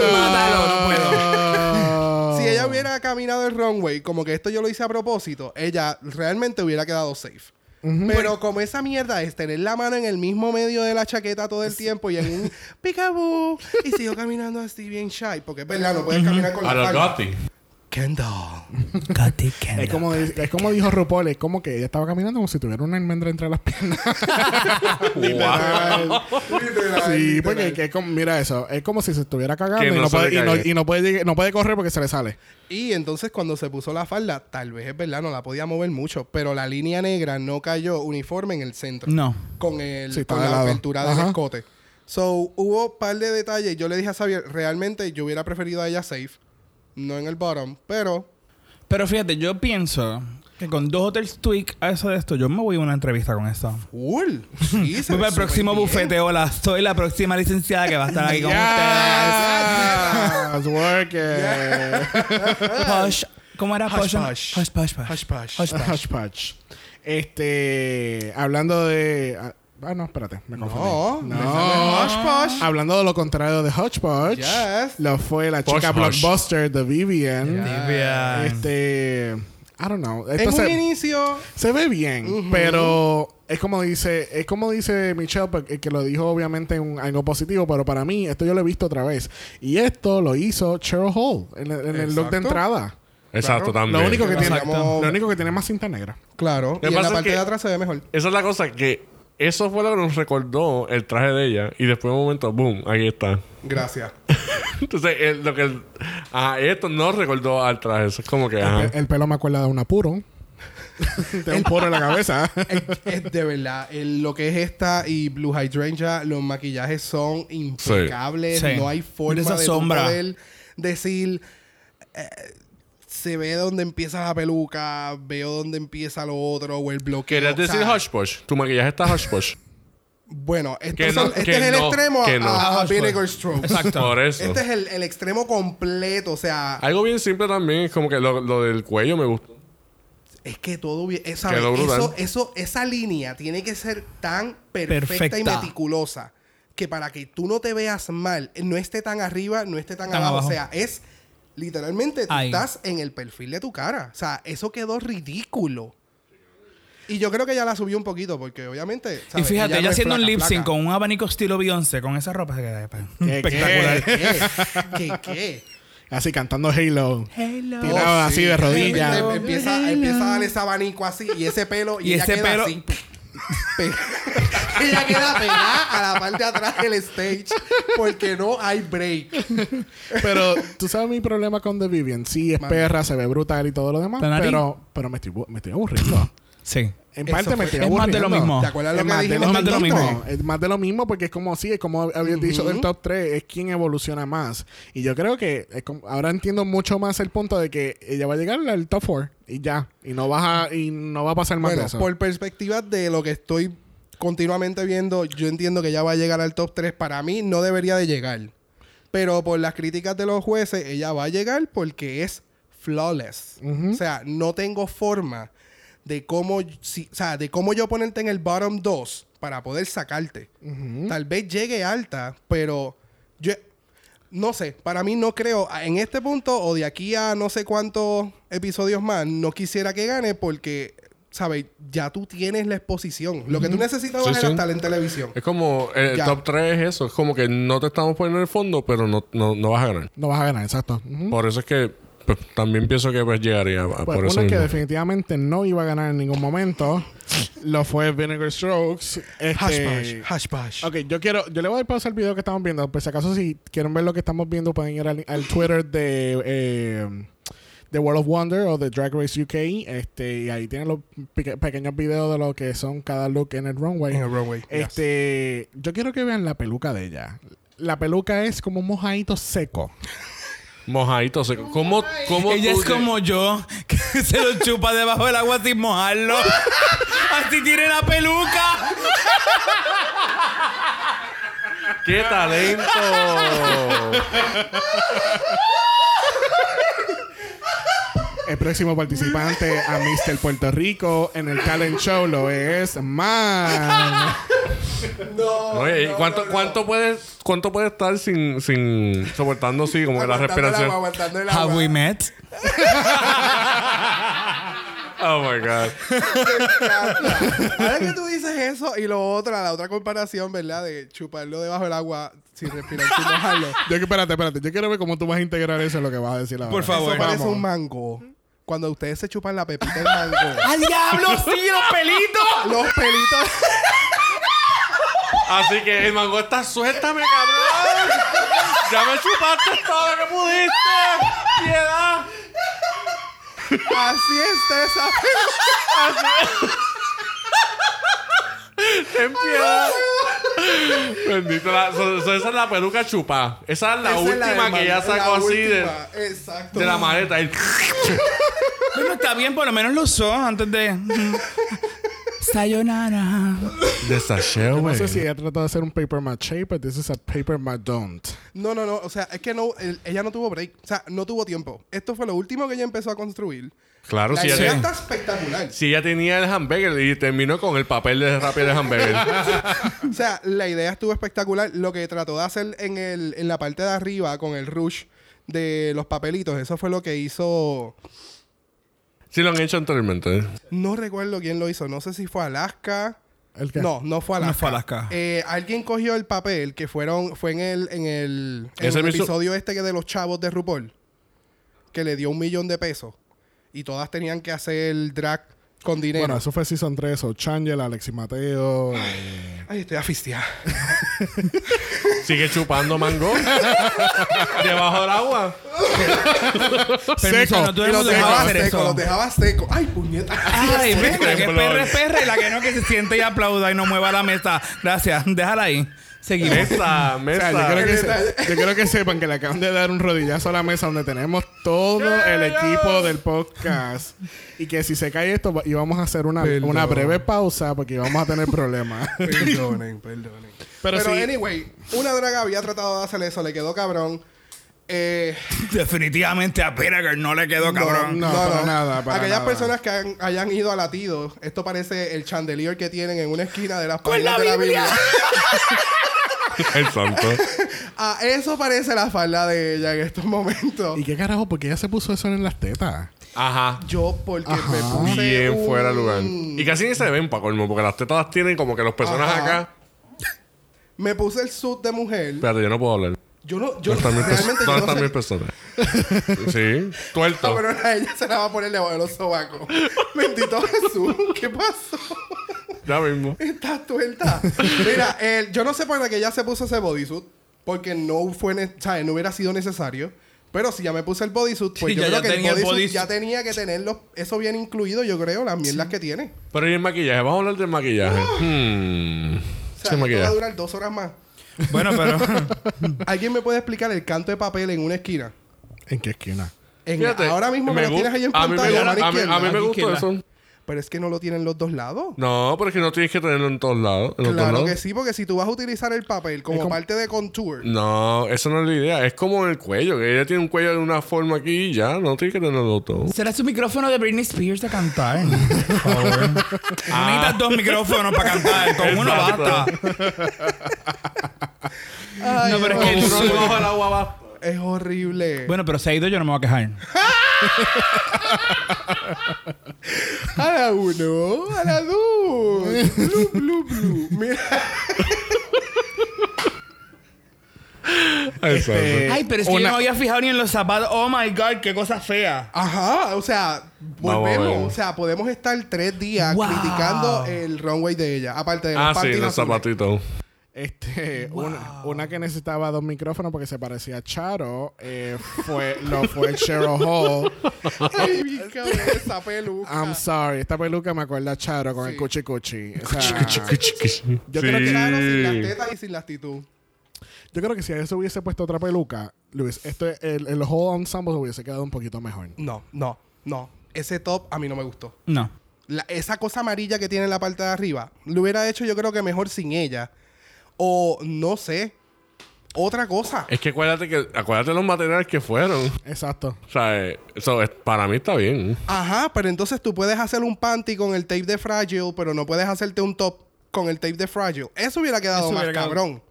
Speaker 4: no. Mátalo, no puedo.
Speaker 1: puedo.
Speaker 3: <laughs> Si ella hubiera caminado el runway, como que esto yo lo hice a propósito, ella realmente hubiera quedado safe. Pero como esa mierda es tener la mano en el mismo medio de la chaqueta todo el tiempo y en un picaboo y sigo caminando así bien shy, porque es verdad, no puedes caminar con
Speaker 2: A
Speaker 3: la
Speaker 2: los
Speaker 3: palma.
Speaker 2: Gotti.
Speaker 3: Kendall.
Speaker 4: Katy
Speaker 1: Es como, es como dijo RuPaul, es como que ella estaba caminando como si tuviera una almendra entre las
Speaker 3: <laughs>
Speaker 1: piernas.
Speaker 2: Wow.
Speaker 3: Literal,
Speaker 1: sí,
Speaker 3: literal.
Speaker 1: porque que es como- mira eso, es como si se estuviera cagando
Speaker 2: Que
Speaker 1: y,
Speaker 2: no
Speaker 1: no
Speaker 2: se
Speaker 1: puede,
Speaker 2: le
Speaker 1: y, no,
Speaker 2: caiga.
Speaker 1: y no puede, llegar- no puede correr porque se le
Speaker 3: <laughs>
Speaker 1: sale.
Speaker 3: Y entonces cuando se puso la falda, tal vez es verdad, no la podía mover mucho, pero la línea negra no cayó uniforme en el centro.
Speaker 4: No.
Speaker 3: Con, el,
Speaker 1: Sí, estaba
Speaker 3: con
Speaker 1: de
Speaker 3: la
Speaker 1: lado.
Speaker 3: apertura del
Speaker 1: Ajá.
Speaker 3: escote. So, hubo un par de detalles. Yo le dije a Xavier, realmente yo hubiera preferido a ella safe, no en el bottom, pero
Speaker 4: Pero fíjate, yo pienso que con dos hotels tweak a eso de esto, yo me voy a una entrevista con esto.
Speaker 3: Cool.
Speaker 4: <laughs>
Speaker 3: Sí, se
Speaker 4: Voy
Speaker 3: ve
Speaker 4: para el próximo
Speaker 3: súper bien.
Speaker 4: bufete. Hola, soy la próxima licenciada que va a estar aquí con
Speaker 3: Ah.
Speaker 1: Yes, work
Speaker 3: <laughs>
Speaker 1: it.
Speaker 4: ustedes. Posh. ¿Cómo era?
Speaker 3: Hush,
Speaker 4: Posh.
Speaker 3: posh.
Speaker 4: Hush, posh, posh.
Speaker 3: Hush, posh.
Speaker 4: Hush, posh.
Speaker 1: Hush Patch. Este, hablando de ah, Ah, no, espérate, me confundí.
Speaker 3: No,
Speaker 1: No.
Speaker 3: Hush, hush.
Speaker 1: Hablando de lo contrario de Hutch Podge,
Speaker 3: Yes.
Speaker 1: lo fue la
Speaker 2: Posh
Speaker 1: chica
Speaker 2: Hush.
Speaker 1: blockbuster de Vivian.
Speaker 4: Vivian.
Speaker 1: Este, I don't know.
Speaker 3: En
Speaker 1: Esto
Speaker 3: un
Speaker 1: se,
Speaker 3: inicio,
Speaker 1: se ve bien, pero es como dice, es como dice Michelle porque- que lo dijo obviamente en algo positivo, pero para mí esto yo lo he visto otra vez y esto lo hizo Cheryl Hall en, el- en el look de
Speaker 3: Exacto.
Speaker 1: entrada.
Speaker 2: Exacto,
Speaker 3: Claro.
Speaker 2: también.
Speaker 1: Lo único que tiene,
Speaker 4: Exacto.
Speaker 1: lo único que tiene es más cinta negra.
Speaker 3: claro. Y
Speaker 2: que
Speaker 3: en
Speaker 2: pasa
Speaker 3: la
Speaker 2: es
Speaker 3: parte
Speaker 2: que-
Speaker 3: de atrás se ve mejor.
Speaker 2: Esa es la cosa que eso fue lo que nos recordó el traje de ella y después de un momento, boom, aquí está. <laughs>
Speaker 3: Gracias.
Speaker 2: Entonces, el- lo que el- ajá, esto no recordó al traje, eso es como que ajá.
Speaker 3: Este,
Speaker 1: El, el pelo me acuerda de un apuro. <laughs> de un puro en la cabeza.
Speaker 3: Es de verdad, el- lo que es esta y Blue Hydrangea, los maquillajes son impecables.
Speaker 4: Sí.
Speaker 3: No hay forma
Speaker 4: Mira esa
Speaker 3: de tú
Speaker 4: sombra.
Speaker 3: poder decir. eh, se ve donde empieza la peluca, veo donde empieza lo otro o el bloqueo.
Speaker 2: ¿Querías
Speaker 3: este, O sea,
Speaker 2: decir hush push? Tu maquillaje está hush
Speaker 3: <laughs>
Speaker 2: push.
Speaker 3: Bueno, este,
Speaker 2: Que
Speaker 3: es,
Speaker 2: no,
Speaker 3: el, este
Speaker 2: que
Speaker 3: es el
Speaker 2: no,
Speaker 3: extremo
Speaker 2: que no.
Speaker 3: a, a
Speaker 4: Ah, pues.
Speaker 3: Vinegar Strokes.
Speaker 4: Exacto.
Speaker 2: Por eso.
Speaker 3: Este es el, el extremo completo, o sea,
Speaker 2: Algo bien simple también es como que lo, lo del cuello me gustó.
Speaker 3: es que todo bien, eh, ¿sabes?
Speaker 2: Quedó brutal.
Speaker 3: Eso, eso, esa línea tiene que ser tan perfecta, y
Speaker 4: Perfecta.
Speaker 3: meticulosa que para que tú no te veas mal, eh, no esté tan arriba, no esté tan,
Speaker 4: Tan
Speaker 3: abajo.
Speaker 4: abajo.
Speaker 3: o sea, es literalmente tú
Speaker 4: Ahí.
Speaker 3: estás en el perfil de tu cara, o sea, eso quedó ridículo. Y yo creo que ya la subió un poquito porque obviamente
Speaker 4: Y
Speaker 3: ¿sabes?
Speaker 4: fíjate,
Speaker 3: no
Speaker 4: ella
Speaker 3: es
Speaker 4: haciendo un
Speaker 3: flaca,
Speaker 4: lip sync
Speaker 3: flaca.
Speaker 4: con un abanico estilo Beyoncé, con esa ropa se queda pues,
Speaker 1: Espectacular.
Speaker 4: espectacular.
Speaker 3: ¿Qué? ¿Qué? ¿Qué?
Speaker 1: Así cantando Halo.
Speaker 4: Hello.
Speaker 1: Tirado así de rodillas.
Speaker 4: Hello.
Speaker 3: Oh, Em- Empieza, empieza a darle ese abanico así y ese pelo y,
Speaker 4: Y
Speaker 3: ella
Speaker 4: ese
Speaker 3: queda
Speaker 4: pelo-
Speaker 1: <laughs>
Speaker 3: así. Pe- <laughs> ella queda pegada a la parte de atrás del stage porque no hay break.
Speaker 1: Pero tú sabes mi problema con The Vivian. Sí, es
Speaker 3: Mande.
Speaker 1: perra, se ve brutal y todo lo demás.
Speaker 4: La nariz.
Speaker 1: Pero, pero me, estoy, bu- me estoy aburriendo.
Speaker 4: Sí.
Speaker 1: En
Speaker 3: Eso
Speaker 1: parte
Speaker 3: fue-
Speaker 1: me estoy
Speaker 4: es más de
Speaker 1: aburriendo.
Speaker 4: lo mismo.
Speaker 3: ¿Te acuerdas lo
Speaker 1: Es
Speaker 3: que
Speaker 1: más de
Speaker 3: dijimos?
Speaker 1: lo,
Speaker 4: Es más de lo
Speaker 1: mismo.
Speaker 4: mismo.
Speaker 1: Es más de lo mismo porque es como así, es como había dicho del top 3, es quien evoluciona más. Y yo creo que es como- ahora entiendo mucho más el punto de que ella va a llegar al top 4 y ya. Y no, vas a, y no va a pasar más de
Speaker 3: Bueno,
Speaker 1: eso.
Speaker 3: por perspectiva de lo que estoy continuamente viendo, yo entiendo que ella va a llegar al top 3. Para mí no debería de llegar. Pero por las críticas de los jueces, ella va a llegar porque es flawless. O sea, no tengo forma de cómo, si- o sea, de cómo yo ponerte en el bottom 2 para poder sacarte. Tal vez llegue alta, pero yo no sé, para mí no creo a- en este punto o de aquí a no sé cuántos episodios más, no quisiera que gane porque, ¿sabes? Ya tú tienes la exposición. Lo que tú necesitabas
Speaker 2: Sí,
Speaker 3: era
Speaker 2: sí. Eh,
Speaker 3: estar en televisión.
Speaker 2: Es como el
Speaker 3: Ya.
Speaker 2: top 3 es eso. Es como que no te estamos poniendo en el fondo, pero no, no, no vas a ganar.
Speaker 1: No vas a ganar, exacto. Ujú.
Speaker 2: Por eso es que pues, también pienso que pues, llegaría. a-
Speaker 1: Pues
Speaker 2: por
Speaker 1: uno
Speaker 2: eso
Speaker 1: que
Speaker 2: mismo.
Speaker 1: definitivamente no iba a ganar en ningún momento lo fue Vinegar Strokes. Este,
Speaker 3: Hush bash.
Speaker 1: ok, yo quiero, yo le voy a dar pausa al video que estamos viendo. Por si acaso, si quieren ver lo que estamos viendo, pueden ir al, al Twitter de eh, The World of Wonder o de Drag Race UK. Este, y ahí tienen los pique- pequeños videos de lo que son cada look en el runway.
Speaker 3: En el runway, yes.
Speaker 1: Este, yo quiero que vean la peluca de ella. La peluca es como un mojadito seco.
Speaker 2: Mojadito seco. ¿Cómo, cómo
Speaker 4: Ella
Speaker 2: tú
Speaker 4: es
Speaker 2: te-
Speaker 4: como yo, que <laughs> se lo chupa debajo del agua sin mojarlo. Así tiene la peluca.
Speaker 2: ¡Qué talento!
Speaker 1: El próximo participante a Mr. Puerto Rico en el talent show lo es
Speaker 3: <laughs>
Speaker 1: Man.
Speaker 2: Oye, ¿y ¿cuánto, cuánto, puede, ¿cuánto puede estar sin, sin soportando así como que la respiración?
Speaker 4: Have we met?
Speaker 2: Oh my God.
Speaker 3: <laughs> Ahora que tú dices eso y lo otro, la otra comparación, ¿verdad? De chuparlo debajo del agua sin respirar, sin
Speaker 2: <laughs>
Speaker 3: mojarlo.
Speaker 1: Yo que- espérate, espérate. Yo quiero ver cómo tú vas a integrar eso en lo que vas a decir ahora.
Speaker 4: Por
Speaker 3: Eso
Speaker 4: favor.
Speaker 3: parece un mango. Cuando ustedes se chupan la pepita del
Speaker 2: <laughs>
Speaker 3: mango,
Speaker 4: ¡Al diablo, sí, los pelitos!
Speaker 3: los pelitos. <laughs>
Speaker 2: Así que el mango está suéltame, cabrón. Ya me chupaste todo lo que pudiste. Piedad.
Speaker 3: Así está esa
Speaker 2: Ten piedad. Bendito. la- so- so- esa es la peluca chupa. Esa es la
Speaker 3: Esa es
Speaker 2: última
Speaker 3: del
Speaker 2: que ya
Speaker 3: mango,
Speaker 2: sacó
Speaker 3: la
Speaker 2: así de,
Speaker 3: última, Exacto.
Speaker 2: de la maleta. El-
Speaker 4: Bueno, está bien, por lo menos lo usó antes de. Mm. Sayonara.
Speaker 2: Desacheo,
Speaker 1: No
Speaker 2: güey.
Speaker 1: sé si ella trató de hacer un paper maché, pero this is a paper don't.
Speaker 3: No, no, no. O sea, es que no, el- ella no tuvo break. O sea, no tuvo tiempo. Esto fue lo último que ella empezó a construir.
Speaker 2: Claro,
Speaker 3: La
Speaker 2: si
Speaker 3: idea
Speaker 2: ella,
Speaker 3: está espectacular.
Speaker 2: si ella tenía el hamburger y terminó con el papel de rápido
Speaker 1: <laughs>
Speaker 2: de hamburger.
Speaker 3: O sea, la idea estuvo espectacular. Lo que trató de hacer en, el, en la parte de arriba con el rush de los papelitos, eso fue lo que hizo.
Speaker 2: sí lo han hecho anteriormente.
Speaker 3: No recuerdo quién lo hizo. No sé si fue Alaska.
Speaker 1: ¿El qué?
Speaker 3: No, no fue Alaska.
Speaker 4: No fue Alaska.
Speaker 3: Eh, alguien cogió el papel que fueron, fue en el, en el, en
Speaker 2: Ese
Speaker 3: el
Speaker 2: me hizo-
Speaker 3: episodio este que de los chavos de RuPaul, que le dio un millón de pesos. Y todas tenían que hacer el drag con dinero.
Speaker 1: Bueno, eso fue Season 3, o Changel, Alex y Mateo. eh,
Speaker 3: Ay, estoy afistiada.
Speaker 2: Sigue chupando mango. <laughs> Debajo del agua.
Speaker 4: Permiso,
Speaker 1: Seco.
Speaker 4: no todo el
Speaker 3: Los
Speaker 4: mundo puede
Speaker 3: dejaba
Speaker 4: hacer
Speaker 3: seco,
Speaker 4: eso.
Speaker 3: los dejaba seco. Ay,
Speaker 4: <laughs>
Speaker 3: puñeta.
Speaker 4: Ay, venga, que es
Speaker 2: ejemplo.
Speaker 4: perra es perra y la que no que se siente y aplauda y no mueva la mesa. Gracias, déjala ahí. Seguimos.
Speaker 2: Mesa,
Speaker 1: O sea,
Speaker 2: mesa.
Speaker 1: yo, creo que
Speaker 3: El
Speaker 1: se-
Speaker 3: detalle.
Speaker 1: yo creo que sepan que le acaban de dar un rodillazo a la mesa donde tenemos todo el equipo del podcast. Y que si se cae esto, va- íbamos a hacer una,
Speaker 3: Perdón.
Speaker 1: una breve pausa porque íbamos a tener problemas.
Speaker 3: <laughs> perdonen, perdonen. Pero,
Speaker 1: Pero sí-
Speaker 3: anyway, una draga había tratado de hacer eso, le quedó cabrón. Eh,
Speaker 4: Definitivamente a Peter no le quedó cabrón.
Speaker 1: no, para nada, para
Speaker 3: Aquellas
Speaker 1: nada.
Speaker 3: personas que han- hayan ido a latidos, esto parece el chandelier que tienen en una esquina de las
Speaker 4: ¡Con la
Speaker 3: páginas de la
Speaker 4: Biblia!
Speaker 3: Biblia.
Speaker 2: El santo.
Speaker 3: A eso parece la falda de ella en estos
Speaker 1: <laughs>
Speaker 3: momentos.
Speaker 1: ¿Y qué carajo? Porque ella se puso eso en las tetas.
Speaker 2: Ajá.
Speaker 3: Yo porque me puse
Speaker 2: Bien
Speaker 3: un-
Speaker 2: fuera de lugar.
Speaker 1: Uh.
Speaker 2: Y casi ni se ven, pa' colmo, porque las tetas las tienen como que los personajes
Speaker 3: Ajá.
Speaker 2: acá.
Speaker 3: Me puse el suit de mujer.
Speaker 2: Espérate, yo no puedo hablar.
Speaker 3: Yo no, yo
Speaker 2: ¿Dónde están mis
Speaker 3: realmente
Speaker 2: personas?
Speaker 3: yo
Speaker 2: ¿Dónde
Speaker 3: no
Speaker 2: están
Speaker 3: sé-
Speaker 2: mis
Speaker 3: <laughs>
Speaker 2: personas? Sí,
Speaker 3: Ah,
Speaker 2: tuerto.
Speaker 3: pero a ella se la va a poner debajo de los sobacos. Bendito Jesús, ¿qué pasó?
Speaker 2: Ya mismo.
Speaker 3: Estás tuerta. Mira, el- yo no sé por qué ella se puso ese bodysuit, porque no fue, ne- o sea, no hubiera sido necesario. Pero si ya me puse el bodysuit, pues
Speaker 4: Sí,
Speaker 3: yo
Speaker 4: ya-
Speaker 3: creo
Speaker 4: ya
Speaker 3: que el
Speaker 4: tenía el
Speaker 3: bodysuit,
Speaker 4: bodysuit.
Speaker 3: ya tenía que tenerlo, eso bien incluido, yo creo, las mierdas que tiene.
Speaker 2: Pero y el maquillaje, vamos a hablar del maquillaje. Hmm.
Speaker 3: O sea, esto va
Speaker 2: Sí, el
Speaker 3: a
Speaker 2: maquillaje.
Speaker 3: durar dos horas más.
Speaker 4: Bueno, pero.
Speaker 3: ¿Alguien me puede explicar el canto de papel en una esquina?
Speaker 1: ¿En qué esquina?
Speaker 3: En-
Speaker 2: Fíjate,
Speaker 3: ahora mismo me, lo
Speaker 2: gu-
Speaker 3: tienes ahí en
Speaker 2: a mí me
Speaker 3: pantalla,
Speaker 2: gu-
Speaker 3: mano
Speaker 2: a mí, a mí
Speaker 3: izquierda.
Speaker 2: me gustó
Speaker 4: izquierda.
Speaker 2: eso.
Speaker 3: Pero es que no lo tienen los dos lados.
Speaker 2: No, pero es que no tienes que tenerlo en todos lados. En los dos
Speaker 3: Claro
Speaker 2: lados.
Speaker 3: que sí, porque si tú vas a utilizar el papel como, parte de contour,
Speaker 2: No, eso no es la idea. Es como el cuello, que ella tiene un cuello de una forma aquí y ya. No tienes que tenerlo todo.
Speaker 4: Será su micrófono de Britney Spears de cantar. ¿eh? Por
Speaker 3: <laughs>
Speaker 4: favor.
Speaker 3: Ah.
Speaker 4: Necesitas dos micrófonos para cantar. Con uno
Speaker 2: Exacto.
Speaker 4: basta. no, pero es que.
Speaker 2: Uno debajo del agua va.
Speaker 3: es horrible.
Speaker 4: Bueno, pero se ha ido, yo no me voy a quejar.
Speaker 3: A la uno, a la
Speaker 2: <laughs>
Speaker 3: dos. Blu, blu, blu. Mira,
Speaker 2: Exacto.
Speaker 3: Este,
Speaker 4: Ay, pero es que yo no había fijado ni en los zapatos. Oh my god, qué cosa fea.
Speaker 3: ajá, o sea,
Speaker 2: Vamos a ver.
Speaker 3: volvemos. O sea, podemos estar tres días
Speaker 4: Wow.
Speaker 3: criticando el runway de ella. Aparte de las
Speaker 2: Ah, sí,
Speaker 3: panties
Speaker 2: los
Speaker 3: azules.
Speaker 2: zapatitos.
Speaker 1: Este, <laughs> una, una que necesitaba dos micrófonos porque se parecía a Charo, eh, fue, lo fue Cheryl Hall.
Speaker 3: Ay, mi cabrón, esa peluca.
Speaker 1: I'm sorry, esta peluca me acuerda a Charo con el
Speaker 3: Sí.
Speaker 1: cuchi cuchi. O sea,
Speaker 2: Yo
Speaker 1: Yo creo que
Speaker 3: Claro, sin las tetas y sin la actitud.
Speaker 1: Yo creo que si a eso hubiese puesto otra peluca, Luis, esto, el, el whole ensemble se hubiese quedado un poquito mejor.
Speaker 3: No, no, no. Ese top a mí no me gustó.
Speaker 4: No.
Speaker 3: La- esa cosa amarilla que tiene en la parte de arriba, lo hubiera hecho yo creo que mejor sin ella. O no sé, otra cosa.
Speaker 2: Es que acuérdate que acuérdate los materiales que fueron.
Speaker 1: Exacto.
Speaker 2: O sea, eh, eso es- para mí está bien.
Speaker 3: Ajá, pero entonces tú puedes hacer un panty con el tape de Fragile, pero no puedes hacerte un top con el tape de Fragile. Eso hubiera quedado
Speaker 4: Eso
Speaker 3: más
Speaker 4: hubiera quedado-
Speaker 3: cabrón.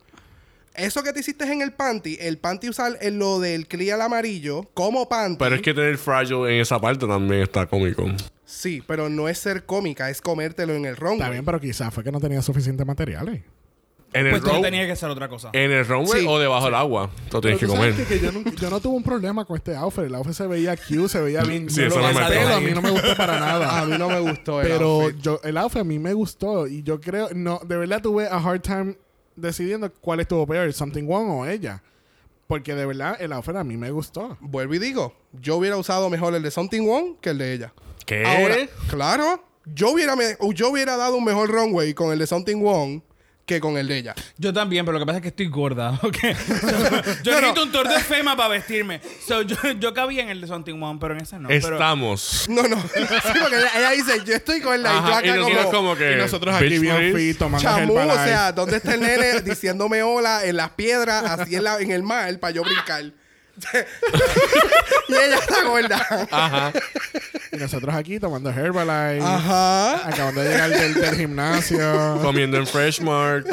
Speaker 3: Eso que te hiciste en el panty, el panty usar en lo del crial amarillo como panty.
Speaker 2: Pero es que tener fragile en esa parte también está cómico.
Speaker 3: Sí, pero no es ser cómica, es comértelo en el ron.
Speaker 1: Está bien, pero quizás fue que no tenía suficientes materiales.
Speaker 2: En el,
Speaker 4: Pues
Speaker 2: row-
Speaker 4: tú tenía que hacer otra
Speaker 3: Eh.
Speaker 4: cosa.
Speaker 2: en el runway
Speaker 3: Sí.
Speaker 2: o debajo del agua. Lo
Speaker 1: Pero
Speaker 2: tienes que
Speaker 1: tú sabes
Speaker 2: comer.
Speaker 1: Que, que yo, nunca- yo no tuve un problema con este outfit. El outfit se veía cute, se
Speaker 2: <laughs>
Speaker 1: veía bien.
Speaker 2: Sí,
Speaker 1: Yo
Speaker 2: eso
Speaker 1: lo-
Speaker 2: no me
Speaker 1: el pelo
Speaker 2: pega.
Speaker 1: a mí no me gustó para nada.
Speaker 3: A mí no me gustó el
Speaker 1: pero
Speaker 3: outfit.
Speaker 1: yo, el outfit a mí me gustó. Y yo creo, no, de verdad tuve a hard time decidiendo cuál estuvo peor, Something One o ella. Porque de verdad el outfit a mí me gustó.
Speaker 3: Vuelvo y digo, yo hubiera usado mejor el de Something One que el de ella.
Speaker 2: ¿Qué?
Speaker 3: Ahora, claro, yo hubiera, me- yo hubiera dado un mejor runway con el de Something One que con el de ella.
Speaker 4: Yo también, pero lo que pasa es que estoy gorda. <laughs> ¿ok? yo
Speaker 3: No, no.
Speaker 4: necesito un tordo de fema para vestirme. So, yo, yo cabía en el de Something One, pero en ese no. pero-
Speaker 2: Estamos.
Speaker 3: No, <laughs> no. Sí, porque ella, ella dice, yo estoy con la
Speaker 2: Ajá, y
Speaker 3: y yo
Speaker 2: nosotros
Speaker 3: acá como...
Speaker 2: como que.
Speaker 1: Y nosotros aquí
Speaker 2: bitch,
Speaker 1: bien
Speaker 2: please.
Speaker 1: fit tomando gel
Speaker 3: Chamú, o
Speaker 1: para
Speaker 3: sea, ¿dónde está el nene diciéndome hola en las piedras, así en, la- en el mar, para yo brincar? <laughs> y ella está gorda.
Speaker 2: Ajá.
Speaker 1: Y nosotros aquí tomando Herbalife.
Speaker 3: Ajá.
Speaker 1: Acabando de llegar del, del
Speaker 2: <laughs>
Speaker 1: gimnasio.
Speaker 2: Comiendo en Freshmart.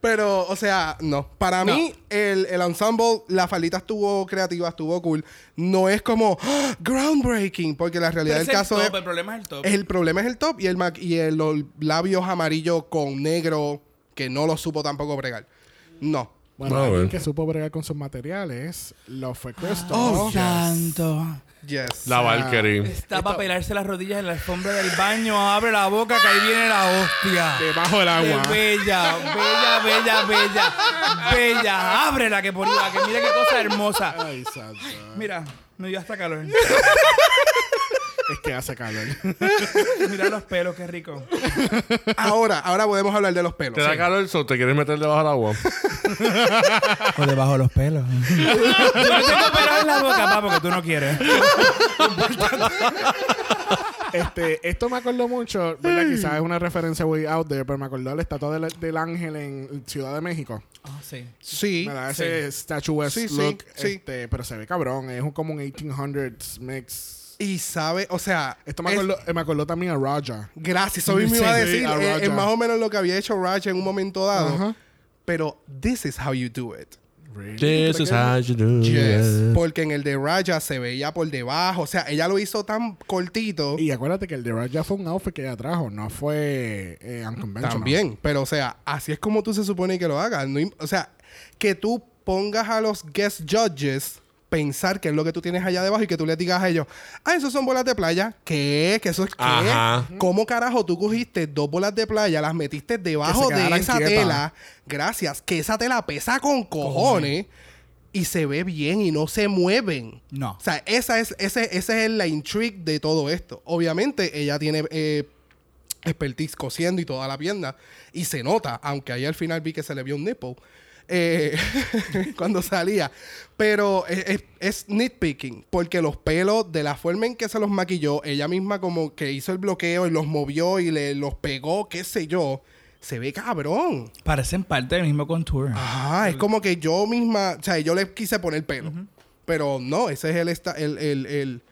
Speaker 3: Pero, o sea, no. Para mí, el, el ensemble, la faldita estuvo creativa, estuvo cool. No es como ¡Ah! groundbreaking, porque la
Speaker 4: pero
Speaker 3: realidad
Speaker 4: es
Speaker 3: del
Speaker 4: el
Speaker 3: caso
Speaker 4: top,
Speaker 3: es...
Speaker 4: El problema es el top.
Speaker 3: El problema es el top y el ma- y el- los labios amarillos con negro que no lo supo tampoco bregar. No.
Speaker 1: Bueno,
Speaker 2: Ah,
Speaker 1: alguien
Speaker 2: bueno.
Speaker 1: que supo bregar con sus materiales lo fue Cristo.
Speaker 3: Oh,
Speaker 4: Santo.
Speaker 3: Yes.
Speaker 2: La Valkyrie.
Speaker 4: Está para pelarse las rodillas en la alfombra del baño. Abre la boca que ahí viene la hostia.
Speaker 1: Debajo del
Speaker 4: De
Speaker 1: agua.
Speaker 4: bella, bella, bella, bella, bella. Ábrela que por iba, que mira qué cosa hermosa.
Speaker 1: Ay, santo.
Speaker 4: Mira, me dio hasta calor.
Speaker 1: Es que hace calor.
Speaker 4: Mira los pelos, qué rico.
Speaker 3: Ahora, ahora podemos hablar de los pelos.
Speaker 2: ¿Te da calor o te quieres meter debajo del agua?
Speaker 4: O debajo de los pelos. Yo no tengo pelos en la boca, papá, porque tú no quieres.
Speaker 1: Este, esto me acordó mucho, ¿verdad? Quizás es una referencia way out there, pero me acordó la estatua del, del ángel en Ciudad de México.
Speaker 4: Ah, sí.
Speaker 3: Sí.
Speaker 1: Me da ese statuesque
Speaker 3: Sí, sí,
Speaker 1: look,
Speaker 3: sí.
Speaker 1: Este, pero se ve cabrón. Es un, como un 1800s mix.
Speaker 3: Y sabe, o sea,
Speaker 1: Esto me
Speaker 3: es-
Speaker 1: acordó, eh, me acordó también a Raja.
Speaker 3: gracias, eso mismo
Speaker 1: Sí,
Speaker 3: iba a
Speaker 1: sí,
Speaker 3: decir,
Speaker 1: a
Speaker 3: es,
Speaker 1: Raja.
Speaker 3: es más o menos lo que había hecho Raj en un momento dado,
Speaker 1: Ajá.
Speaker 3: pero this is how you do it.
Speaker 2: This is how you do
Speaker 3: Yes.
Speaker 2: it.
Speaker 3: Porque en el de Raja se veía por debajo, o sea, ella lo hizo tan cortito
Speaker 1: Y acuérdate que el de Raja fue un outfit que ella trajo, no fue eh, unconventional.
Speaker 3: también, pero o sea, así es como tú se supone que lo hagas, no im- o sea, que tú pongas a los guest judges pensar que es lo que tú tienes allá debajo y que tú les digas a ellos, ah, esos son bolas de playa, ¿qué? ¿Qué eso es qué?
Speaker 2: Ajá.
Speaker 3: ¿Cómo carajo tú cogiste dos bolas de playa, las metiste debajo
Speaker 1: Que se
Speaker 3: de
Speaker 1: quedaran
Speaker 3: esa
Speaker 1: quietas.
Speaker 3: tela? Gracias, que esa tela pesa con cojones y se ve bien y no se mueven.
Speaker 4: No.
Speaker 3: O sea, esa es, ese, ese es la intrigue de todo esto. Obviamente, ella tiene eh, expertise cosiendo y toda la pierna. Y se nota, aunque ahí al final vi que se le vio un nipple. eh, <laughs> cuando salía. Pero es, es- es nitpicking. Porque los pelos, de la forma en que se los maquilló, ella misma como que hizo el bloqueo y los movió y le los pegó, qué sé yo. Se ve cabrón.
Speaker 4: Parecen parte del mismo contour.
Speaker 3: Ajá,
Speaker 2: Mm.
Speaker 3: es como que yo misma, o sea, yo le quise poner pelo. Pero no, ese es el, esta- el, el, el,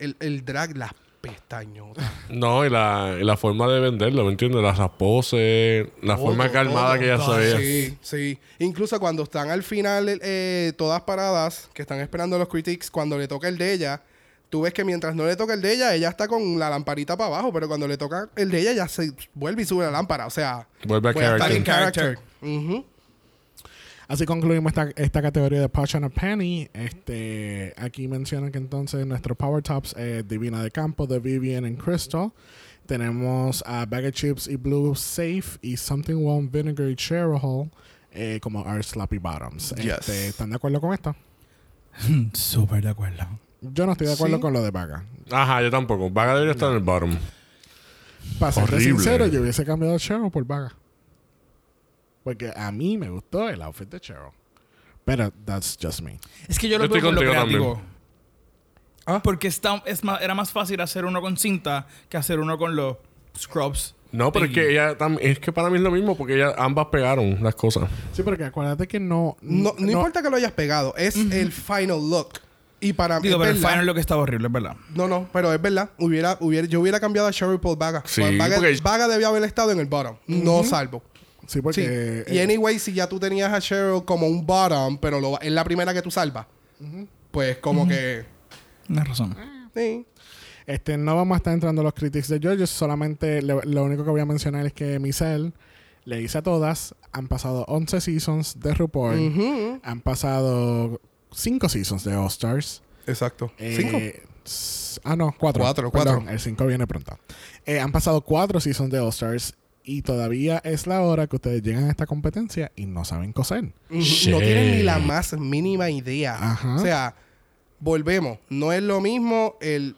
Speaker 3: el- el drag, las pestañotas.
Speaker 2: No, y la, y la forma de venderlo, ¿me entiendes? Las, las poses, la forma calmada que ella
Speaker 3: todo.
Speaker 2: sabía.
Speaker 3: Oh, Sí, sí. Incluso cuando están al final eh, todas paradas, que están esperando los critics, cuando le toca el de ella, tú ves que mientras no le toca el de ella, ella está con la lamparita para abajo, pero cuando le toca el de ella, ya se vuelve y sube la lámpara. O sea,
Speaker 2: Vuelve a
Speaker 3: voy a estar
Speaker 2: character.
Speaker 3: en character. Ujú.
Speaker 1: Así concluimos esta, esta categoría de Pouch and a Penny. Este, aquí mencionan que entonces nuestros Power Tops es Divina de Campo, de Vivian and Crystal. Tenemos a Bag of Chips y Blue Safe y Something One Vinegar y Cheryl Hall eh, como Our Sloppy Bottoms.
Speaker 3: Yes.
Speaker 1: Este, ¿Están de acuerdo con esto?
Speaker 4: Súper de acuerdo.
Speaker 1: Yo no estoy de acuerdo
Speaker 3: Sí.
Speaker 1: con lo de Vaga.
Speaker 2: Ajá, yo tampoco. Vaga debería estar en el bottom.
Speaker 1: Para ser
Speaker 2: Horrible.
Speaker 1: sincero, yo hubiese cambiado Cheryl por Vaga. Porque a mí me gustó el outfit de Cheryl. Pero that's just me.
Speaker 4: Es que yo
Speaker 2: Yo
Speaker 4: lo
Speaker 2: estoy
Speaker 4: veo por lo
Speaker 2: contigo
Speaker 4: creativo.
Speaker 2: también.
Speaker 4: Porque está- es más- era más fácil hacer uno con cinta que hacer uno con los scrubs.
Speaker 2: No, pero es que ella tam- es que para mí es lo mismo porque ella ambas pegaron las cosas.
Speaker 1: Sí, porque acuérdate que no...
Speaker 4: Mm,
Speaker 3: No, no importa que lo hayas pegado, es el final look. Y para mí.
Speaker 4: Digo,
Speaker 3: es
Speaker 4: pero el
Speaker 3: verdad.
Speaker 4: final lo que estaba horrible, es verdad.
Speaker 3: No, no, pero es verdad. Hubiera, hubiera, yo hubiera cambiado a Sherry Paul Vaga.
Speaker 2: Sí,
Speaker 3: Vaga,
Speaker 2: porque-
Speaker 3: Vaga debió haber estado en el bottom. No salvo.
Speaker 1: Sí, porque...
Speaker 3: Sí.
Speaker 1: eh,
Speaker 3: y anyway, si ya tú tenías a Cheryl como un bottom, pero lo- es la primera que tú salvas, pues como que...
Speaker 4: Tienes razón.
Speaker 3: Sí.
Speaker 1: Este, no vamos a estar entrando en los critics de George, solamente le- lo único que voy a mencionar es que Michelle le dice a todas, han pasado 11 seasons de RuPaul, han pasado 5 seasons de All Stars.
Speaker 3: Exacto.
Speaker 1: eh,
Speaker 3: Cinco.
Speaker 1: s- Ah, no, 4.
Speaker 3: Cuatro, cuatro.
Speaker 1: El 5 viene pronto. Eh, han pasado 4 seasons de All Stars y todavía es la hora que ustedes llegan a esta competencia y no saben coser.
Speaker 3: Ujú. No tienen ni la más mínima idea.
Speaker 1: Ajá.
Speaker 3: O sea, volvemos. No es lo mismo el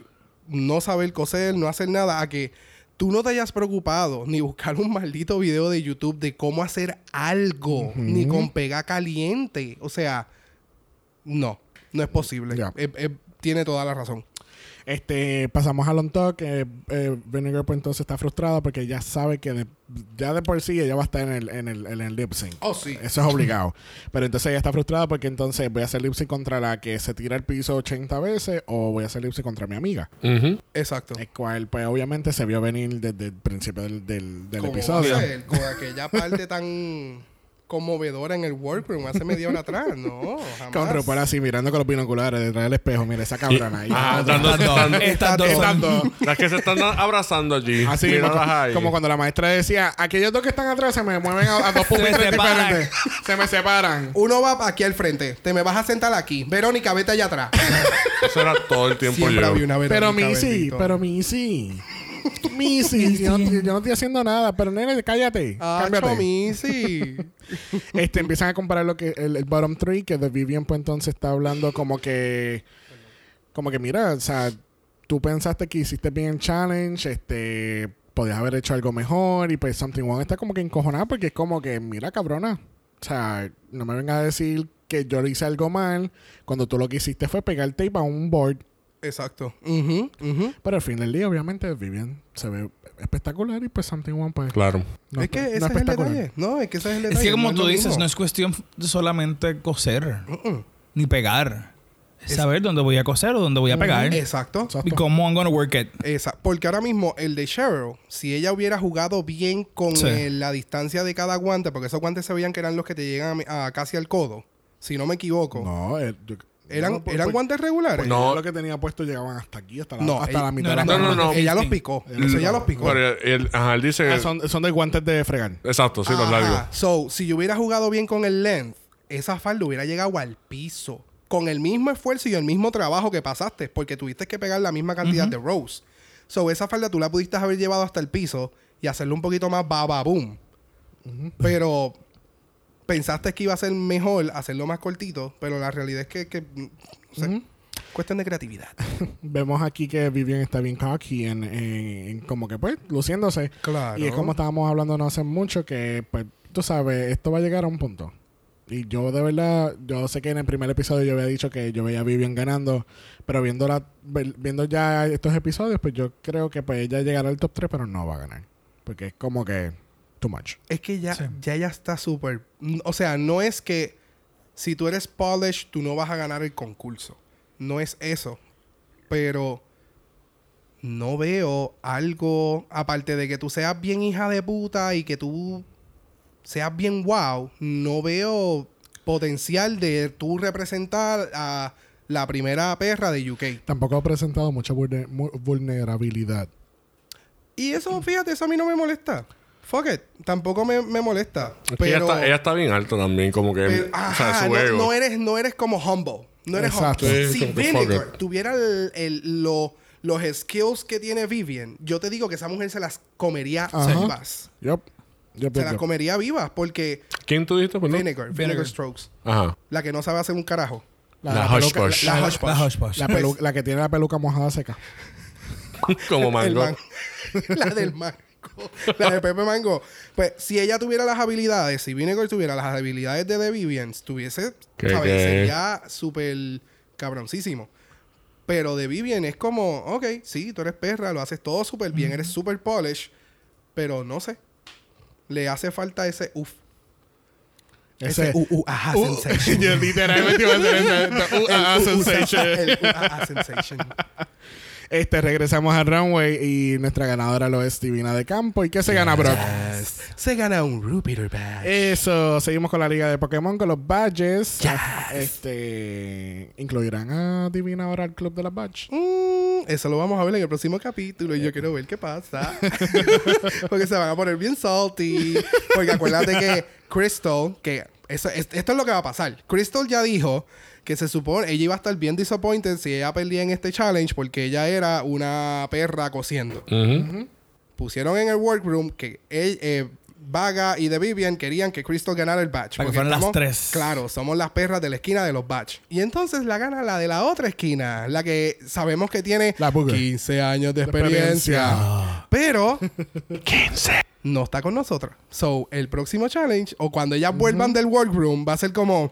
Speaker 3: no saber coser, no hacer nada, a que tú no te hayas preocupado ni buscar un maldito video de YouTube de cómo hacer algo, ni con pega caliente. O sea, no, no es posible.
Speaker 1: Ya.
Speaker 3: Eh, eh, tiene toda la razón.
Speaker 1: Este, pasamos a on Talk. Eh, eh, Vinegar pues entonces está frustrado porque ya sabe que de- ya de por sí ella va a estar en el, en el, en el lip sync.
Speaker 3: Oh, sí.
Speaker 1: Eso es obligado. Pero entonces ella está frustrada porque entonces voy a hacer lip sync contra la que se tira al piso 80 veces o voy a hacer lip sync contra mi amiga.
Speaker 2: Ujú.
Speaker 3: Exacto.
Speaker 1: El cual, pues obviamente se vio venir desde el principio del, del- del
Speaker 3: Como
Speaker 1: episodio.
Speaker 3: hacer con aquella parte tan conmovedora en el workroom hace media hora atrás. No, jamás.
Speaker 1: Con RuPaul así mirando con los binoculares detrás del espejo. Mira esa cabrona ahí.
Speaker 2: Ah, dando-
Speaker 4: Estas dos.
Speaker 2: dando-
Speaker 4: Estas dos.
Speaker 1: Estas
Speaker 4: son-
Speaker 1: dos.
Speaker 2: Las que se están <laughs> abrazando allí.
Speaker 3: Ah,
Speaker 1: Así mismo,
Speaker 2: Míralas
Speaker 1: como,
Speaker 2: ahí.
Speaker 1: como cuando la maestra decía, aquellos dos que están atrás se me mueven a, a dos
Speaker 4: <laughs> Se me
Speaker 1: pupitres
Speaker 4: separan.
Speaker 1: diferentes. Se me
Speaker 4: <laughs>
Speaker 1: separan.
Speaker 3: Uno va aquí al frente. Te me vas a sentar aquí. Verónica, vete allá atrás.
Speaker 2: Eso era todo el tiempo
Speaker 3: Siempre
Speaker 2: yo.
Speaker 3: había una Verónica.
Speaker 1: Pero Missy,
Speaker 3: bendito.
Speaker 1: pero
Speaker 4: <laughs>
Speaker 1: Missy. Missy, yo, no, yo no estoy haciendo nada. Pero nene, cállate.
Speaker 3: Ah,
Speaker 1: cámbiate.
Speaker 3: Chomisi.
Speaker 1: Este, empiezan a comparar lo que el, el bottom three, que The Vivian pues entonces está hablando como que como que mira, o sea, tú pensaste que hiciste bien el challenge, este podías haber hecho algo mejor y pues Something One está como que encojonada porque es como que mira, cabrona, o sea, no me vengas a decir que yo hice algo mal cuando tú lo que hiciste fue pegar tape a un board.
Speaker 3: Exacto. Ujú, ujú.
Speaker 1: Pero al fin del día, obviamente, Vivian se ve espectacular y pues Something One pues
Speaker 2: Claro.
Speaker 1: no
Speaker 3: es que
Speaker 1: no
Speaker 3: ese es el
Speaker 1: espectacular.
Speaker 3: detalle. No, es que ese es el detalle.
Speaker 4: Es que como
Speaker 3: es
Speaker 4: tú
Speaker 3: lo
Speaker 4: dices,
Speaker 3: mismo.
Speaker 4: no es cuestión de solamente coser, ni pegar. Es saber dónde voy a coser o dónde voy a pegar.
Speaker 3: Exacto.
Speaker 1: Exacto.
Speaker 4: Y cómo I'm gonna work it.
Speaker 3: Esa- Porque ahora mismo el de Cheryl, si ella hubiera jugado bien con
Speaker 4: Sí.
Speaker 3: eh, la distancia de cada guante, porque esos guantes se veían que eran los que te llegan a, a casi al codo, si no me equivoco.
Speaker 1: No, eh, yo-
Speaker 3: ¿Eran,
Speaker 1: no, pues,
Speaker 3: eran
Speaker 1: pues,
Speaker 3: guantes regulares?
Speaker 2: No.
Speaker 1: Lo que tenía puesto llegaban hasta aquí, hasta la,
Speaker 3: No,
Speaker 1: hasta
Speaker 3: ey,
Speaker 1: la mitad
Speaker 4: no
Speaker 1: de la
Speaker 4: eran
Speaker 2: No,
Speaker 1: mano.
Speaker 2: no, no.
Speaker 3: Ella los picó.
Speaker 1: Ella
Speaker 3: Eso
Speaker 1: los
Speaker 3: ella
Speaker 1: picó.
Speaker 3: los picó.
Speaker 2: Pero él, él- ajá, él dice.
Speaker 1: Ah, son, son de guantes de fregar.
Speaker 2: Exacto, sí, los
Speaker 3: Ajá.
Speaker 2: largos.
Speaker 3: So, si yo hubiera jugado bien con el length, esa falda hubiera llegado al piso. Con el mismo esfuerzo y el mismo trabajo que pasaste, porque tuviste que pegar la misma cantidad de rows. So, esa falda tú la pudiste haber llevado hasta el piso y hacerlo un poquito más baba boom. Pero pensaste que iba a ser mejor hacerlo más cortito, pero la realidad es que, que, mm, no sé, cuestión de creatividad.
Speaker 1: Vemos aquí que Vivian está bien cocky en, en- en como que pues luciéndose.
Speaker 3: Claro.
Speaker 1: Y es como estábamos hablando no hace mucho que pues tú sabes, esto va a llegar a un punto. Y yo de verdad, yo sé que en el primer episodio yo había dicho que yo veía a Vivian ganando, pero viendo, la, ve- viendo ya estos episodios, pues yo creo que pues ella llegará al top 3, pero no va a ganar. Porque es como que too much.
Speaker 3: Es que ya,
Speaker 4: Sí.
Speaker 3: ya ella está súper. n- O sea, no es que si tú eres polished, tú no vas a ganar el concurso. No es eso. Pero no veo algo. Aparte de que tú seas bien hija de puta y que tú seas bien wow, no veo potencial de tú representar a la primera perra de UK.
Speaker 1: Tampoco ha presentado mucha vulne- mu- vulnerabilidad.
Speaker 3: Y eso, fíjate, eso a mí no me molesta. Fuck it. Tampoco me, me molesta.
Speaker 2: Es que ella,
Speaker 3: Pero.
Speaker 2: está, ella está bien alto también, como que.
Speaker 3: Pero,
Speaker 2: Eh, o sea,
Speaker 3: Eh, ajá,
Speaker 2: su
Speaker 3: no,
Speaker 2: ego.
Speaker 3: no eres, no eres como humble. No eres
Speaker 1: Exacto.
Speaker 3: humble.
Speaker 2: Sí,
Speaker 3: Si
Speaker 2: como que
Speaker 3: Vinegar
Speaker 2: fuck it.
Speaker 3: tuviera el- el- lo- los skills que tiene Vivian, yo te digo que esa mujer se las comería
Speaker 1: Ajá.
Speaker 3: vivas.
Speaker 1: Yup. Yup,
Speaker 3: Se
Speaker 1: yup,
Speaker 3: las
Speaker 1: yup.
Speaker 3: comería vivas porque
Speaker 2: ¿Quién tú dijiste? perdón?
Speaker 3: Vinegar, Vinegar
Speaker 4: Vinegar.
Speaker 3: Strokes,
Speaker 2: Ajá. <laughs>
Speaker 3: la que no sabe hacer un carajo.
Speaker 2: La hush
Speaker 1: peluca-
Speaker 2: push.
Speaker 1: la- la
Speaker 3: La
Speaker 1: hush
Speaker 3: hush
Speaker 1: push.
Speaker 4: La hush push.
Speaker 1: La, pelu- la que tiene la peluca mojada seca.
Speaker 2: como
Speaker 3: El
Speaker 2: mango. <laughs>
Speaker 3: man- la del mango. La de Pepe Mango. Pues si ella tuviera las habilidades, si Vinegar tuviera las habilidades de The Vivians, tuviese,
Speaker 2: ¿Qué,
Speaker 3: ¿sabes?
Speaker 2: qué?
Speaker 3: Sería súper cabroncísimo. Pero The Vivian es como, ok, sí, tú eres perra, lo haces todo súper bien, eres súper polish, pero no sé. Le hace falta ese uff. Ese, uh, uh,
Speaker 1: <laughs>
Speaker 3: ajá, sensation.
Speaker 1: Yo literalmente iba a hacer ese- uh, ah,
Speaker 3: El, uh, uh,
Speaker 1: sensation.
Speaker 3: el, uh, ah, sensation.
Speaker 1: Este, regresamos al runway y nuestra ganadora lo es Divina de Campo. ¿Y qué se gana, Brock?
Speaker 3: Se gana un Rupiter Badge.
Speaker 1: Eso, seguimos con la liga de Pokémon, con los badges. Ah, Este, incluirán a Divina ahora al club de las badges.
Speaker 3: Mm, eso lo vamos a ver en el próximo capítulo y yo quiero ver qué pasa. <laughs> porque se van a poner bien salty. Porque acuérdate que Crystal, que eso- es- esto es lo que va a pasar. Crystal ya dijo que se supone ella iba a estar bien disappointed si ella perdía en este challenge porque ella era una perra cosiendo.
Speaker 2: Ujú.
Speaker 3: Pusieron en el workroom que él, eh, Vaga y The Vivian querían que Crystal ganara el batch.
Speaker 4: Para
Speaker 3: porque
Speaker 4: que fueran las
Speaker 3: estamos-
Speaker 4: tres.
Speaker 3: Claro, somos las perras de la esquina de los batch. Y entonces la gana la de la otra esquina, la que sabemos que tiene
Speaker 1: La Booger.
Speaker 3: 15 años de
Speaker 1: experiencia.
Speaker 4: Ah.
Speaker 3: experiencia.
Speaker 4: <laughs>
Speaker 3: Pero no está con nosotros. So, el próximo challenge, o cuando ellas vuelvan del workroom, va a ser como.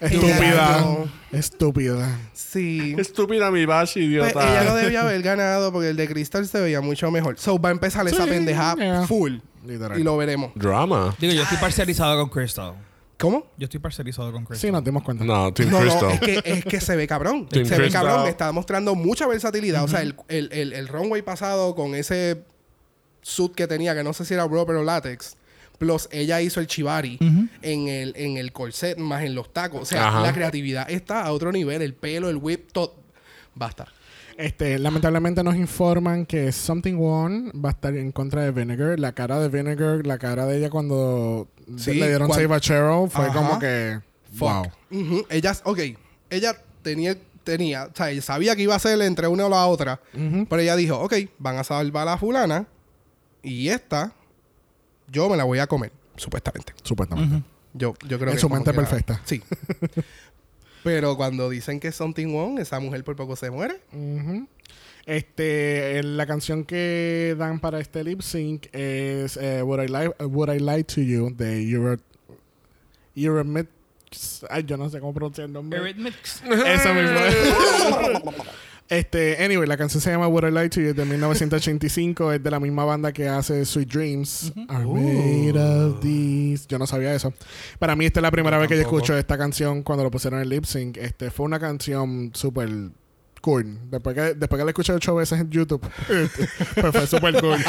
Speaker 1: Estúpida.
Speaker 3: Ella
Speaker 1: Estúpida.
Speaker 3: Sí.
Speaker 2: Estúpida mi bash,
Speaker 3: Pues,
Speaker 2: idiota.
Speaker 3: ella no debió haber ganado porque el de Crystal se veía mucho mejor. So, va a empezar esa
Speaker 1: Sí,
Speaker 3: pendeja
Speaker 1: yeah.
Speaker 3: full.
Speaker 1: Literal.
Speaker 3: Y lo veremos.
Speaker 2: Drama.
Speaker 4: Digo, yo estoy parcializado con Crystal.
Speaker 3: ¿Cómo?
Speaker 4: Yo estoy parcializado con Crystal.
Speaker 1: Sí, nos dimos cuenta.
Speaker 2: No, Team
Speaker 3: No, no,
Speaker 2: Crystal.
Speaker 3: es que, es que se ve cabrón.
Speaker 2: Team
Speaker 3: se ve
Speaker 2: Crystal.
Speaker 3: cabrón. Está mostrando mucha versatilidad. O sea, el, el, el, el runway pasado con ese suit que tenía, que no sé si era rubber o látex. Plus, ella hizo el chivari en, el, en el corset, más en los tacos. O sea,
Speaker 2: Ajá.
Speaker 3: la creatividad está a otro nivel. El pelo, el whip, todo. Basta.
Speaker 1: Este, lamentablemente nos informan que Something One va a estar en contra de Vinegar. La cara de Vinegar, la cara de ella cuando
Speaker 3: Sí,
Speaker 1: le dieron
Speaker 3: cuan-
Speaker 1: save a Cheryl fue
Speaker 3: Ajá.
Speaker 1: como que.
Speaker 3: Fuck.
Speaker 1: Wow.
Speaker 3: Ujú. Ella, ok, ella tenía, tenía, o sea, ella sabía que iba a ser entre una o la otra, pero ella dijo, ok, van a salvar a la fulana y esta, yo me la voy a comer, supuestamente.
Speaker 1: Supuestamente.
Speaker 3: Yo, yo creo
Speaker 1: En
Speaker 3: que
Speaker 1: su
Speaker 3: como
Speaker 1: mente
Speaker 3: que la-
Speaker 1: perfecta.
Speaker 3: Sí. <laughs> pero cuando dicen que es something wrong, esa mujer por poco se muere.
Speaker 1: Ujú. Este, en la canción que dan para este lip sync es eh, Would, I Lie, Would I Lie to You de Euro, Euromid. Ay, yo no sé cómo pronunciar el nombre.
Speaker 4: Eurythmics.
Speaker 1: Eso mismo. <laughs> este, anyway, la canción se llama What I Like to You de 1985. es de la misma banda que hace Sweet Dreams. Are made
Speaker 3: Oh.
Speaker 1: of these. Yo no sabía eso. Para mí, esta es la primera vez que yo escucho esta canción cuando lo pusieron en lip sync. Este, fue una canción súper cool. Después que, después que la escuché ocho veces en YouTube, <laughs> pues fue súper cool.
Speaker 3: <laughs>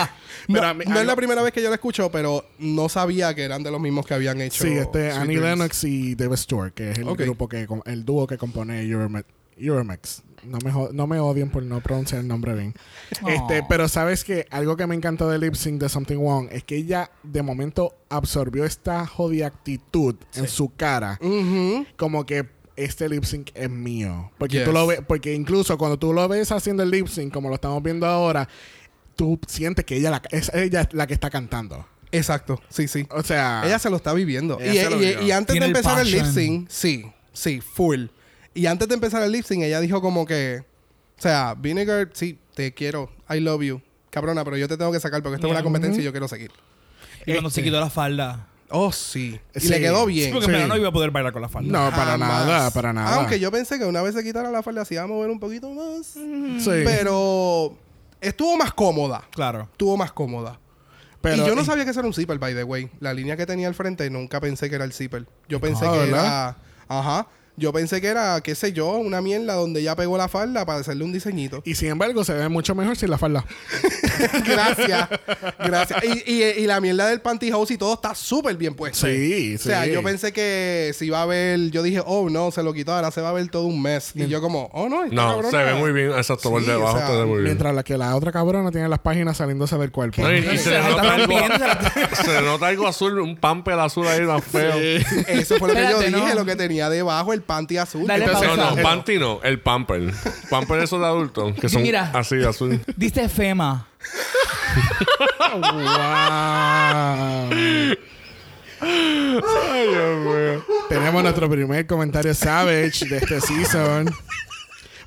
Speaker 3: No,
Speaker 1: Pero a mí-
Speaker 3: no
Speaker 1: a
Speaker 3: es la
Speaker 1: mí-
Speaker 3: primera vez que yo la escucho, pero no sabía que eran de los mismos que habían hecho.
Speaker 1: Sí, este
Speaker 3: Sweet
Speaker 1: Annie
Speaker 3: Dreams.
Speaker 1: Lennox y Dave Stewart, que es el
Speaker 3: Ok.
Speaker 1: grupo que com- el dúo que compone Eurome- Euromex. No me, jo- no me odien por no pronunciar el nombre bien. Este, pero sabes que algo que me encantó de Lip Sync de Something Wrong es que ella de momento absorbió esta jodida actitud en su cara.
Speaker 3: Ujú.
Speaker 1: Como que este lip sync es mío. Porque
Speaker 3: Yes.
Speaker 1: tú lo ves, porque incluso cuando tú lo ves haciendo el lip sync, como lo estamos viendo ahora, tú sientes que ella la- es ella la que está cantando.
Speaker 3: Exacto, sí, sí.
Speaker 1: O sea,
Speaker 3: Ella se lo está viviendo.
Speaker 1: Ah. Ella
Speaker 3: Y,
Speaker 1: se lo
Speaker 3: y-
Speaker 1: vivió.
Speaker 3: y antes de
Speaker 4: Tiene el
Speaker 3: empezar el lip
Speaker 4: passion.
Speaker 3: sync, sí, sí, full. Y antes de empezar el lip sync, ella dijo como que, o sea, Vinegar, sí, te quiero, I love you. Cabrona, pero yo te tengo que sacar porque esta es una
Speaker 4: Yeah.
Speaker 3: competencia y yo quiero seguir.
Speaker 4: Y cuando se quitó la falda.
Speaker 3: Oh, sí. Y
Speaker 1: Sí.
Speaker 3: le quedó
Speaker 4: Sí,
Speaker 3: bien.
Speaker 4: porque
Speaker 1: Sí.
Speaker 4: en verdad no iba a poder bailar con la falda.
Speaker 1: no, para
Speaker 3: Jamás.
Speaker 1: nada, para nada.
Speaker 3: Aunque yo pensé que una vez se quitara la falda, se iba a mover un poquito más.
Speaker 1: Sí.
Speaker 3: Pero estuvo más cómoda.
Speaker 4: Claro.
Speaker 3: Estuvo más cómoda.
Speaker 1: Pero-
Speaker 3: y yo no sabía que eso era un zipper, by the way. La línea que tenía al frente nunca pensé que era el zipper. Yo pensé
Speaker 1: Ah,
Speaker 3: que
Speaker 1: ¿verdad?
Speaker 3: era. Ajá. Yo pensé que era, qué sé yo, una mierda donde ya pegó la falda para hacerle un diseñito.
Speaker 1: Y sin embargo, se ve mucho mejor sin la falda.
Speaker 3: <laughs> gracias. gracias. Y, y- y la mierda del pantyhose y todo está súper bien puesto.
Speaker 1: Sí,
Speaker 3: O sea,
Speaker 1: sí.
Speaker 3: yo pensé que se iba a ver. Yo dije, oh no, se lo quitó, ahora se va a ver todo un mes. Y yo, como, oh no, está
Speaker 2: No,
Speaker 3: cabrón,
Speaker 2: se
Speaker 3: <laughs>
Speaker 2: ve
Speaker 3: no".
Speaker 2: muy bien. Exacto, por
Speaker 3: Sí,
Speaker 2: debajo
Speaker 3: o sea,
Speaker 2: se ve muy bien.
Speaker 1: Mientras la que la otra cabrona tiene las páginas saliéndose del cuerpo. <laughs>
Speaker 2: No, y, y se, le
Speaker 4: Se la
Speaker 2: nota
Speaker 4: está
Speaker 2: algo,
Speaker 4: rompiendo,
Speaker 2: <laughs>
Speaker 4: se la-
Speaker 2: se le nota algo azul, un pamper azul ahí más feo.
Speaker 3: Eso fue lo que yo
Speaker 4: Espérate,
Speaker 3: dije,
Speaker 4: no.
Speaker 3: lo que tenía debajo, el panty azul.
Speaker 4: Dale
Speaker 3: Entonces,
Speaker 2: No,
Speaker 4: pausa.
Speaker 2: no, panty no, el pamper. Pamper esos de adultos, que son
Speaker 4: Mira.
Speaker 2: así, azul.
Speaker 4: Diste FEMA.
Speaker 1: ¡Wow!
Speaker 2: Ay, Dios mío.
Speaker 1: Tenemos nuestro primer comentario savage de este season.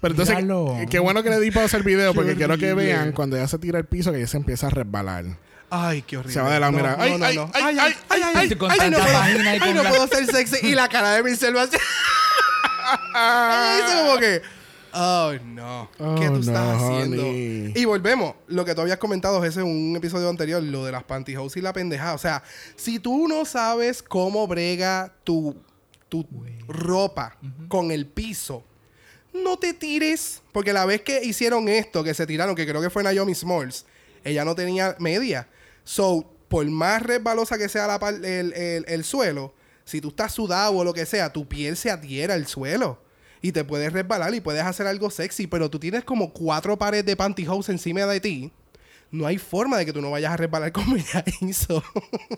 Speaker 1: Pero entonces,
Speaker 4: Míralo.
Speaker 1: qué bueno que le di pausa al video porque quiero que vean cuando ella se tira al piso que ella se empieza a resbalar.
Speaker 3: Ay, qué horrible.
Speaker 1: Se va de lado,
Speaker 3: No,
Speaker 1: mira.
Speaker 3: no,
Speaker 1: Ay,
Speaker 3: no,
Speaker 1: ay,
Speaker 3: no.
Speaker 1: ay, ay,
Speaker 3: ay, ay,
Speaker 4: Estoy con
Speaker 3: ay,
Speaker 4: tanta
Speaker 3: no puedo-
Speaker 4: página y
Speaker 3: ay,
Speaker 4: con
Speaker 3: no
Speaker 4: la-
Speaker 3: puedo ser sexy. Y la cara de mi
Speaker 1: <laughs>
Speaker 3: va así. Ella dice como que, oh, no. ¿Qué
Speaker 1: Oh,
Speaker 3: tú estás
Speaker 1: no,
Speaker 3: haciendo?
Speaker 1: honey.
Speaker 3: Y volvemos. Lo que tú habías comentado ese en un episodio anterior, lo de las pantyhose y la pendejada. O sea, si tú no sabes cómo brega tu, tu ropa con el piso, no te tires. Porque la vez que hicieron esto, que se tiraron, que creo que fue Naomi Smalls, ella no tenía media. So, por más resbalosa que sea la par- el, el- el suelo, si tú estás sudado o lo que sea, tu piel se adhiera al suelo. Y te puedes resbalar y puedes hacer algo sexy, pero tú tienes como cuatro pares de pantyhose encima de ti. No hay forma de que tú no vayas a resbalar <laughs> como ella hizo. <laughs>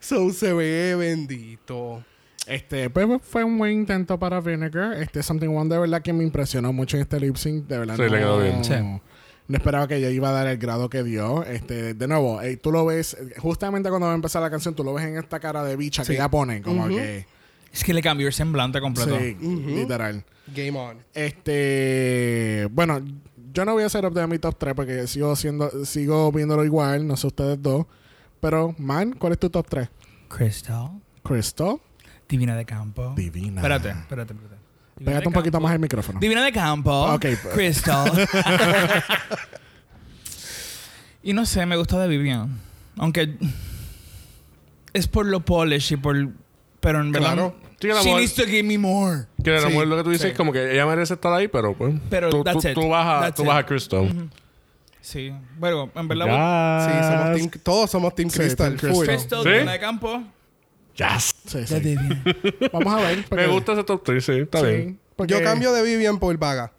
Speaker 3: so se ve bendito.
Speaker 1: Este, pues fue un buen intento para Vinegar. Este Something One de verdad que me impresionó mucho en este lip sync. De verdad.
Speaker 2: Sí, le quedó bien.
Speaker 4: Sí.
Speaker 1: No esperaba que ella iba a dar el grado que dio. Este, de nuevo, eh, tú lo ves, eh, justamente cuando va a empezar la canción, tú lo ves en esta cara de bicha que ella pone, como que.
Speaker 4: Es que le cambió el semblante completo.
Speaker 1: Sí, literal.
Speaker 3: Game on.
Speaker 1: Este, bueno, Yo no voy a hacer up de mi top 3 porque sigo, siendo, sigo viéndolo igual, no sé ustedes dos. Pero, man, ¿cuál es tu top 3?
Speaker 4: Crystal.
Speaker 1: Crystal,
Speaker 4: Divina de campo.
Speaker 1: Divina.
Speaker 4: Espérate, espérate, espérate. Divina
Speaker 1: Pégate
Speaker 4: de
Speaker 1: un poquito
Speaker 4: campo.
Speaker 1: más el micrófono.
Speaker 4: Divina de campo.
Speaker 1: Ok, pues.
Speaker 4: Crystal. y no sé, me gusta de Vivian. Aunque es por lo polish y por. Pero en verdad.
Speaker 3: Claro.
Speaker 2: Sí, que la
Speaker 4: She
Speaker 2: mujer-
Speaker 4: needs to give me more.
Speaker 2: Que la
Speaker 3: Sí,
Speaker 2: mujer lo que tú dices
Speaker 3: sí.
Speaker 2: es como que ella merece estar ahí, pero pues.
Speaker 4: Pero
Speaker 2: tú,
Speaker 4: that's
Speaker 2: tú,
Speaker 4: it.
Speaker 2: tú vas a,
Speaker 4: That's
Speaker 2: tú
Speaker 4: it. Pues
Speaker 2: vas a Crystal.
Speaker 4: Sí. Bueno, en verdad.
Speaker 3: Sí, somos team, todos somos Team
Speaker 1: Ah, Sí,
Speaker 3: Crystal.
Speaker 1: Team Crystal.
Speaker 3: full.
Speaker 4: Crystal,
Speaker 2: ¿Sí?
Speaker 4: Divina de campo.
Speaker 2: Yes.
Speaker 1: Sí,
Speaker 4: de
Speaker 1: sí.
Speaker 4: Vivian.
Speaker 1: Vamos a <laughs> ver.
Speaker 2: Me
Speaker 1: porque-
Speaker 2: gusta ese top 3, sí, está
Speaker 1: sí,
Speaker 2: bien.
Speaker 1: porque-
Speaker 3: Yo cambio de Vivian por Vaga.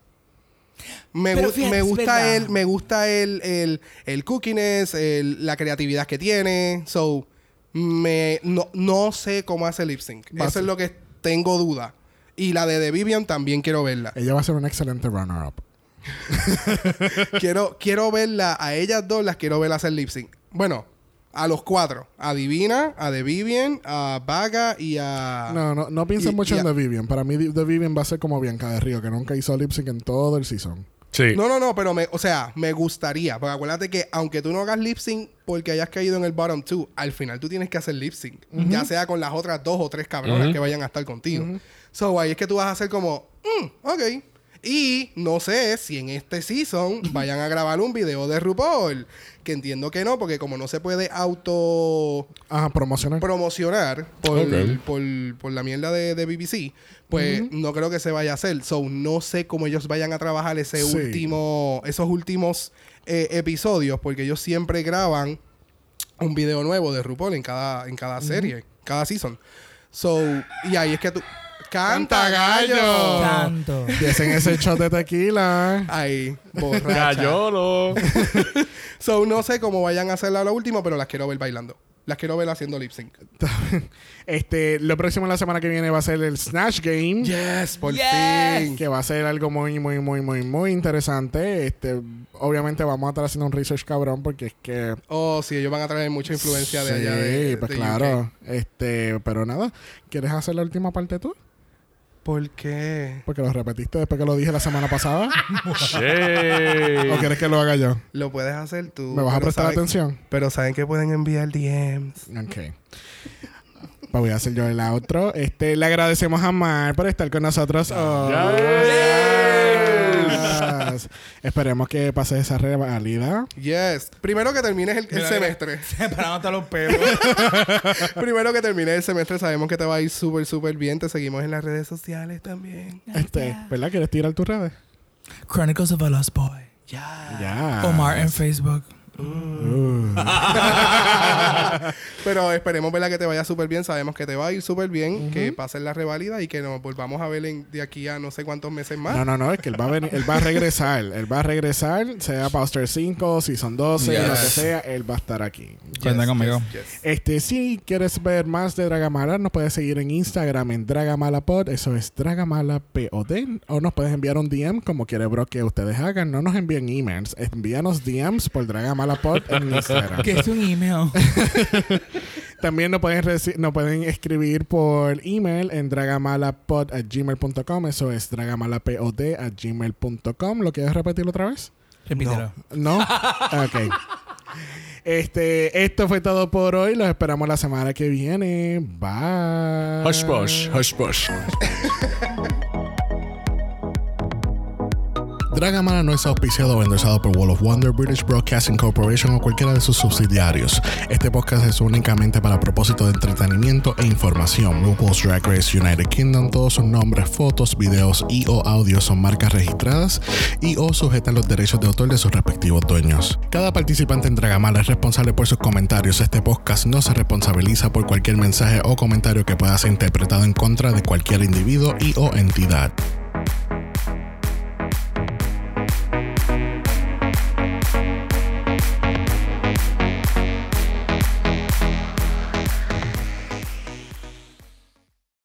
Speaker 3: Me,
Speaker 4: Pero
Speaker 3: gu-
Speaker 4: fíjate,
Speaker 3: me
Speaker 4: es
Speaker 3: gusta
Speaker 4: verdad.
Speaker 3: él, me gusta él, el, el cookiness, el- la creatividad que tiene. So, me, no, no sé cómo hace lip sync.
Speaker 1: Va a
Speaker 3: Eso
Speaker 1: ser-
Speaker 3: es lo que tengo duda. Y la de The Vivian también quiero
Speaker 4: <laughs>
Speaker 3: verla.
Speaker 1: Ella va a ser una excelente runner-up.
Speaker 3: quiero, quiero verla, a ellas dos las quiero ver hacer lip sync. Bueno, a los cuatro. A Divina, a The Vivian, a Vaga y a...
Speaker 1: No, no, no piensen
Speaker 3: Ah. Y-
Speaker 1: mucho
Speaker 3: y
Speaker 1: en
Speaker 3: a-
Speaker 1: The Vivian. Para mí, The Vivian va a ser como Bianca de Río, que nunca hizo lip sync en todo el season.
Speaker 2: Sí.
Speaker 3: No, no, no, pero me, o sea, me gustaría. Porque acuérdate que aunque tú no hagas lip sync porque hayas caído en el bottom two, al final tú tienes que hacer lip sync. Ya sea con las otras dos o tres cabronas que vayan a estar contigo. So ahí es que tú vas a hacer como, "Mm, ok. Y no sé si en este season vayan a grabar un video de RuPaul. Que entiendo que no, porque como no se puede auto
Speaker 1: Ajá, promocionar.
Speaker 3: promocionar por,
Speaker 2: Ok.
Speaker 3: por, por la mierda de, de BBC, pues no creo que se vaya a hacer. So, no sé cómo ellos vayan a trabajar ese
Speaker 1: Sí.
Speaker 3: último, esos últimos eh, episodios, porque ellos siempre graban un video nuevo de RuPaul en cada, en cada serie, cada season. So, y ahí es que tú. ¡Canta, gallo! <laughs>
Speaker 4: Tanto.
Speaker 1: Empiecen ese shot de tequila.
Speaker 3: Ahí, borracha.
Speaker 2: Gallolo.
Speaker 3: So, no sé cómo vayan a hacerla lo último, pero las quiero ver bailando. Las quiero ver haciendo lip sync.
Speaker 1: Este, lo próximo la semana que viene va a ser el Snatch Game.
Speaker 3: Mm. Yes, por
Speaker 4: Yes.
Speaker 3: fin.
Speaker 1: Que va a ser algo muy, muy, muy, muy, muy interesante. Este, obviamente vamos a estar haciendo un research cabrón porque es que
Speaker 3: Oh, sí, ellos van a traer mucha influencia de
Speaker 1: Sí,
Speaker 3: allá. De,
Speaker 1: pues
Speaker 3: de
Speaker 1: claro.
Speaker 3: UK.
Speaker 1: Este, pero nada, ¿quieres hacer la última parte tú?
Speaker 3: ¿Por qué?
Speaker 1: Porque lo repetiste después que lo dije la semana pasada. ¿O
Speaker 2: Yay.
Speaker 1: quieres que lo haga yo?
Speaker 3: Lo puedes hacer tú.
Speaker 1: ¿Me vas a
Speaker 3: pero
Speaker 1: prestar
Speaker 3: saben-
Speaker 1: atención?
Speaker 3: Pero saben que pueden enviar DMs.
Speaker 1: Ok. Pues voy a hacer yo el outro. Este, le agradecemos a Mar por estar con nosotros. hoy. Yes. Esperemos que pases esa rivalidad.
Speaker 3: Yes. Primero que termines el, el <laughs>
Speaker 4: Mira,
Speaker 3: semestre.
Speaker 4: Separando hasta los pelos.
Speaker 3: Primero que termines el semestre, sabemos que te va a ir súper, súper bien. Te seguimos en las redes sociales <laughs> también.
Speaker 1: Este, ¿verdad? ¿Quieres tirar tus redes?
Speaker 4: Chronicles of a Lost Boy.
Speaker 3: Ya.
Speaker 1: Ya.
Speaker 4: Omar en Facebook.
Speaker 1: Uh.
Speaker 3: Pero esperemos, ¿verdad? Que te vaya súper bien. Sabemos que te va a ir súper bien. Que pases la revalida y que nos volvamos a ver en- de aquí a no sé cuántos meses más.
Speaker 1: No, no, no, es que él va a venir, él va a regresar, él va a regresar, sea Poster 5, si son 12, lo que
Speaker 4: Yes.
Speaker 1: sea, él va a estar aquí.
Speaker 4: Cuenta conmigo.
Speaker 3: Yes.
Speaker 1: Este, si quieres ver más de Dragamala, nos puedes seguir en Instagram en DragamalaPod, eso es DragamalaPod, o nos puedes enviar un DM como quiere bro que ustedes hagan, no nos envíen emails, envíanos DMs por DragamalaPod en Instagram.
Speaker 4: Que es un
Speaker 3: <laughs>
Speaker 4: email.
Speaker 1: También nos pueden, reci- nos pueden escribir por email en dragamalapod.gmail.com, eso es dragamalapod.gmail.com, ¿lo quieres repetir otra vez?
Speaker 4: Repítelo.
Speaker 2: <laughs>
Speaker 1: ¿No? Ok. Este, esto fue todo por hoy. Los esperamos la semana que viene. Bye.
Speaker 2: Hush push, hush push.
Speaker 1: Dragamala no es auspiciado o endorsado por Wall of Wonder, British Broadcasting Corporation o cualquiera de sus subsidiarios. Este podcast es únicamente para propósito de entretenimiento e información. RuPaul's Drag Race United Kingdom, todos sus nombres, fotos, videos y o audios son marcas registradas y o sujetan los derechos de autor de sus respectivos dueños. Cada participante en Dragamala es responsable por sus comentarios. Este podcast no se responsabiliza por cualquier mensaje o comentario que pueda ser interpretado en contra de cualquier individuo y o entidad.